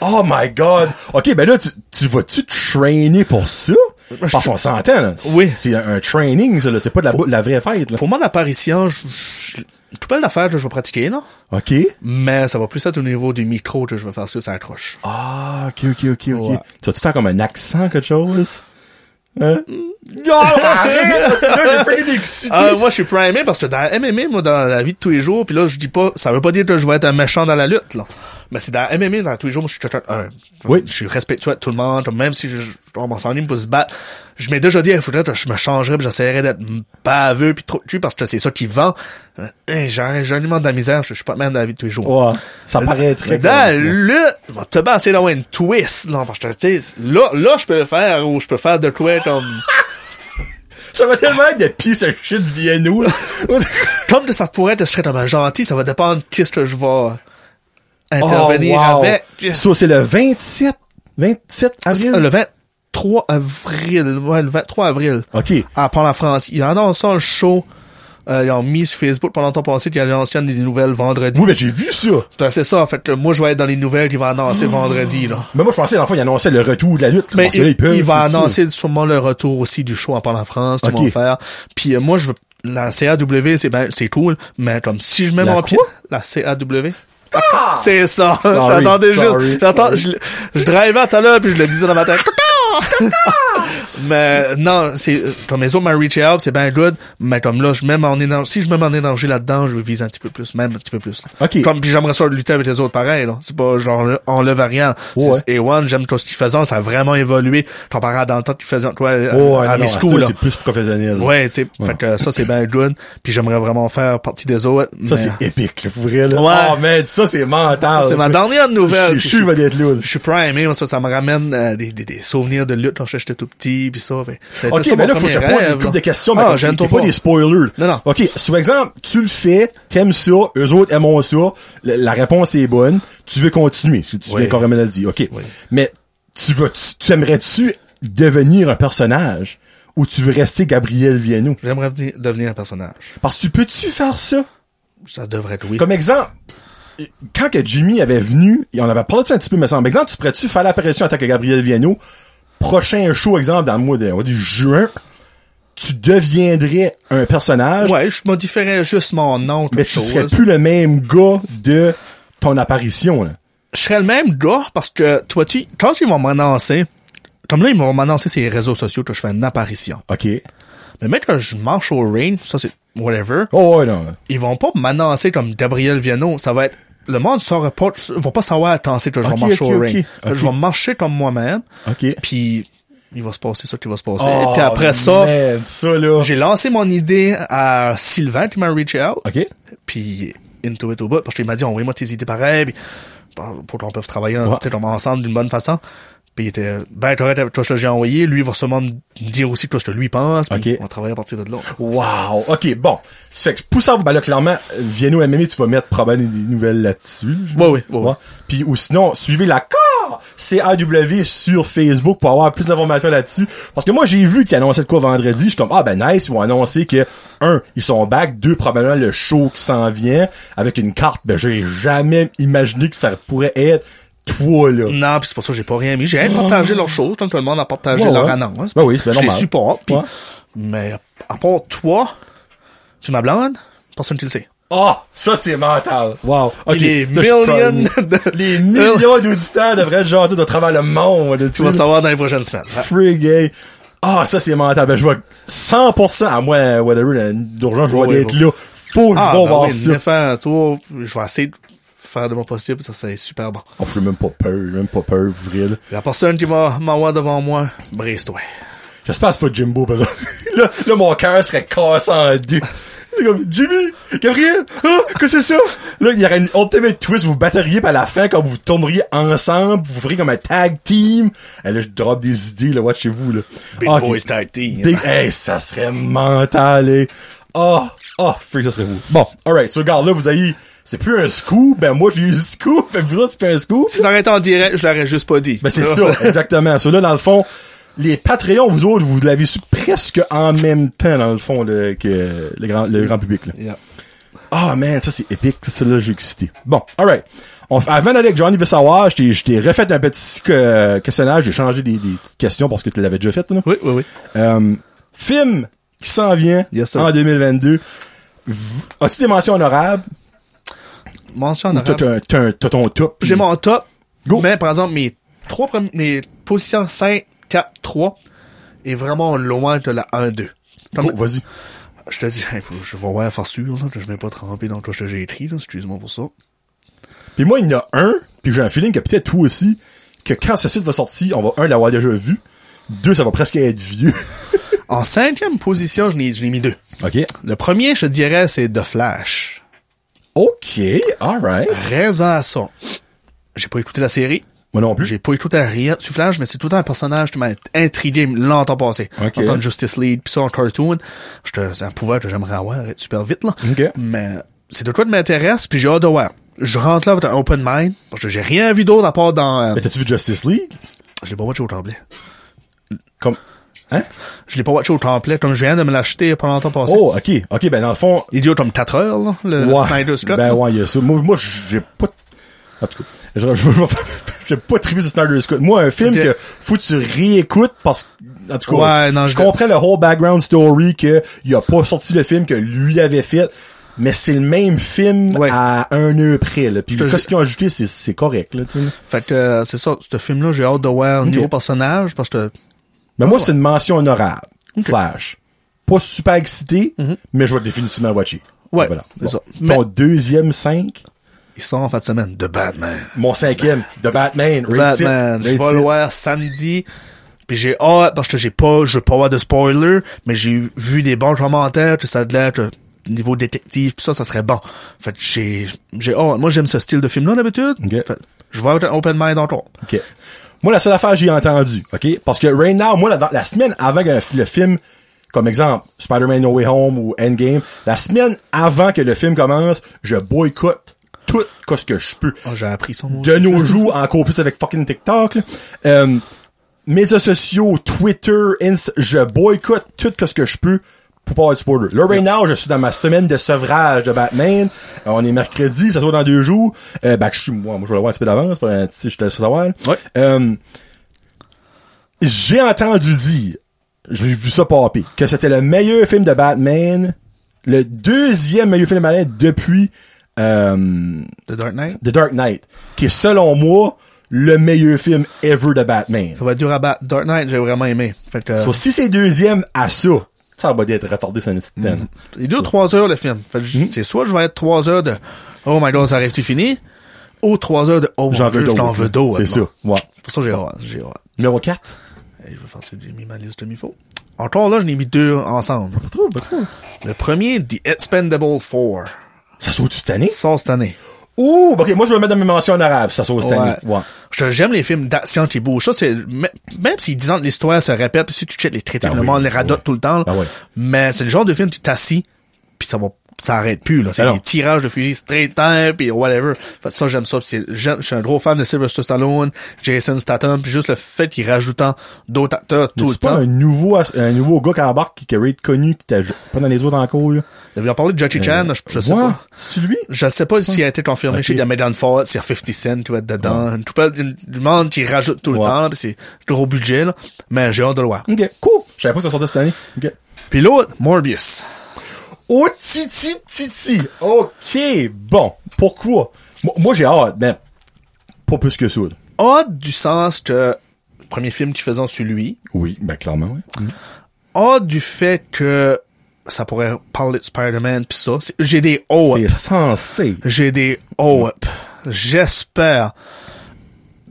A: Oh my god! Ok, ben là, tu, tu vas-tu trainer pour ça? Parce qu'on s'entend, là.
C: Oui.
A: C'est un, un training, ça, là. C'est pas de la, bou- la vraie fête, là.
C: pour mon apparition, je, je, je- tout plein d'affaires que je vais pratiquer, là.
A: Ok.
C: Mais ça va plus être au niveau du micro que je vais faire ça, ça accroche.
A: Ah, ok, ok, ok, ok.
C: Ouais.
A: Tu vas-tu faire comme un accent, quelque chose? Hein? (laughs) Non, arrête! C'est là, j'ai freaking excité.
C: Ah, moi, je suis primé parce que dans la MMA, moi, dans la vie de tous les jours, puis là, je dis pas, ça veut pas dire que je vais être un méchant dans la lutte, là. Mais c'est dans la MMA, dans tous les jours, moi, je suis quelqu'un, un,
A: Oui.
C: je suis respectueux de tout le monde, même si je, je- on m'en ligne pour se battre. Je m'ai déjà dit, il faudrait que je me changerais puis j'essaierais d'être baveux puis trop de cul parce que c'est ça qui vend. Euh, hey, J'ai j'ai un aliment de la misère, je, je suis pas de même dans la vie de tous les jours.
A: Ouais. Ça
C: Mais
A: paraîtrait
C: dans la
A: comme-
C: lutte, je vais te battre, c'est là, ouais, une twist, là, parce que, tu sais, là, là, je peux le faire ou je peux faire de quoi comme,
A: Ça va tellement être de pis ce shit viennou, là. (laughs)
C: comme que ça pourrait être, je serais tellement gentil, ça va dépendre qui ce que je vais intervenir
A: Oh, wow.
C: avec.
A: So, c'est le 27, 27 avril?
C: Le 23 avril, ouais, le 23 avril.
A: Ok.
C: À part la France. Ils annoncent ça, le show. Euh, ils ont mis sur Facebook pendant ton passé qu'ils annoncent des nouvelles vendredi.
A: Oui, ben, j'ai vu ça.
C: Ben, C'est ça, en fait. que Moi, je vais être dans les nouvelles qu'ils vont
A: (gasps)
C: annoncer vendredi, là.
A: Mais moi, je pensais, dans le fond, il annonçait le retour de la lutte.
C: Mais
A: parce que
C: il,
A: là, ils peuvent,
C: il va
A: tout ça.
C: annoncer sûrement le retour aussi du show en parlant en France, tout le
A: Ok.
C: monde faire. Puis euh, moi, je veux la CAW, c'est ben, c'est cool, mais comme si je mets
A: La
C: mon
A: quoi?
C: pied, la CAW. C'est ça. (laughs) J'attendais juste.
A: sorry,
C: J'attends. Je, je drivais tout à l'heure puis je le disais dans ma tête. (laughs) mais non, c'est comme les autres, ma reach out, c'est bien good. Mais comme là, je mets mon énergie. Si je mets mon énergie là-dedans, je vise un petit peu plus, même un petit peu plus.
A: Ok.
C: Comme puis j'aimerais ça lutter avec les autres pareil. Là, c'est pas genre le- enlève à rien.
A: Ouais.
C: C'est- et one, j'aime tout ce qu'ils faisaient, ça a vraiment évolué comparé à dans le temps qu'ils faisaient toi à,
A: Oh, ouais,
C: à
A: non,
C: mes
A: non,
C: schools,
A: c'est-
C: là.
A: c'est plus professionnel.
C: Ouais, tu sais, fait que ça c'est bien good, puis j'aimerais vraiment faire partie des autres.
A: Ça,
C: mais-
A: c'est épique, là, pour vrai, là.
C: Ouais.
A: Oh, man, ça, c'est mental.
C: C'est ma dernière nouvelle.
A: Je
C: puis
A: suis sûr qu'il va être lourd.
C: Je suis primé, moi, ça, ça me ramène euh, des, des, des souvenirs de lutte quand j'étais tout petit, puis ça. fait- ça a été
A: Ok,
C: ça
A: mais là,
C: mon
A: faut que
C: premier
A: je te pose
C: rêve,
A: une couple
C: là.
A: de questions, mais
C: Ah,
A: t'es-
C: j'aime
A: t'es
C: ton
A: pas
C: pas.
A: des spoilers.
C: Non, non.
A: Ok, sous exemple, tu le fais, t'aimes ça, eux autres aiment ça, la, la réponse est bonne, tu veux continuer, si tu
C: Oui.
A: viens carrément de le dire, ok.
C: Oui.
A: Mais tu veux, tu, tu aimerais-tu devenir un personnage ou tu veux rester Gabriel Vienno?
C: J'aimerais venir- devenir un personnage.
A: Parce que tu peux-tu faire ça?
C: Ça devrait être oui.
A: Comme exemple, quand que Jimmy avait venu, et on avait parlé de ça un petit peu, mais semble. Exemple, tu pourrais-tu faire l'apparition en tant que Gabriel Viano? Prochain show, exemple, dans le mois de, on va dire juin, tu deviendrais un personnage,
C: Ouais, je modifierais juste mon nom,
A: mais
C: quelque
A: tu serais
C: chose.
A: plus le même gars de ton apparition, là.
C: je serais le même gars parce que, toi, tu, quand ils vont m'annoncer, comme là, ils vont m'annoncer sur les réseaux sociaux que je fais une apparition.
A: OK.
C: Mais même quand je marche au ring, ça c'est whatever,
A: Oh, ouais, non.
C: ils vont pas m'annoncer comme Gabriel Viano. Ça va être, le monde saura pas, va pas savoir quand c'est que je
A: Ok,
C: vais marcher
A: ok,
C: au
A: ok,
C: ring.
A: ok.
C: Je vais marcher comme moi-même.
A: Ok.
C: Puis, il va se passer ça qui va se passer.
A: Oh,
C: puis après ça,
A: man, ça, là.
C: j'ai lancé mon idée à Sylvain qui m'a reach out.
A: OK.
C: Puis into it au bout, parce qu'il m'a dit, envoyez-moi tes idées pareilles, puis, pour pour qu'on puisse travailler
A: Ouais.
C: tu sais, comme ensemble d'une bonne façon. Puis il était, ben, t'aurais, toi, je te l'ai envoyé. Lui, il va sûrement me dire aussi toi, ce que lui pense. Puis
A: Ok.
C: on va travailler à partir de là.
A: Wow! OK, bon. Ça fait que poussant, ben là, clairement, Vienno MMA, tu vas mettre probablement des nouvelles là-dessus. je-
C: Ouais, ouais, ouais, ouais.
A: Puis, ou sinon, suivez l'accord CAW sur Facebook pour avoir plus d'informations là-dessus. Parce que moi, j'ai vu qu'ils annonçaient de quoi vendredi. Je suis comme, ah ben nice, ils vont annoncer que, un, ils sont back, deux, probablement le show qui s'en vient avec une carte. Ben, j'ai jamais imaginé que ça pourrait être toi, là.
C: Non, puis c'est pour ça que j'ai pas rien mis. J'ai rien partagé leurs choses, tant que tout le monde a partagé
A: Ouais,
C: leur
A: ouais.
C: annonce.
A: Ben oui, c'est
C: je les
A: normal.
C: supporte. puis-
A: Ouais.
C: Mais à part toi, puis ma blonde, personne qui le sait.
A: Ah, ça c'est mental. Wow.
C: Puis les
A: Là, je suis
C: millions
A: pas- (laughs)
C: de-
A: les millions d'auditeurs devraient être gentils de travers le monde. tu
C: Tu vas
A: sais.
C: savoir dans les prochaines semaines.
A: Frig, hey. Ah, ça, c'est mental. Ben, je vais 100% à moi, euh, whatever, euh, d'urgence, je vais
C: Ouais, ouais,
A: être
C: ouais.
A: là. Faut que
C: Ah,
A: je vais
C: ben
A: voir
C: oui,
A: ça.
C: défends, toi, je vais essayer de faire de mon possible, ça c'est super bon.
A: Oh, j'ai même pas peur, j'ai même pas peur, Vril.
C: La personne qui va m'avoir devant moi, brise-toi.
A: J'espère que c'est pas Jimbo, par exemple. (laughs) là, là, mon cœur serait cassé en deux. C'est comme, Jimmy, Gabriel, ah, qu'est-ce que c'est ça? Là, il y aurait une ultimate twist, vous vous batteriez, puis à la fin, quand vous tourneriez ensemble, vous feriez comme un tag team. Et là, je drop des idées, là, watchez-vous, là.
C: Big
A: Ah,
C: boy hein.
A: ok.
C: style team.
A: Big- hey, ça serait mental, eh. Ah, ah, freak, ça serait vous. Bon, alright, so, regarde, là, vous avez, c'est plus un scoop, ben, moi, j'ai eu le scoop, (laughs) ben, vous autres, c'est pas un scoop.
C: Si ça aurait été en direct, je l'aurais juste pas dit.
A: Ben, c'est ça, exactement. So, là, dans le fond, les Patreons, vous autres, vous l'avez su presque en même temps, dans le fond, le, que le grand, le grand public, là.
C: (laughs) Yeah.
A: Ah, man, ça, c'est épique, ça, ça, là, j'ai excité. Bon, alright. On, f- avant d'aller avec Johnny Vessawa, je t'ai- je t'ai refait un petit euh, questionnaire, j'ai changé des, des petites questions parce que tu l'avais déjà fait, là.
C: Oui, oui, oui.
A: Euh, film qui s'en vient
C: Yes, sir.
A: en 2022. V- As-tu des mentions honorables?
C: Mention
A: Ou T'as t'as-
C: honorable.
A: t'as- t'as ton top.
C: J'ai mon top.
A: Go.
C: Mais par exemple, mes trois premi- mes positions 5, 4, 3 est vraiment loin de la 1, 2.
A: Oh, vas-y.
C: Je te dis, hey, faut- je vais voir la forçure, là, que je vais pas tremper dans toi que j'ai écrit, là, excuse-moi pour ça.
A: Puis moi, il y en a un, puis j'ai un feeling que peut-être toi aussi, que quand ce site va sortir, on va, un, l'avoir déjà vu. Deux, ça va presque être vieux.
C: En cinquième position, je l'ai je l'ai mis deux.
A: OK.
C: Le premier, je te dirais, c'est The Flash.
A: OK, alright.
C: Raison à ça. J'ai pas écouté la série.
A: Moi non plus.
C: J'ai pas écouté rien sur Flash, mais c'est tout un personnage qui m'a intrigué longtemps passé.
A: Ok.
C: En tant que Justice League, puis ça en cartoon, j'étais- c'est un pouvoir que j'aimerais avoir super vite, là.
A: Ok.
C: Mais c'est de quoi qui m'intéresse, puis j'ai hâte de voir. Je rentre là avec un open mind, parce que j'ai rien vu d'autre à part dans... euh,
A: Mais t'as-tu vu Justice League?
C: je l'ai pas watché au tremblé.
A: Comme... Hein?
C: Je l'ai pas watché au tremplé, comme je viens de me l'acheter pendant longtemps passé.
A: Oh, OK. OK, ben dans le fond...
C: Il dure comme 4 heures, là, le
A: ouais,
C: Euh, Snyder Scott.
A: Ben ouais, il y a ça. Moi, moi j'ai pas... En tout cas, je- je- je- j'ai pas (laughs) trippé sur Snyder Scott. Moi, un film
C: Ok.
A: que faut que tu réécoutes parce que... En tout cas,
C: Ouais, non,
A: je
C: je-
A: comprends le whole background story que il a pas sorti le film que lui avait fait, mais c'est le même film
C: Ouais.
A: à un nœud près. Là. Puis
C: Je te
A: qu'est-ce
C: jure.
A: qu'ils ont ajouté, c'est- c'est correct. Là, tu sais.
C: Fait que euh, c'est ça, ce film-là, j'ai hâte de voir au niveau personnage, parce que
A: Mais
C: Ah.
A: moi, c'est une mention honorable. Flash. Pas super excité, mais je vais définitivement watcher.
C: Mhm. Ouais,
A: Voilà.
C: c'est ça.
A: Ton
C: Mais-
A: deuxième 5,
C: il sort en fin de semaine de Batman.
A: mon cinquième, The Batman. Rate it,
C: Batman, je
A: rate
C: vais le
A: it.
C: voir samedi. Puis j'ai hâte, parce que j'ai pas, je veux pas avoir de spoiler, mais j'ai vu des bons commentaires, que ça a l'air que niveau détective, pis ça, ça serait bon. Fait que j'ai, j'ai hâte. Moi, j'aime ce style de film-là, d'habitude.
A: Ok.
C: Fait que je vais avoir un open mind encore.
A: OK. Moi, la seule affaire, j'ai entendu, OK? Parce que right now, moi, la, la semaine avant que le film, comme exemple, Spider-Man No Way Home ou Endgame, la semaine avant que le film commence, je boycotte tout ce que je peux.
C: Ah, j'ai appris son nom.
A: de nos jours, encore plus avec fucking TikTok, là. Euh, médias sociaux, Twitter, Insta, je boycotte tout que ce que je peux pour pas avoir du spoiler. Là, right now, je suis dans ma semaine de sevrage de Batman. Euh, on est mercredi, ça se voit dans deux jours. Euh, ben, que je suis, moi, moi, je vais l'avoir un petit peu d'avance, pour un petit- je te laisse savoir. là.
C: Ouais.
A: Euh, j'ai entendu dire, j'ai vu ça popper, que c'était le meilleur film de Batman, le deuxième meilleur film de Batman depuis, euh,
C: The Dark Knight.
A: The Dark Knight, qui est selon moi le meilleur film ever de Batman.
C: Ça va être dur à battre. Dark Knight, j'ai vraiment aimé. Fait que, euh,
A: So, si c'est deuxième à ça, ça va être retardé sur une petite
C: Mm-hmm.
A: scène.
C: Il dure trois heures le film. Fait que
A: Hmm.
C: j- C'est soit je vais être trois heures de Oh my god, ça arrive-tu fini? Ou trois heures de Oh mon
A: J'en
C: Dieu,
A: veux
C: je t'en
A: d'autres.
C: veux d'autres.
A: C'est
C: maintenant.
A: ça, ouais.
C: C'est pour ça que j'ai hâte. J'ai hâte.
A: Numéro 4.
C: Et je vais faire ce que j'ai mis ma liste de faux. Encore là, je n'ai mis deux ensemble.
A: Pas trop, pas trop.
C: Le premier, The Expendable 4.
A: Ça saute du Titanic?
C: Sort cette année.
A: Ouh, ok, moi je vais le mettre dans mes mentions en arabe, ça sauce cette année. Ouais.
C: Je- J'aime les films d'action qui bougent. Ça, c'est, même même si 10 ans de l'histoire se répète, puis si tu checkes les critiques,
A: Ben
C: le
A: oui,
C: monde les radote
A: ouais.
C: tout le temps, là.
A: Ben ouais.
C: mais c'est le genre de film, tu t'assis, puis ça va, ça arrête plus, là. C'est
A: Ben non.
C: des tirages de fusils straight time, puis whatever. Fait que ça, j'aime ça. puis c'est- j'aime- Je suis un gros fan de Sylvester Stallone, Jason Statham, puis juste le fait qu'il rajoute d'autres acteurs tout le
A: C'est pas
C: temps.
A: un nouveau, as- un nouveau gars qui embarque, qui qui est connu, qui t'a pas dans les autres encore, là.
C: Il a parlé de Jackie Chan, je, je sais
A: Euh, Ouais.
C: pas.
A: C'est lui?
C: Je sais pas s'il a été confirmé
A: Ok.
C: chez la Medan Ford, c'est 50 Cent tout être dedans. Tout pas- du monde qui rajoute tout le
A: Ouais.
C: temps, là, puis c'est gros budget, là. Mais j'ai hâte de le voir.
A: Ok, cool. Je savais pas que ça sortait cette année. Ok.
C: Puis l'autre, Morbius.
A: Oh, titi, titi. Ok, bon. Pourquoi? Moi, moi, j'ai hâte, mais pas plus que ça. là.
C: A du sens que le premier film qu'ils faisaient sur lui,
A: Oui, ben clairement, oui.
C: a du fait que ça pourrait parler de Spider-Man pis ça. C'est- J'ai des oh
A: T'es censé.
C: J'ai des oh up. J'espère.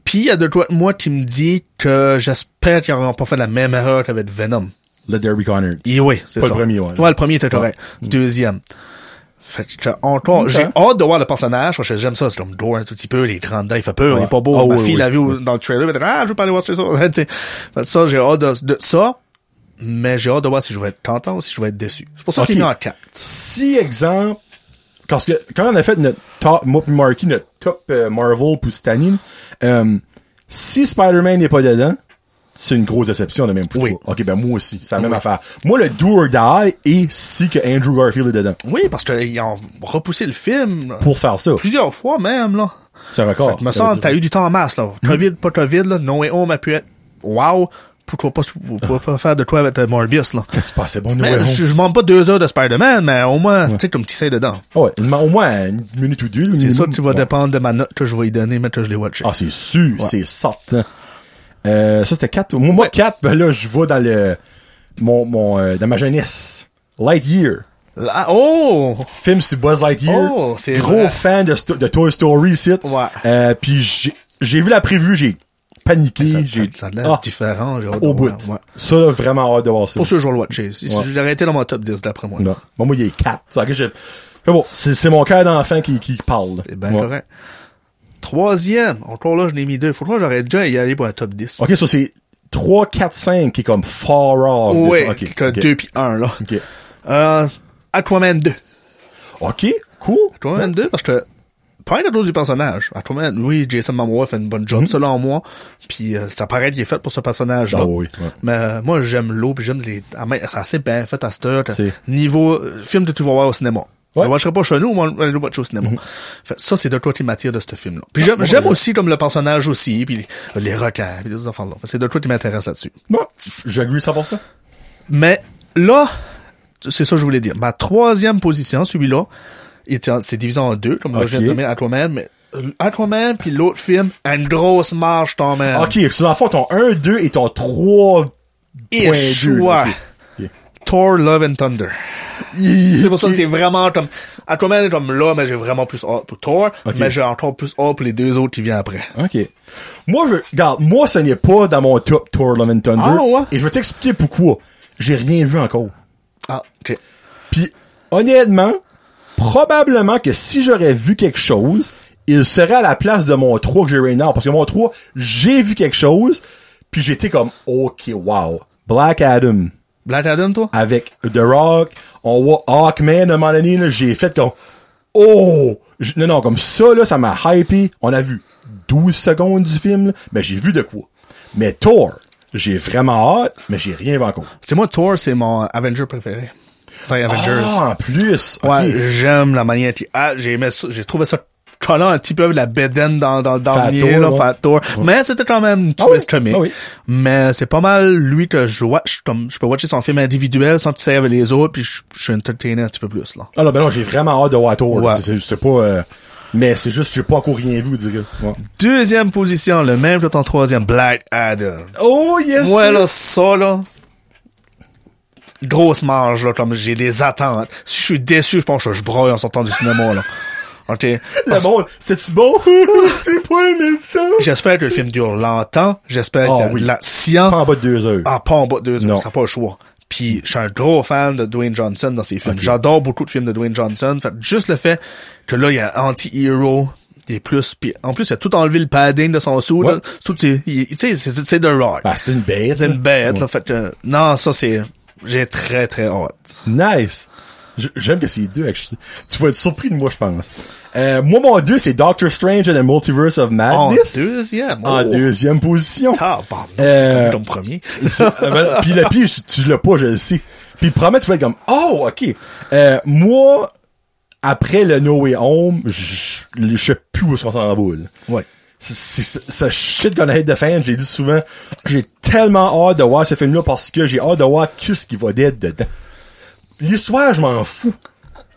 C: Puis il y a de toi de moi qui me dit que j'espère qu'ils n'auront pas fait la même erreur qu'avec Venom.
A: Le Derby Connor.
C: Et oui, c'est
A: Pas
C: ça.
A: le premier, ouais. Mm.
C: Ouais, le premier était correct. Deuxième. Fait que, encore, j'ai hâte de voir le personnage, parce que j'aime ça, c'est comme gore un tout petit peu, les grandes dents, il fait peur, il est pas beau.
A: Ah,
C: Ma
A: oui,
C: fille
A: oui.
C: l'a vu dans le trailer, elle était, ah, je veux pas aller voir ce ça. (laughs) Tu sais. Fait que ça, j'ai hâte de, de ça, mais j'ai hâte de voir si je vais être content ou si je vais être déçu. C'est pour ça que
A: Ok.
C: j'ai mis en 4.
A: Si, exemple, parce que quand on a fait notre top, moi pis Marky, notre top euh, Marvel pour cette année, euh, si Spider-Man n'est pas dedans, c'est une grosse déception de même pour
C: Oui.
A: toi. Ok, ben moi aussi, c'est la même affaire. Moi, le do or die est si que Andrew Garfield est dedans.
C: Oui, parce qu'ils ont repoussé le film, là,
A: Pour faire ça,
C: plusieurs fois même, là.
A: c'est un
C: Fait
A: record.
C: que me semble,
A: Ça
C: t'as
A: veut
C: eu du temps en masse, là.
A: Mm.
C: Covid, pas Covid, là. No Way Home a pu être, wow, pourquoi pas, pourquoi pas faire de toi avec euh,
A: (laughs)
C: Morbius, là.
A: dire- C'est pas assez bon, nous,
C: Mais
A: ouais,
C: je, je manque pas deux heures de Spider-Man, mais au moins, tu sais, comme tu sais dedans.
A: on- ouais, il demande au moins une minute ou deux. le
C: C'est
A: minimum.
C: ça que tu vas
A: Mm-hmm. Ouais.
C: dépendre de ma note que je vais y donner, mais que je l'ai watché.
A: Ah, c'est sûr, c'est certain. Euh, ça, c'était 4. Moi, moi 4, ben là, je vais dans le. Mon, mon, euh, dans ma jeunesse. Lightyear.
C: Là- oh!
A: Film sur Buzz Lightyear.
C: Oh, c'est
A: Gros
C: vrai.
A: fan de, sto- de Toy Story, site.
C: Ouais.
A: Euh, puis j'ai- j'ai vu la prévue, j'ai paniqué.
C: Ça, ça,
A: j'ai
C: ça a l'air
A: ah,
C: différent, j'ai hâte de
A: Au bout.
C: voir, ouais.
A: Ça, là, vraiment hâte de voir ça.
C: Pour ce jour, je vais le watcher. Si, si
A: Ouais.
C: je l'aurais été dans mon top 10, d'après moi.
A: Non. Bon, moi, il est 4. C'est que je- mais bon, c'est c'est mon cœur d'enfant qui, qui parle.
C: C'est bien
A: Ouais.
C: Eh ben, correct. Troisième, encore là, je l'ai mis deux. Faut que j'aurais déjà y aller pour un top 10.
A: Ok, ça, c'est 3, 4, 5 qui est comme far off.
C: Ouais,
A: Ok,
C: t'as
A: ok.
C: deux puis un, là.
A: Ok.
C: Euh, Aquaman 2.
A: Ok, cool.
C: Aquaman 2, parce que, pas la chose du personnage. Aquaman, oui, Jason Momoa fait une bonne job, selon moi. Puis, euh, ça paraît qu'il est fait pour ce personnage-là.
A: Hmm. Ah oui, oui, ouais.
C: Mais euh, moi, j'aime l'eau, puis j'aime les. ah, mais C'est assez bien fait à cette heure. que
A: C'est-
C: Niveau euh, film que tu vas voir au cinéma.
A: Ouais. Hmm.
C: Je ne watcherai pas chez nous, moi, je le watch au cinéma. Fait, ça, c'est de toi qui m'attire de ce film-là. Puis j'aime
A: Ah, moi,
C: j'aime
A: je-
C: aussi comme le personnage aussi, puis les, les requins, puis les enfants-là. C'est de toi qui m'intéresse là-dessus.
A: Bon, j'agree 100%.
C: Mais là, c'est ça que je voulais dire. Ma troisième position, celui-là, il était en- c'est divisé en deux, comme là, je viens de
A: Ok.
C: nommer Aquaman, mais euh, Aquaman puis l'autre film a une grosse marge quand même.
A: Ok, sur la fois, ton 1, 2 et ton 3.
C: Et
A: point
C: choix.
A: deux, ok. Ok.
C: Thor, Love and Thunder. C'est pour ça que c'est vraiment comme... Aquaman est comme là, mais j'ai vraiment plus hâte pour Thor,
A: Ok.
C: mais j'ai encore plus hâte pour les deux autres qui viennent après.
A: Ok. Moi, je, regarde, moi, ce n'est pas dans mon top Tour Love and Thunder.
C: Ah, ouais?
A: Et je vais t'expliquer pourquoi. J'ai rien vu encore.
C: Ah, ok.
A: Puis, honnêtement, probablement que si j'aurais vu quelque chose, il serait à la place de mon 3 que j'ai right now. Parce que mon 3, j'ai vu quelque chose, puis j'étais comme, ok, wow. Black Adam.
C: Black Adam, toi?
A: avec The Rock, on voit Hawkman à un moment donné, là, j'ai fait comme Oh! J- Non, non, comme ça, là, ça m'a hypé. On a vu 12 secondes du film, là, mais j'ai vu de quoi. Mais Thor, j'ai vraiment hâte, mais j'ai rien vu encore.
C: C'est moi, Thor, c'est mon Avenger préféré. Dans les Avengers.
A: Ah, en plus! ok.
C: Ouais, j'aime la manière qui ah, j'ai aimé ça, j'ai trouvé ça collant un petit peu avec la bedaine dans dans dans
A: Fat
C: le
A: Thor,
C: dernier, là,
A: ouais.
C: Fat Thor. mais c'était quand même une
A: Ah oui,
C: twist comique.
A: ah oui.
C: Mais c'est pas mal lui que je watch comme je peux watcher son film individuel sans que avec les autres puis je je suis entertainé un petit peu plus là.
A: Ah non, ben non, j'ai vraiment hâte de voir Thor. là.
C: Ouais.
A: C'est, c'est- c'est pas... euh, mais c'est juste, j'ai pas encore rien vu, dirais. Ouais.
C: Deuxième position, le même que ton troisième Black Adam.
A: Oh, yes!
C: Moi là ça là grosse marge là comme j'ai des attentes. Si je suis déçu, je pense que je broye en sortant du cinéma là.
A: (laughs)
C: OK. Ah,
A: Le monde, c'est-tu
C: (laughs)
A: bon? c'est pas aimé ça!
C: J'espère que le film dure longtemps. J'espère
A: Ah
C: qu'il y a
A: oui.
C: de l'action.
A: Pas en bas de deux heures.
C: Ah, pas en bas de deux heures.
A: Non.
C: Ça n'a pas le choix. Puis je suis un gros fan de Dwayne Johnson dans ses films. J'adore beaucoup de films de Dwayne Johnson. Fait que juste le fait que là, il y a anti-hero, il est plus... Puis en plus, il a tout enlevé le padding de son sou.
A: Ouais.
C: là. Tout, c'est- il- tu sais, c'est- c'est de rock.
A: Ah, c'est une bête.
C: C'est une bête,
A: Ouais.
C: là. Fait que, non, ça, c'est... J'ai très, très hâte.
A: Nice. J- J'aime que c'est deux, actually. Tu vas être surpris de moi, je pense. Euh, moi, mon deux, c'est Doctor Strange and the Multiverse of Madness.
C: deuxième,
A: En
C: oh.
A: deuxième position.
C: Ah, pardon,
A: Euh,
C: c'était comme premier.
A: C'est- euh, ben, Puis le pire, si tu l'as pas, je le sais. Puis promets, tu vas être comme, oh, ok. Euh, moi, après le No Way Home, je je sais plus où est-ce qu'on s'en va, là.
C: (laughs) Ouais.
A: C'est- c'est- ce shit qu'on a hate de fan, j'ai dit souvent, j'ai tellement hâte de voir ce film-là parce que j'ai hâte de voir qu'est-ce qui va être dedans. L'histoire, je m'en fous.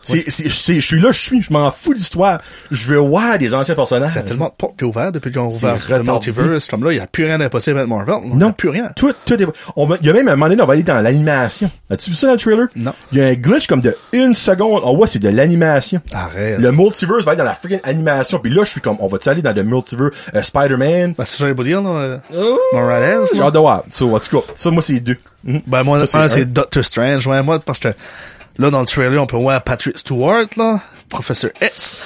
A: C'est, c'est, c'est- je suis là, je suis, je m'en fous de l'histoire. Je veux voir des anciens personnages.
C: C'est tellement de portes qui est ouvert depuis qu'ils ont ouvert
A: Ah, C'est
C: le
A: retardé.
C: multiverse. Comme là, il n'y a plus rien d'impossible avec Marvel. Il n'y a
A: Non,
C: plus rien.
A: Tout, tout est. On va, il y a même un moment donné, on va aller dans l'animation. As-tu vu ça dans le trailer?
C: Non.
A: Il y a un glitch comme de une seconde. On voit, c'est de l'animation.
C: Arrête.
A: Le multiverse va être dans la freaking animation. Puis là, je suis comme, on va-tu aller dans le multiverse euh, Spider-Man?
C: Ben, c'est ça que j'allais vous dire, là. euh,
A: Oh.
C: Morales,
A: J'ai
C: là.
A: hâte de voir. So, en tout cas, ça, moi, c'est deux. Mhm.
C: Ben, moi,
A: Ça, c'est
C: un,
A: un.
C: c'est Doctor Strange. Ouais, moi, parce que là, dans le trailer, on peut voir Patrick Stewart, là, Professeur X.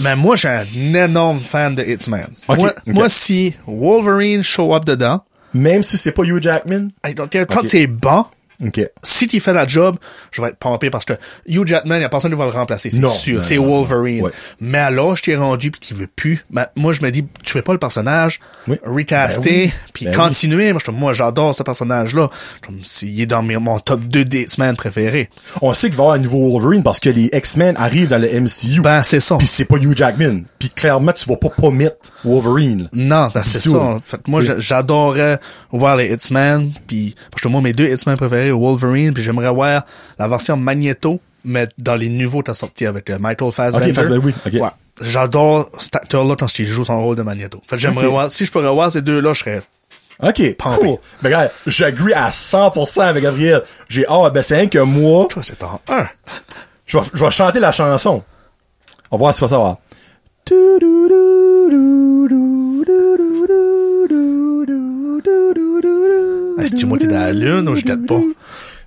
C: Mais moi, j'ai un énorme fan de Hitman.
A: Ok,
C: moi,
A: ok.
C: moi, si Wolverine show up dedans,
A: Même si c'est pas Hugh Jackman.
C: I don't care. Quand
A: Ok.
C: c'est bon,
A: OK.
C: si tu fais la job, je vais être pompé parce que Hugh Jackman, il n'y a personne qui va le remplacer, c'est
A: Non,
C: sûr.
A: non,
C: C'est
A: non, non.
C: Wolverine.
A: Ouais.
C: Mais alors, je t'ai rendu puis qu'il veut plus. ben, moi, je me dis, tu es pas le personnage,
A: Oui.
C: recaster,
A: Ben oui.
C: puis
A: Ben oui.
C: continuer. Moi, je- Moi, j'adore ce personnage-là. Comme s'il est dans mes- mon top 2 des semaines préférées.
A: On sait qu'il va y avoir un nouveau Wolverine parce que les X-Men arrivent dans le MCU.
C: Ben, c'est ça.
A: Puis c'est pas Hugh Jackman. Puis clairement, tu vas pas pas mettre Wolverine.
C: Non, ben, c'est
A: Bisous.
C: ça. Fait que moi,
A: Oui.
C: j'a- j'adorais voir les Hitman, puis parce que moi, mes deux Hitman préférés, Wolverine, puis j'aimerais voir la version Magneto, mais dans les nouveaux t'as sorti avec euh, Michael Fassbender.
A: Fassbender, oui, ok.
C: Ouais. J'adore cet acteur-là quand il joue son rôle de Magneto. Fait que j'aimerais
A: Ok.
C: voir, si je pourrais voir ces deux-là, je serais...
A: OK,
C: Pompé.
A: cool. Ben, regarde, j'agree à 100% avec Gabriel. J'ai, ah, ben, c'est rien que moi,
C: Toi, c'est en un. Ah,
A: je vais, je vais chanter la chanson. On va voir si tu vas savoir.
C: Ah, c'est-tu moi qui est dans la lune ou je t'aide pas?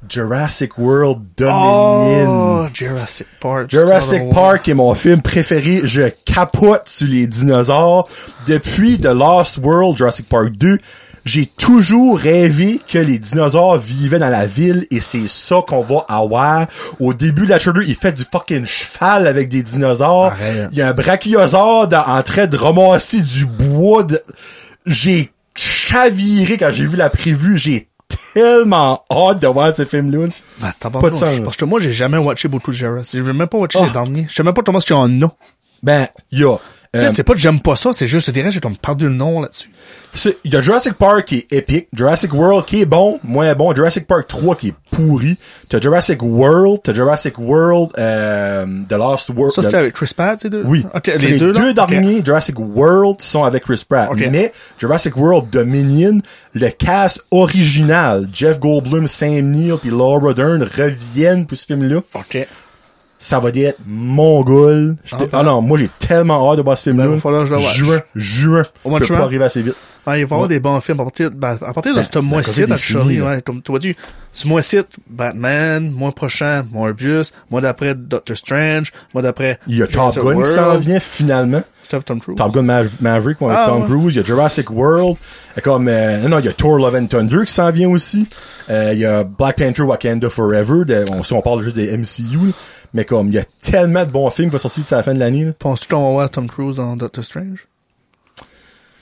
A: Jurassic World Dominion.
C: Oh, Jurassic Park.
A: Jurassic
C: Solo.
A: Park est mon film préféré. Je capote sur les dinosaures. Depuis The Lost World, Jurassic Park 2, j'ai toujours rêvé que les dinosaures vivaient dans la ville et c'est ça qu'on va avoir. Au début de la trailer, il fait du fucking cheval avec des dinosaures.
C: Arrête.
A: Il y a un brachiosaure dans- en train de ramasser du bois. de- J'ai chaviré quand j'ai vu la prévue. J'ai tellement hâte de voir ce film-là.
C: Ben,
A: Pas de sens.
C: tabarnouche. Parce que moi, j'ai jamais watché beaucoup de Jurassic. J'ai même pas watché
A: Oh.
C: les derniers. Je sais même pas comment est-ce qu'il y en a.
A: Ben, il y a...
C: Tu sais,
A: euh,
C: c'est pas que j'aime pas ça, c'est juste, je dirais, j'ai comme perdu le nom là-dessus.
A: C'est- Il y a Jurassic Park qui est épique, Jurassic World qui est bon, moins bon, Jurassic Park 3 qui est pourri, t'as Jurassic World, t'as Jurassic World, euh, The Lost World.
C: Ça,
A: The-
C: c'était avec Chris Pratt, ces deux?
A: oui,
C: Ok,
A: C'est
C: les, deux, là? Ok.
A: derniers Jurassic World sont avec Chris Pratt,
C: Ok.
A: mais Jurassic World Dominion, le cast original, Jeff Goldblum, Sam Neill puis Laura Dern reviennent pour ce film-là.
C: Ok.
A: Ça va être mongol. J'étais-
C: Ah,
A: Ah, non, moi j'ai tellement hâte de voir ce film-là.
C: Ben, va falloir que je le watch.
A: Juin, juin.
C: Au mois de
A: Je peux
C: juin?
A: pas arriver assez vite.
C: Ouais, Ben, il va y avoir des bons films à partir, ben, à partir de
A: Ben,
C: ce
A: la
C: mois-ci,
A: COVID est finie,
C: actually,
A: là.
C: ouais, comme tu vois, tu, ce mois-ci, Batman, mois prochain, Morbius, mois d'après, Doctor Strange, mois d'après,
A: Il y a Top
C: Jurassic
A: Gun qui
C: World,
A: s'en vient finalement.
C: Sauf Tom Cruise.
A: Top Gun Ma- Maverick ouais, avec
C: Ah,
A: Tom
C: ouais.
A: Cruise, il y a Jurassic World, et comme euh, non, non, il y a Thor Love and Thunder qui s'en vient aussi. Euh, il y a Black Panther Wakanda Forever, de- on, si on parle juste des MCU, là, mais comme il y a tellement de bons films qui vont sortir d'ici la fin de l'année. là.
C: Penses-tu qu'on va voir Tom Cruise dans Doctor
A: (laughs)
C: Strange?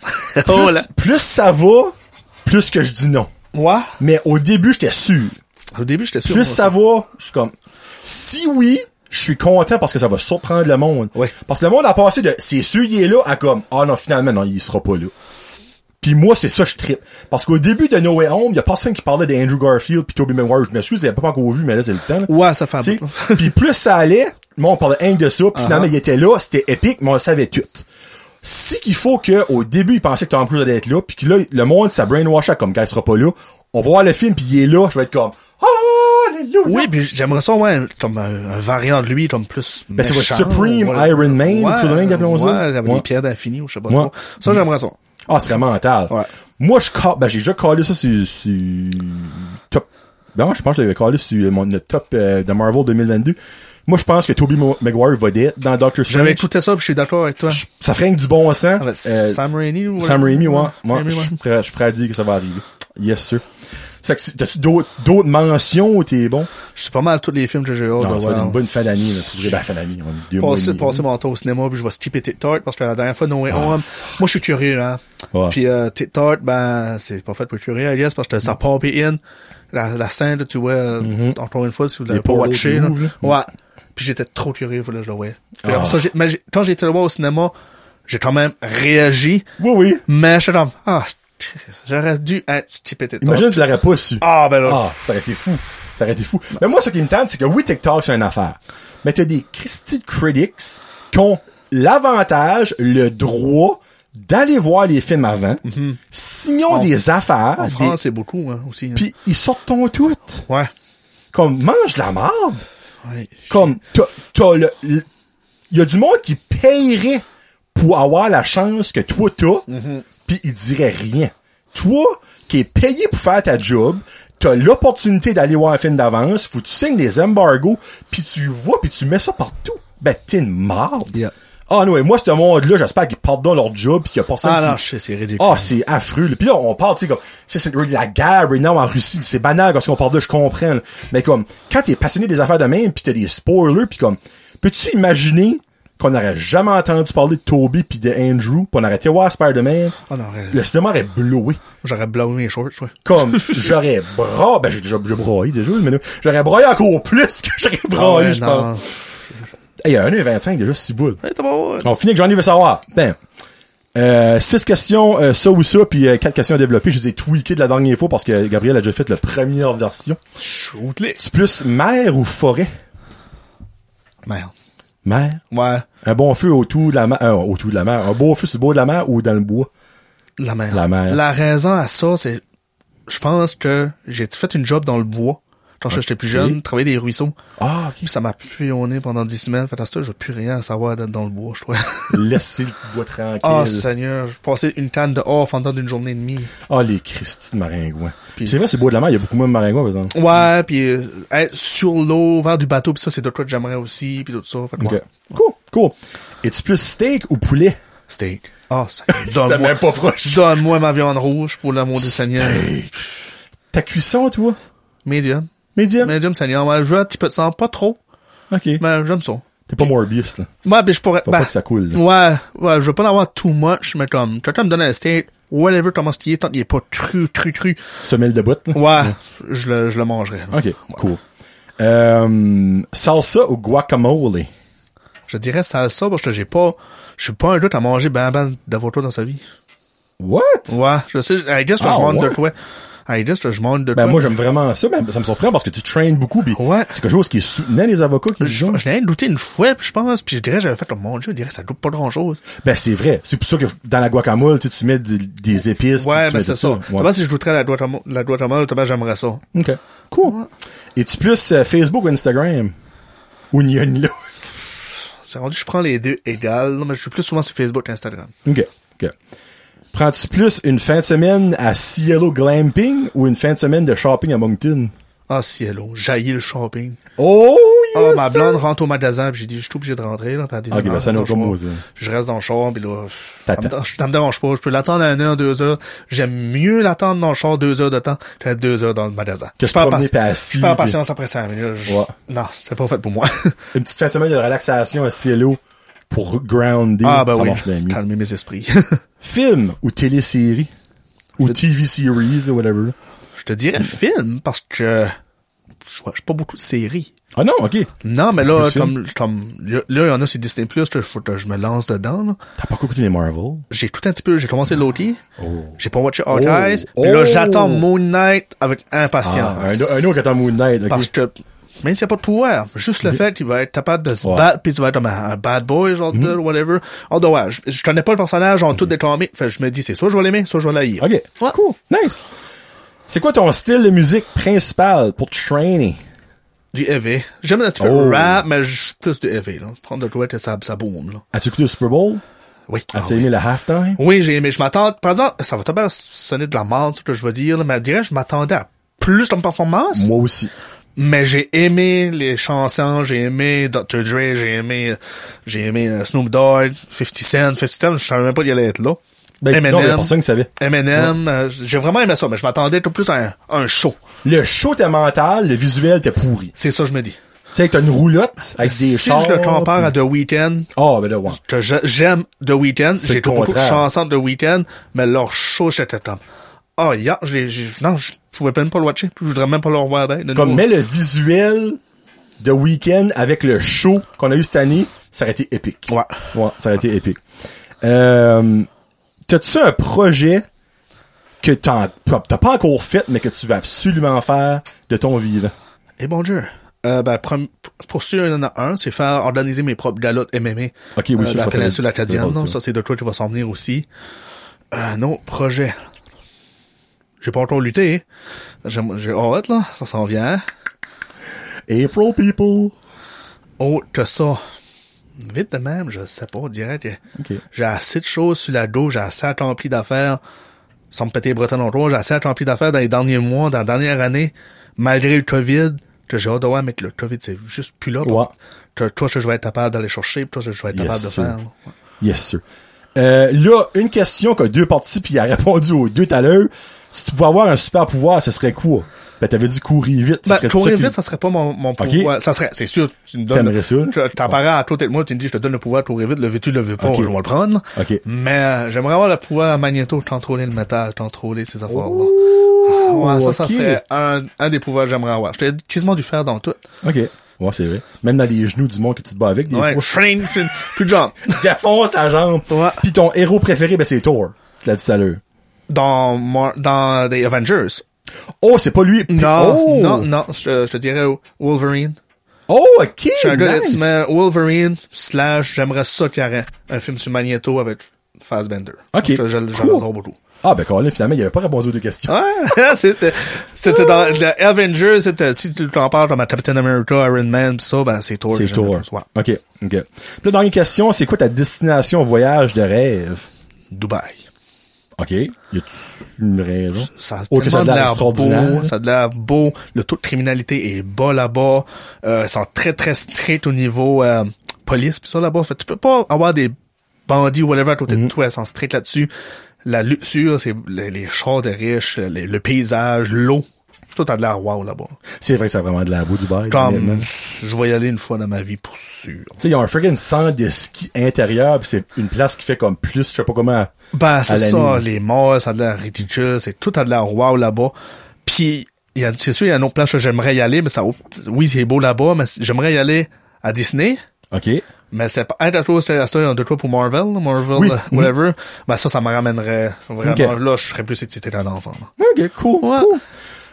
A: Plus,
C: Oh,
A: plus ça va, plus que je dis non.
C: Moi?
A: Mais au début, j'étais sûr.
C: Au début, j'étais sûr.
A: Plus
C: moi,
A: ça va, je suis comme si oui, je suis content parce que ça va surprendre le monde.
C: Ouais.
A: Parce que le monde a passé de c'est sûr il est là à comme ah non finalement non, il sera pas là. Puis moi, c'est ça, je trippe. Parce qu'au début de No Way Home, il y a personne qui parlait d'Andrew Garfield puis Tobey Maguire. Je me suis, j'avais pas encore vu, mais là, c'est le temps. là.
C: Ouais, ça fait un
A: T'sais,
C: bout.
A: Puis plus ça allait, moi, on parlait rien que de ça. Puis finalement,
C: Uh-huh.
A: il était là, c'était épique, mais on le savait tout. Si qu'il faut que au début, il pensait que Tom Cruise allait être là, puis que là, le monde, ça brainwashait comme quand il sera pas là. On va voir le film, puis il est là, je vais être comme... Hallelujah!
C: Oui, puis j'aimerais ça, ouais, comme un, un variant de lui, comme plus.
A: Ben, c'est quoi,
C: méchant,
A: Supreme
C: voilà.
A: Iron Man, ou
C: ouais,
A: chose de même, appelons ça?
C: Ouais, avec
A: Ouais.
C: les pierres d'infini, ou je sais pas
A: Ouais.
C: trop. Ça, j'aimerais ça.
A: Ah, c'est serait mental.
C: Ouais.
A: Moi, je ca- ben, j'ai déjà collé ça sur, sur top Non, je pense que je l'avais collé sur mon, notre top euh, de Marvel 2022. Moi, je pense que Tobey Mo- Maguire va être dans Doctor
C: J'avais
A: Strange.
C: écouté ça, puis je suis d'accord avec toi.
A: Je- Ça ferait que du bon sens.
C: Avec
A: Euh,
C: Ah, ben, Sam Raimi ou...
A: Sam Raimi, ouais. Moi,
C: Raimi,
A: je
C: ouais.
A: suis prêt, je suis prêt à dire que ça va arriver. Yes, sir. Ça fait que c'est- T'as-tu d'autres d'autres mentions ou t'es bon?
C: Je suis pas mal tous les films que j'ai hâte
A: Non,
C: de
A: ça va être
C: voir.
A: une bonne fin d'année, là. C'est vrai, ben, fin d'année. on est deux mois et
C: passer,
A: demi.
C: passer mon temps au cinéma, puis je vais skipper TikTok, parce que la dernière fois, No Way Home, moi, je suis curieux, hein.
A: Ah, Ouais.
C: Puis euh, TikTok, ben, c'est pas fait pour être curieux, Elias, parce que ça part pis in. La, la scène, là, tu vois, euh,
A: Mhm.
C: encore une fois, si vous l'avez pas
A: portals
C: watché,
A: qui
C: là.
A: ouvrent, là.
C: Ouais. Puis j'étais trop curieux, faut que je le voyais. Fait que
A: Ah.
C: ça, j'ai- mais j'ai- quand j'étais le voir au cinéma, j'ai quand même réagi,
A: Oui, oui.
C: mais j'étais comme, ah, c'est- j'aurais dû être skippé TikTok.
A: Imagine, tu l'aurais pas su.
C: Ah, ben là.
A: Ah, ça aurait été fou. Ça aurait été fou. Mais moi, ce qui me tente, c'est que oui, TikTok, c'est une affaire. Mais t'as des Christy de critics qui ont l'avantage, le droit d'aller voir les films avant, signons des affaires,
C: Mhm. En
A: des-
C: France, c'est beaucoup, hein, aussi. hein.
A: puis ils sortent ton tout.
C: ouais.
A: Comme, mange la marde.
C: Ouais.
A: Comme, t'as, t'as le, le- y a du monde qui paierait pour avoir la chance que toi t'as,
C: Mhm.
A: puis il dirait rien. Toi, qui es payé pour faire ta job, t'as l'opportunité d'aller voir un film d'avance, faut que tu signes des embargos, puis tu vois, puis tu mets ça partout. Ben, t'es une marde.
C: Yeah.
A: Ah non, et moi, ce monde-là, j'espère qu'ils partent dans leur job, puis qu'il y a personne
C: Ah,
A: qui-
C: non, je sais, c'est ridicule.
A: ah, c'est affreux. là. Puis là, on parle, tu sais, comme, c'est, c'est la guerre right now en Russie. C'est banal quand on parle de, je comprends. là. Mais comme, quand t'es passionné des affaires de même, puis t'as des spoilers, puis comme, peux-tu imaginer qu'on n'aurait jamais entendu parler de Toby puis de Andrew, pis on aurait été voir Spider-Man?
C: Ah, non, ouais.
A: Le cinéma aurait blowé.
C: J'aurais blâmé mes shorts, ouais.
A: Comme,
C: (laughs)
A: j'aurais bra... Ben, j'ai déjà j'ai broyé, déjà, mais là, j'aurais broyé encore plus que j'aurais broyé,
C: Ah ouais,
A: je
C: non.
A: pense. Hey, il y a 1h25, déjà, 6 boules.
C: Ouais, t'as pas-
A: On finit que Johnny veut savoir. Ben. Euh, six questions, euh, ça ou ça, puis euh, quatre questions à développer. Je les ai tweakées de la dernière fois parce que Gabriel a déjà fait la première version.
C: Shoot-les.
A: C'est plus mer ou forêt?
C: Merde.
A: Mer.
C: Ouais.
A: Un bon feu autour de la mer. euh, autour de la mer. Un beau feu sur le bord de la mer ou dans le bois?
C: La mer.
A: La mer.
C: La raison à ça, c'est, je pense que j'ai fait une job dans le bois quand j'étais plus jeune, travailler des ruisseaux.
A: Ah,
C: Puis ça m'a puonné pendant 10 semaines. Fait à ça, j'ai plus rien à savoir d'être dans le bois,
A: (laughs)
C: je crois.
A: Laissez le bois tranquille.
C: Ah, Seigneur, je passais une canne de off en dedans d'une journée et demie.
A: Ah, les Christy de maringouin.
C: Puis-
A: C'est vrai, c'est le bois de la mer, il y a beaucoup moins de maringouin, par exemple.
C: Ouais, puis euh, être sur l'eau, vers du bateau, puis ça, c'est de quoi que j'aimerais aussi, puis tout ça. Fait que,
A: Ok.
C: ouais.
A: Cool, cool. Es-tu plus steak ou poulet?
C: Steak. Ah, Seigneur,
A: (laughs) C'était
C: donne-moi-
A: même pas proche.
C: Donne-moi ma viande rouge pour l'amour du Seigneur.
A: Steak. Ta cuisson, toi?
C: Médium.
A: Médium?
C: Medium Seigneur. Ouais, je veux un petit peu de sang, pas trop,
A: Ok.
C: mais j'aime ça.
A: T'es pas Morbius, là.
C: Ouais, puis je pourrais.
A: Faut
C: ben,
A: pas que ça coule, là.
C: Ouais, ouais, je veux pas en avoir too much, mais comme, quelqu'un me donne un steak, whatever, comment ce qu'il est, tant qu'il est pas tru, tru, tru.
A: Semelle de bout, là.
C: Ouais, je le, je le mangerai.
A: OK, cool. Euh, salsa ou guacamole?
C: Je dirais salsa parce que j'ai pas, je suis pas un doute à manger ben ben d'avocat dans sa vie.
A: What?
C: Ouais, je sais, I guess que
A: Ah,
C: je mange
A: ouais.
C: de toi. I guess que je mange de
A: Ben
C: toi.
A: moi j'aime vraiment ça, mais ça me surprend parce que tu traînes beaucoup pis
C: Ouais.
A: c'est quelque chose qui est soutenant les avocats qui le
C: je,
A: jouent.
C: je l'ai douté une fois, puis je pense, puis je dirais, j'avais fait comme mon dieu, je dirais, ça doute pas grand chose.
A: Ben c'est vrai. C'est pour ça que dans la guacamole, tu, sais, tu mets des, des épices. puis
C: Ouais,
A: tu
C: ben
A: mets
C: c'est
A: tout
C: ça.
A: Ouais.
C: Je pense si je douterais la droite à mo- la droite à moi, j'aimerais ça.
A: OK. Cool. Es-tu plus euh, Facebook ou Instagram? Ou ni un ni là?
C: C'est rendu, je prends les deux égales, mais je suis plus souvent sur Facebook qu'Instagram.
A: OK. OK. Prends-tu plus une fin de semaine à Cielo Glamping ou une fin de semaine de shopping à Moncton?
C: Ah, cielo, jaillit le shopping.
A: Oh, yes!
C: Ah, ma
A: sir!
C: blonde rentre au magasin, puis j'ai dit, je suis obligé de rentrer, là, puis elle dit,
A: Ok,
C: non,
A: ben, ça
C: non,
A: n'a
C: je
A: pas
C: vais.
A: moi, ça.
C: Puis je reste dans le char, puis là, pff, ça me,
A: T'attends.
C: dérange- ça me dérange pas, je peux l'attendre un heure, deux heures. J'aime mieux l'attendre dans le char deux heures de temps que deux heures dans le magasin.
A: Que
C: je
A: se promener, puis
C: pas
A: assis,
C: je perds
A: puis-
C: patience après cinq minutes. Je-
A: Ouais.
C: Non, c'est pas fait pour moi.
A: une petite fin de semaine de relaxation à cielo pour grounder.
C: (laughs) ah, ben
A: ça
C: oui,
A: marche bien mieux.
C: calmer mes esprits. (laughs)
A: Film ou télésérie ou
C: Je-
A: TV series ou whatever.
C: je te dirais film, parce que je vois je vois pas beaucoup de séries.
A: Ah non, ok.
C: Non, mais là,
A: Plus film.
C: comme, comme, là, il y en a sur Disney Plus, là, faut que je me lance dedans, là.
A: T'as pas écouté les Marvel?
C: j'ai tout un petit peu, j'ai commencé Loki, j'ai pas watché Hawkeyes,
A: Oh.
C: puis là
A: Oh.
C: j'attends Moon Knight avec
A: Ah,
C: impatience.
A: un, un autre attend Moon Knight. ok.
C: Parce que même s'il n'y a pas de pouvoir, juste le fait qu'il va être capable de se
A: Ouais. Mhm.
C: battre, puis il va être comme un, un bad boy, genre de whatever. Oh, donc, ouais, je, je connais pas le personnage, on tout déclamé. Fait que je me dis, c'est soit je vais l'aimer, soit je vais l'haïr.
A: Ok,
C: Ouais.
A: cool, nice. C'est quoi ton style de musique principal pour trainer?
C: Du heavy. J'aime un petit peu
A: Oh.
C: le rap, mais je suis plus du heavy, là. Prendre de quoi que ça, ça boom, là.
A: As-tu écouté le Super Bowl?
C: Oui. Ah
A: As-tu
C: oui.
A: aimé le halftime?
C: Oui, j'ai aimé. Je m'attends. Par exemple, ça va pas sonner de la merde, ce que je veux dire, là, mais je dirais, je m'attendais à plus comme performance.
A: Moi aussi.
C: Mais j'ai aimé les chansons, j'ai aimé Dr. Dre, j'ai aimé, j'ai aimé euh, Snoop Dogg, 50 Cent, 50 Cent, je savais même pas qu'il allait être là.
A: Ben, non, mais
C: Eminem,
A: personne qui savait.
C: Eminem, euh, j'ai vraiment aimé ça, mais je m'attendais tout plus à un, un show.
A: Le show était mental, le visuel était pourri.
C: C'est ça, que je me dis.
A: Tu sais, t'as une roulotte avec des
C: si
A: chars.
C: je le compare à The Weeknd,
A: Ah, ben là, ouais.
C: que je- j'aime The Weeknd,
A: le
C: j'ai trouvé beaucoup de
A: contraire.
C: chansons de The Weeknd, mais leur show, j'étais comme, ah, yeah, j'ai, j'ai- non, je pouvais même pas le watcher, je voudrais même pas le revoir, ben, de
A: Comme,
C: nouveau.
A: mais le visuel de week-end avec le show qu'on a eu cette année, ça aurait été épique.
C: Ouais.
A: Ouais, ça aurait été épique. Euh, t'as-tu un projet que t'en- t'as t'as pas encore fait, mais que tu vas absolument faire de ton vivant?
C: Et bon Dieu. Euh, ben, prom- poursuivre, il y en a un, c'est faire organiser mes propres galas de MMA.
A: Ok, oui, ça,
C: euh,
A: je
C: de La
A: m'appelle-
C: péninsule acadienne,
A: je
C: non?
A: m'appelle
C: Ça, c'est de quoi qui va s'en venir aussi. Un autre projet. J'ai pas encore lutté. hein. J'aime- J'ai hâte, là. Ça s'en vient. hein.
A: April People!
C: Autre que ça. Vite de même, je sais pas, on dirait que
A: Ok.
C: j'ai assez de choses sur la dos, j'ai assez accompli d'affaires, sans me péter les bretons en roi, j'ai assez accompli d'affaires dans les derniers mois, dans la dernière année, malgré le COVID, que j'ai hâte de voir, mais que le COVID, c'est juste plus là.
A: Ouais.
C: Que toi, que je vais être capable d'aller chercher, toi, que je vais être
A: Yes,
C: capable de
A: sir.
C: faire.
A: Yes, sir. Euh, là, une question que deux parties, puis il a répondu aux deux tout à l'heure. Si tu pouvais avoir un super pouvoir, ce serait quoi? Ben, t'avais dit courir vite.
C: Ben,
A: serait
C: courir
A: qui-
C: vite, ça serait pas mon, mon
A: Ok.
C: pouvoir. Ça serait, c'est sûr, tu me donnes.
A: T'aimerais ça, là?
C: Tu- T'en parles à côté de moi, tu me dis, je te donne le pouvoir de courir vite, le veux-tu, le veux pas,
A: Ok.
C: je vais le prendre.
A: Ok.
C: Mais, euh, j'aimerais avoir le pouvoir à Magneto, de contrôler le métal, de contrôler ces affaires-là. ouais, ça, ça
A: ok.
C: serait un, un des pouvoirs que j'aimerais avoir. J'étais quasiment du faire dans tout.
A: OK. Ouais, c'est vrai. Même dans les genoux du monde que tu te bats avec, des
C: Ouais.
A: fois,
C: Shrink, shrink, plus de jambes.
A: défonce la jambe.
C: Ouais.
A: Puis ton héros préféré, ben c'est Thor. Tu l'as dit tout à l'heure.
C: Dans, Mar- dans les Avengers.
A: Oh, c'est pas lui. Puis-
C: Non,
A: oh!
C: non, non, je, je te dirais Wolverine.
A: Oh, OK.
C: Je suis un gars
A: nice.
C: qui met Wolverine slash j'aimerais ça qu'il y aurait un film sur Magneto avec Fassbender.
A: Ok.
C: Je, je, je
A: Cool.
C: l'adore beaucoup. Ah,
A: Ah, ben Colin, finalement, il avait pas répondu aux deux questions.
C: Ouais, (laughs) c'était, c'était dans le Avengers, c'était, si tu t'en parles comme à Captain America, Iron Man, pis ça, ben c'est Thor.
A: c'est
C: que j'aime
A: Thor.
C: le plus. Ouais.
A: OK. OK. Puis la dernière question, c'est quoi ta destination voyage de rêve?
C: Dubaï.
A: OK. Y a-tu une raison?
C: Ça, a
A: Autre que ça a
C: tellement
A: de l'air
C: beau,
A: extraordinaire.
C: ça a de l'air beau, le taux de criminalité est bas là-bas, euh, ils sont très très stricts au niveau euh, police pis ça là-bas, fait que tu peux pas avoir des bandits ou whatever à côté
A: Mm-hmm.
C: de toi, ils sont stricts là-dessus. La luxure, c'est les, les chars de riches, les- le paysage, l'eau, tout a de l'air wow là-bas.
A: C'est vrai que ça a vraiment de la beau du bail.
C: Comme, je vais y aller une fois dans ma vie pour sûr.
A: Tu sais, il y a un friggin' centre de ski intérieur, puis c'est une place qui fait comme plus, je sais pas comment.
C: Ben,
A: à
C: c'est
A: la
C: ça,
A: nuit.
C: les morts, ça a de l'air ridicule, c'est tout a de l'air wow là-bas. Puis, il y a- c'est sûr, il y a une autre place que j'aimerais y aller, mais ça, oui, c'est beau là-bas, mais c- j'aimerais y aller à Disney,
A: OK.
C: mais c'est pas, être à toi, c'est à toi, de quoi pour Marvel, là, Marvel,
A: Oui.
C: euh, whatever, ben ça, ça me ramènerait vraiment,
A: Ok.
C: là, je serais plus excité qu'un enfant. là.
A: Ok, cool, cool.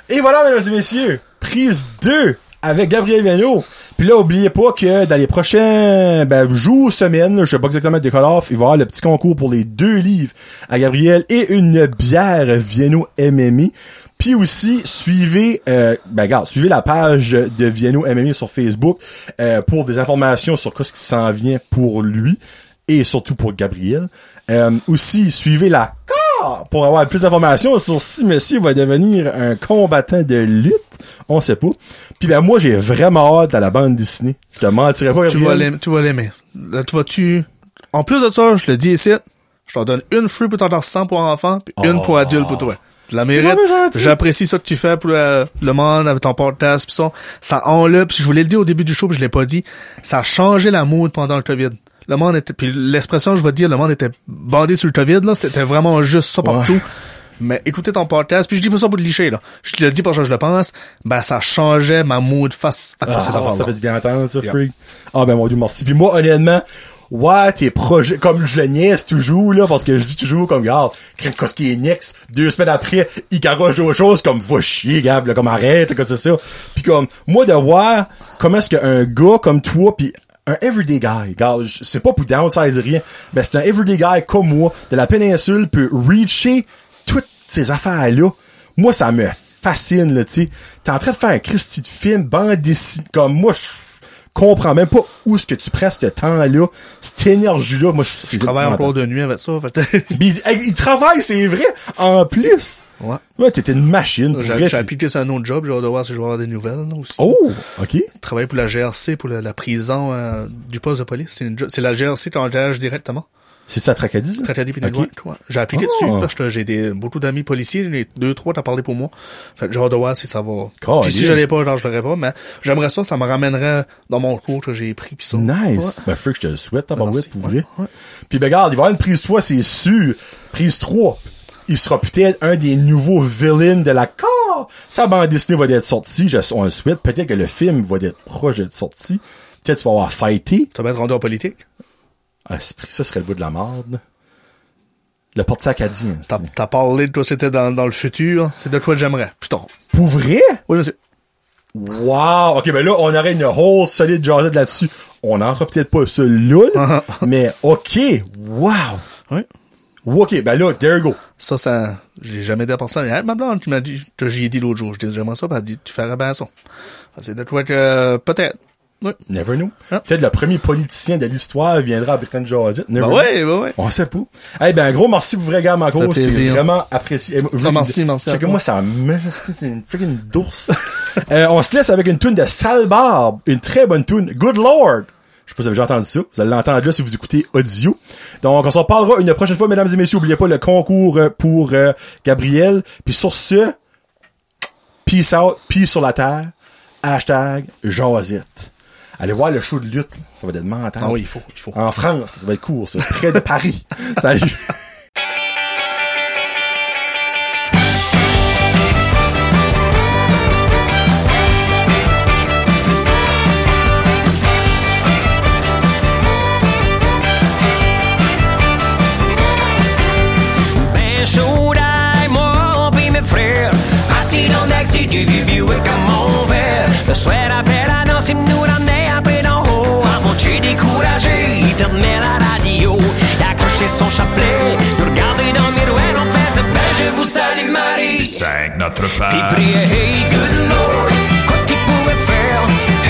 A: Et voilà, mesdames et messieurs, prise 2 avec Gabriel Vigneault. Puis là, oubliez pas que dans les prochains ben, jours, semaines, je sais pas exactement des call-off, il va y avoir le petit concours pour les deux livres à Gabriel et une bière Vienno MMI. Puis aussi, suivez, euh, ben, regarde, suivez la page de Vienno MMI sur Facebook euh, pour des informations sur ce qui s'en vient pour lui et surtout pour Gabriel. Euh, aussi, suivez la CAR pour avoir plus d'informations sur si monsieur va devenir un combattant de lutte. On sait pas. Puis ben moi, j'ai vraiment hâte à la bande dessinée. Je te mentirais pas,
C: Tu vas
A: Gabriel.
C: l'aimer, tu vas l'aimer. Là, tu vas, tu, en plus de ça, je le dis ici, je t'en donne une fruit pour t'en donner 100 pour enfant, puis une
A: Oh.
C: pour adulte pour toi. Tu la mérites.
A: mais gentil.
C: J'apprécie ça que tu fais pour euh, le monde, avec ton podcast, pis ça. Ça enlève, pis je voulais le dire au début du show, pis je l'ai pas dit. Ça a changé la mode pendant le COVID. Le monde était, puis l'expression, je vais te dire, le monde était bandé sur le COVID, là. C'était vraiment juste ça partout. Mais écoutez ton podcast, puis je dis pas ça pour te licher, là. Je te le dis parce que je le pense. Ben, ça changeait ma mood face à toutes
A: Ah,
C: ces affaires
A: ça fait du bien entendre, ça, freak. Ah ben mon dieu, merci. Puis moi, honnêtement, ouais, tes projets, comme je le niaise toujours, là, parce que je dis toujours, comme, regarde, Chris Koski est next, deux semaines après, il garoche d'autres choses, comme, va chier, Gab, là, comme, arrête, là, comme c'est ça. Puis comme, moi, de voir comment est-ce qu'un gars comme toi, puis un everyday guy, regarde, je- c'est pas pour downsize rien, mais c'est un everyday guy comme moi, de la péninsule, peut reacher toutes ces affaires-là, moi, ça me fascine, là, tu sais. T'es en train de faire un Christy de film, bande dessinée, comme moi, je- comprends même pas où est-ce que tu prends ce temps-là, cette énergie-là. Moi, c'est
C: Je travaille encore de nuit avec ça. Fait que-
A: Mais
C: (laughs)
A: il, il travaille, c'est vrai, en plus.
C: Ouais.
A: Ouais, t'étais une machine. pour
C: J'ai
A: vrai.
C: j'ai appliqué ça à un autre job. J'ai hâte de voir si je vais avoir des nouvelles là, aussi.
A: Oh, ok.
C: Je travaille pour la GRC, pour la, la prison euh, du poste de police. C'est une jo- c'est la GRC qui engage directement.
A: C'est ça, Tracadie? ça?
C: Traité des
A: Ok.
C: J'ai appliqué
A: Ah.
C: dessus parce que j'ai des, beaucoup d'amis policiers. Les deux, trois t'as parlé pour moi. Fait que j'ai hâte de voir si ça va.
A: Caliste.
C: Puis si je l'ai pas, genre, je l'aurais pas. Mais j'aimerais ça, ça me ramènerait dans mon cours que j'ai pris. Pis ça.
A: Nice. Ben, Frick, je te le souhaite, t'as pas
C: merci.
A: pour
C: Ouais,
A: vrai. Puis, ben, regarde, il va y avoir une prise 3, c'est sûr. Prise 3. Il sera peut-être un des nouveaux villains de la corps. Sa bande dessinée va être sortie, je, on le souhaite. Peut-être que le film va être proche d'être sorti. Peut-être tu vas avoir fighté.
C: Tu vas être rendu en politique?
A: Ah, ce prix, ça serait le bout de la marde. Le porte acadien.
C: T'as t'as parlé de toi, c'était dans, dans le futur. C'est de quoi que j'aimerais. Putain.
A: Pour vrai?
C: Oui, je sais.
A: Wow! OK, ben là, on aurait une whole solide jasette là-dessus. On en aura peut-être pas celui-là, là, mais OK! Wow!
C: Oui.
A: OK, ben là, there you go.
C: Ça, ça, j'ai jamais dit à personne. Hey, ma blonde, tu m'as dit, que j'y ai dit l'autre jour. Je dis vraiment ça, puis elle dit, tu ferais bien ça. C'est de quoi que, euh, peut-être. Oui.
A: Never know.
C: Ah.
A: Peut-être le premier politicien de l'histoire viendra à Britain Josette.
C: Ben ouais, ben ouais.
A: On sait pas. Eh ben, un gros merci pour vrai, gars, Marco.
C: Ça fait
A: C'est
C: plaisir.
A: vraiment apprécié. Eh, vous-
C: merci, merci à
A: Check que
C: toi.
A: moi, ça me, c'est une freaking douce. (laughs) Euh, on se laisse avec une tune de Sale Barbe. Une très bonne tune. Good Lord! Je sais pas si vous avez déjà entendu ça. Vous allez l'entendre là si vous écoutez audio. Donc, on s'en parlera une prochaine fois, mesdames et messieurs. Oubliez pas le concours euh, pour euh, Gabriel. Puis sur ce, peace out, peace sur la terre. Hashtag Josette. Allez voir le show de lutte. là. Ça va être mental.
C: Ah oui, il faut, il faut.
A: En France, ça va être court, ça. Près de
C: (laughs)
A: Paris. Salut.
B: Ben chaud d'ail, moi, puis mes frères. Assis dans le taxi du vieux Buick à mon verre. Le soir après la danse, ils nous ramenaient un peu d'en haut. À mon chez découragé, il fermait la radio. Il accrochait son chapelet, nous regardait dans le miroir, on faisait ben, je vous salue Marie.
D: Cinq, notre
B: Puis
D: père.
B: priait, hey good lord, qu'est-ce qu'il pouvait faire?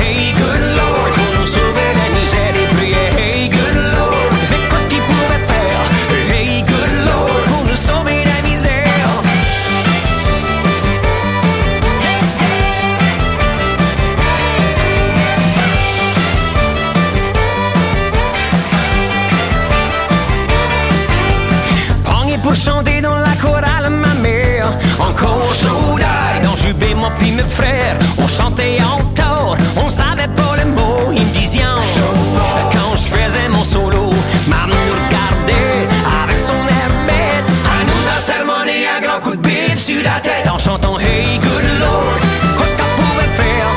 B: Hey good lord, pour nous sauver de la misère. Il priait, hey good lord, mais qu'est-ce qu'il pouvait faire? Hey good lord, pour nous sauver de la misère. Pogné e pour chanter dans la chorale, ma mère. Encore chaud d'ail dans Jubé, moi puis mes frères. On chantait en tort, on savait pas les mots. Ils me disaient en Quand je faisais mon solo, ma mère nous regardait avec son air bête. Elle nous a sermonné un grand coup de bip sur la tête en chantant Hey good lord, qu'est-ce qu'on pouvait faire?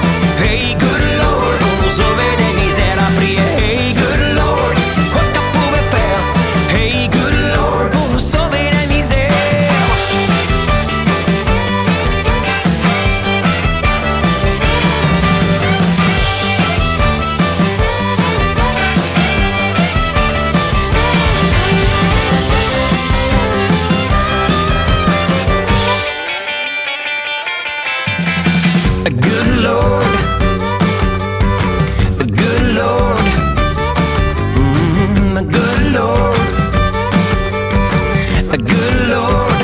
B: Hey good lord, pour nous sauver des misères à prier. Hey good lord, qu'est-ce qu'on pouvait faire? Hey good lord, pour nous sauver des misères. Good lord, good lord, mm, good lord, good lord.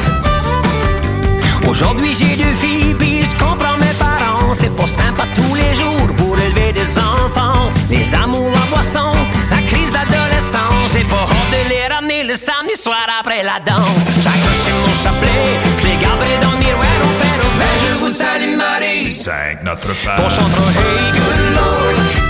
B: Aujourd'hui j'ai deux filles puis je comprends mes parents C'est pas sympa tous les jours pour élever des enfants Les amours en boisson, la crise d'adolescence J'ai pas honte de les ramener le samedi soir après la danse J'accroche mon chapelet, je les garderai dans le miroir On fait un je vous salue Marie
D: Cinq, notre
B: on
D: père.
B: chantera Hey Good Lord, mm-hmm,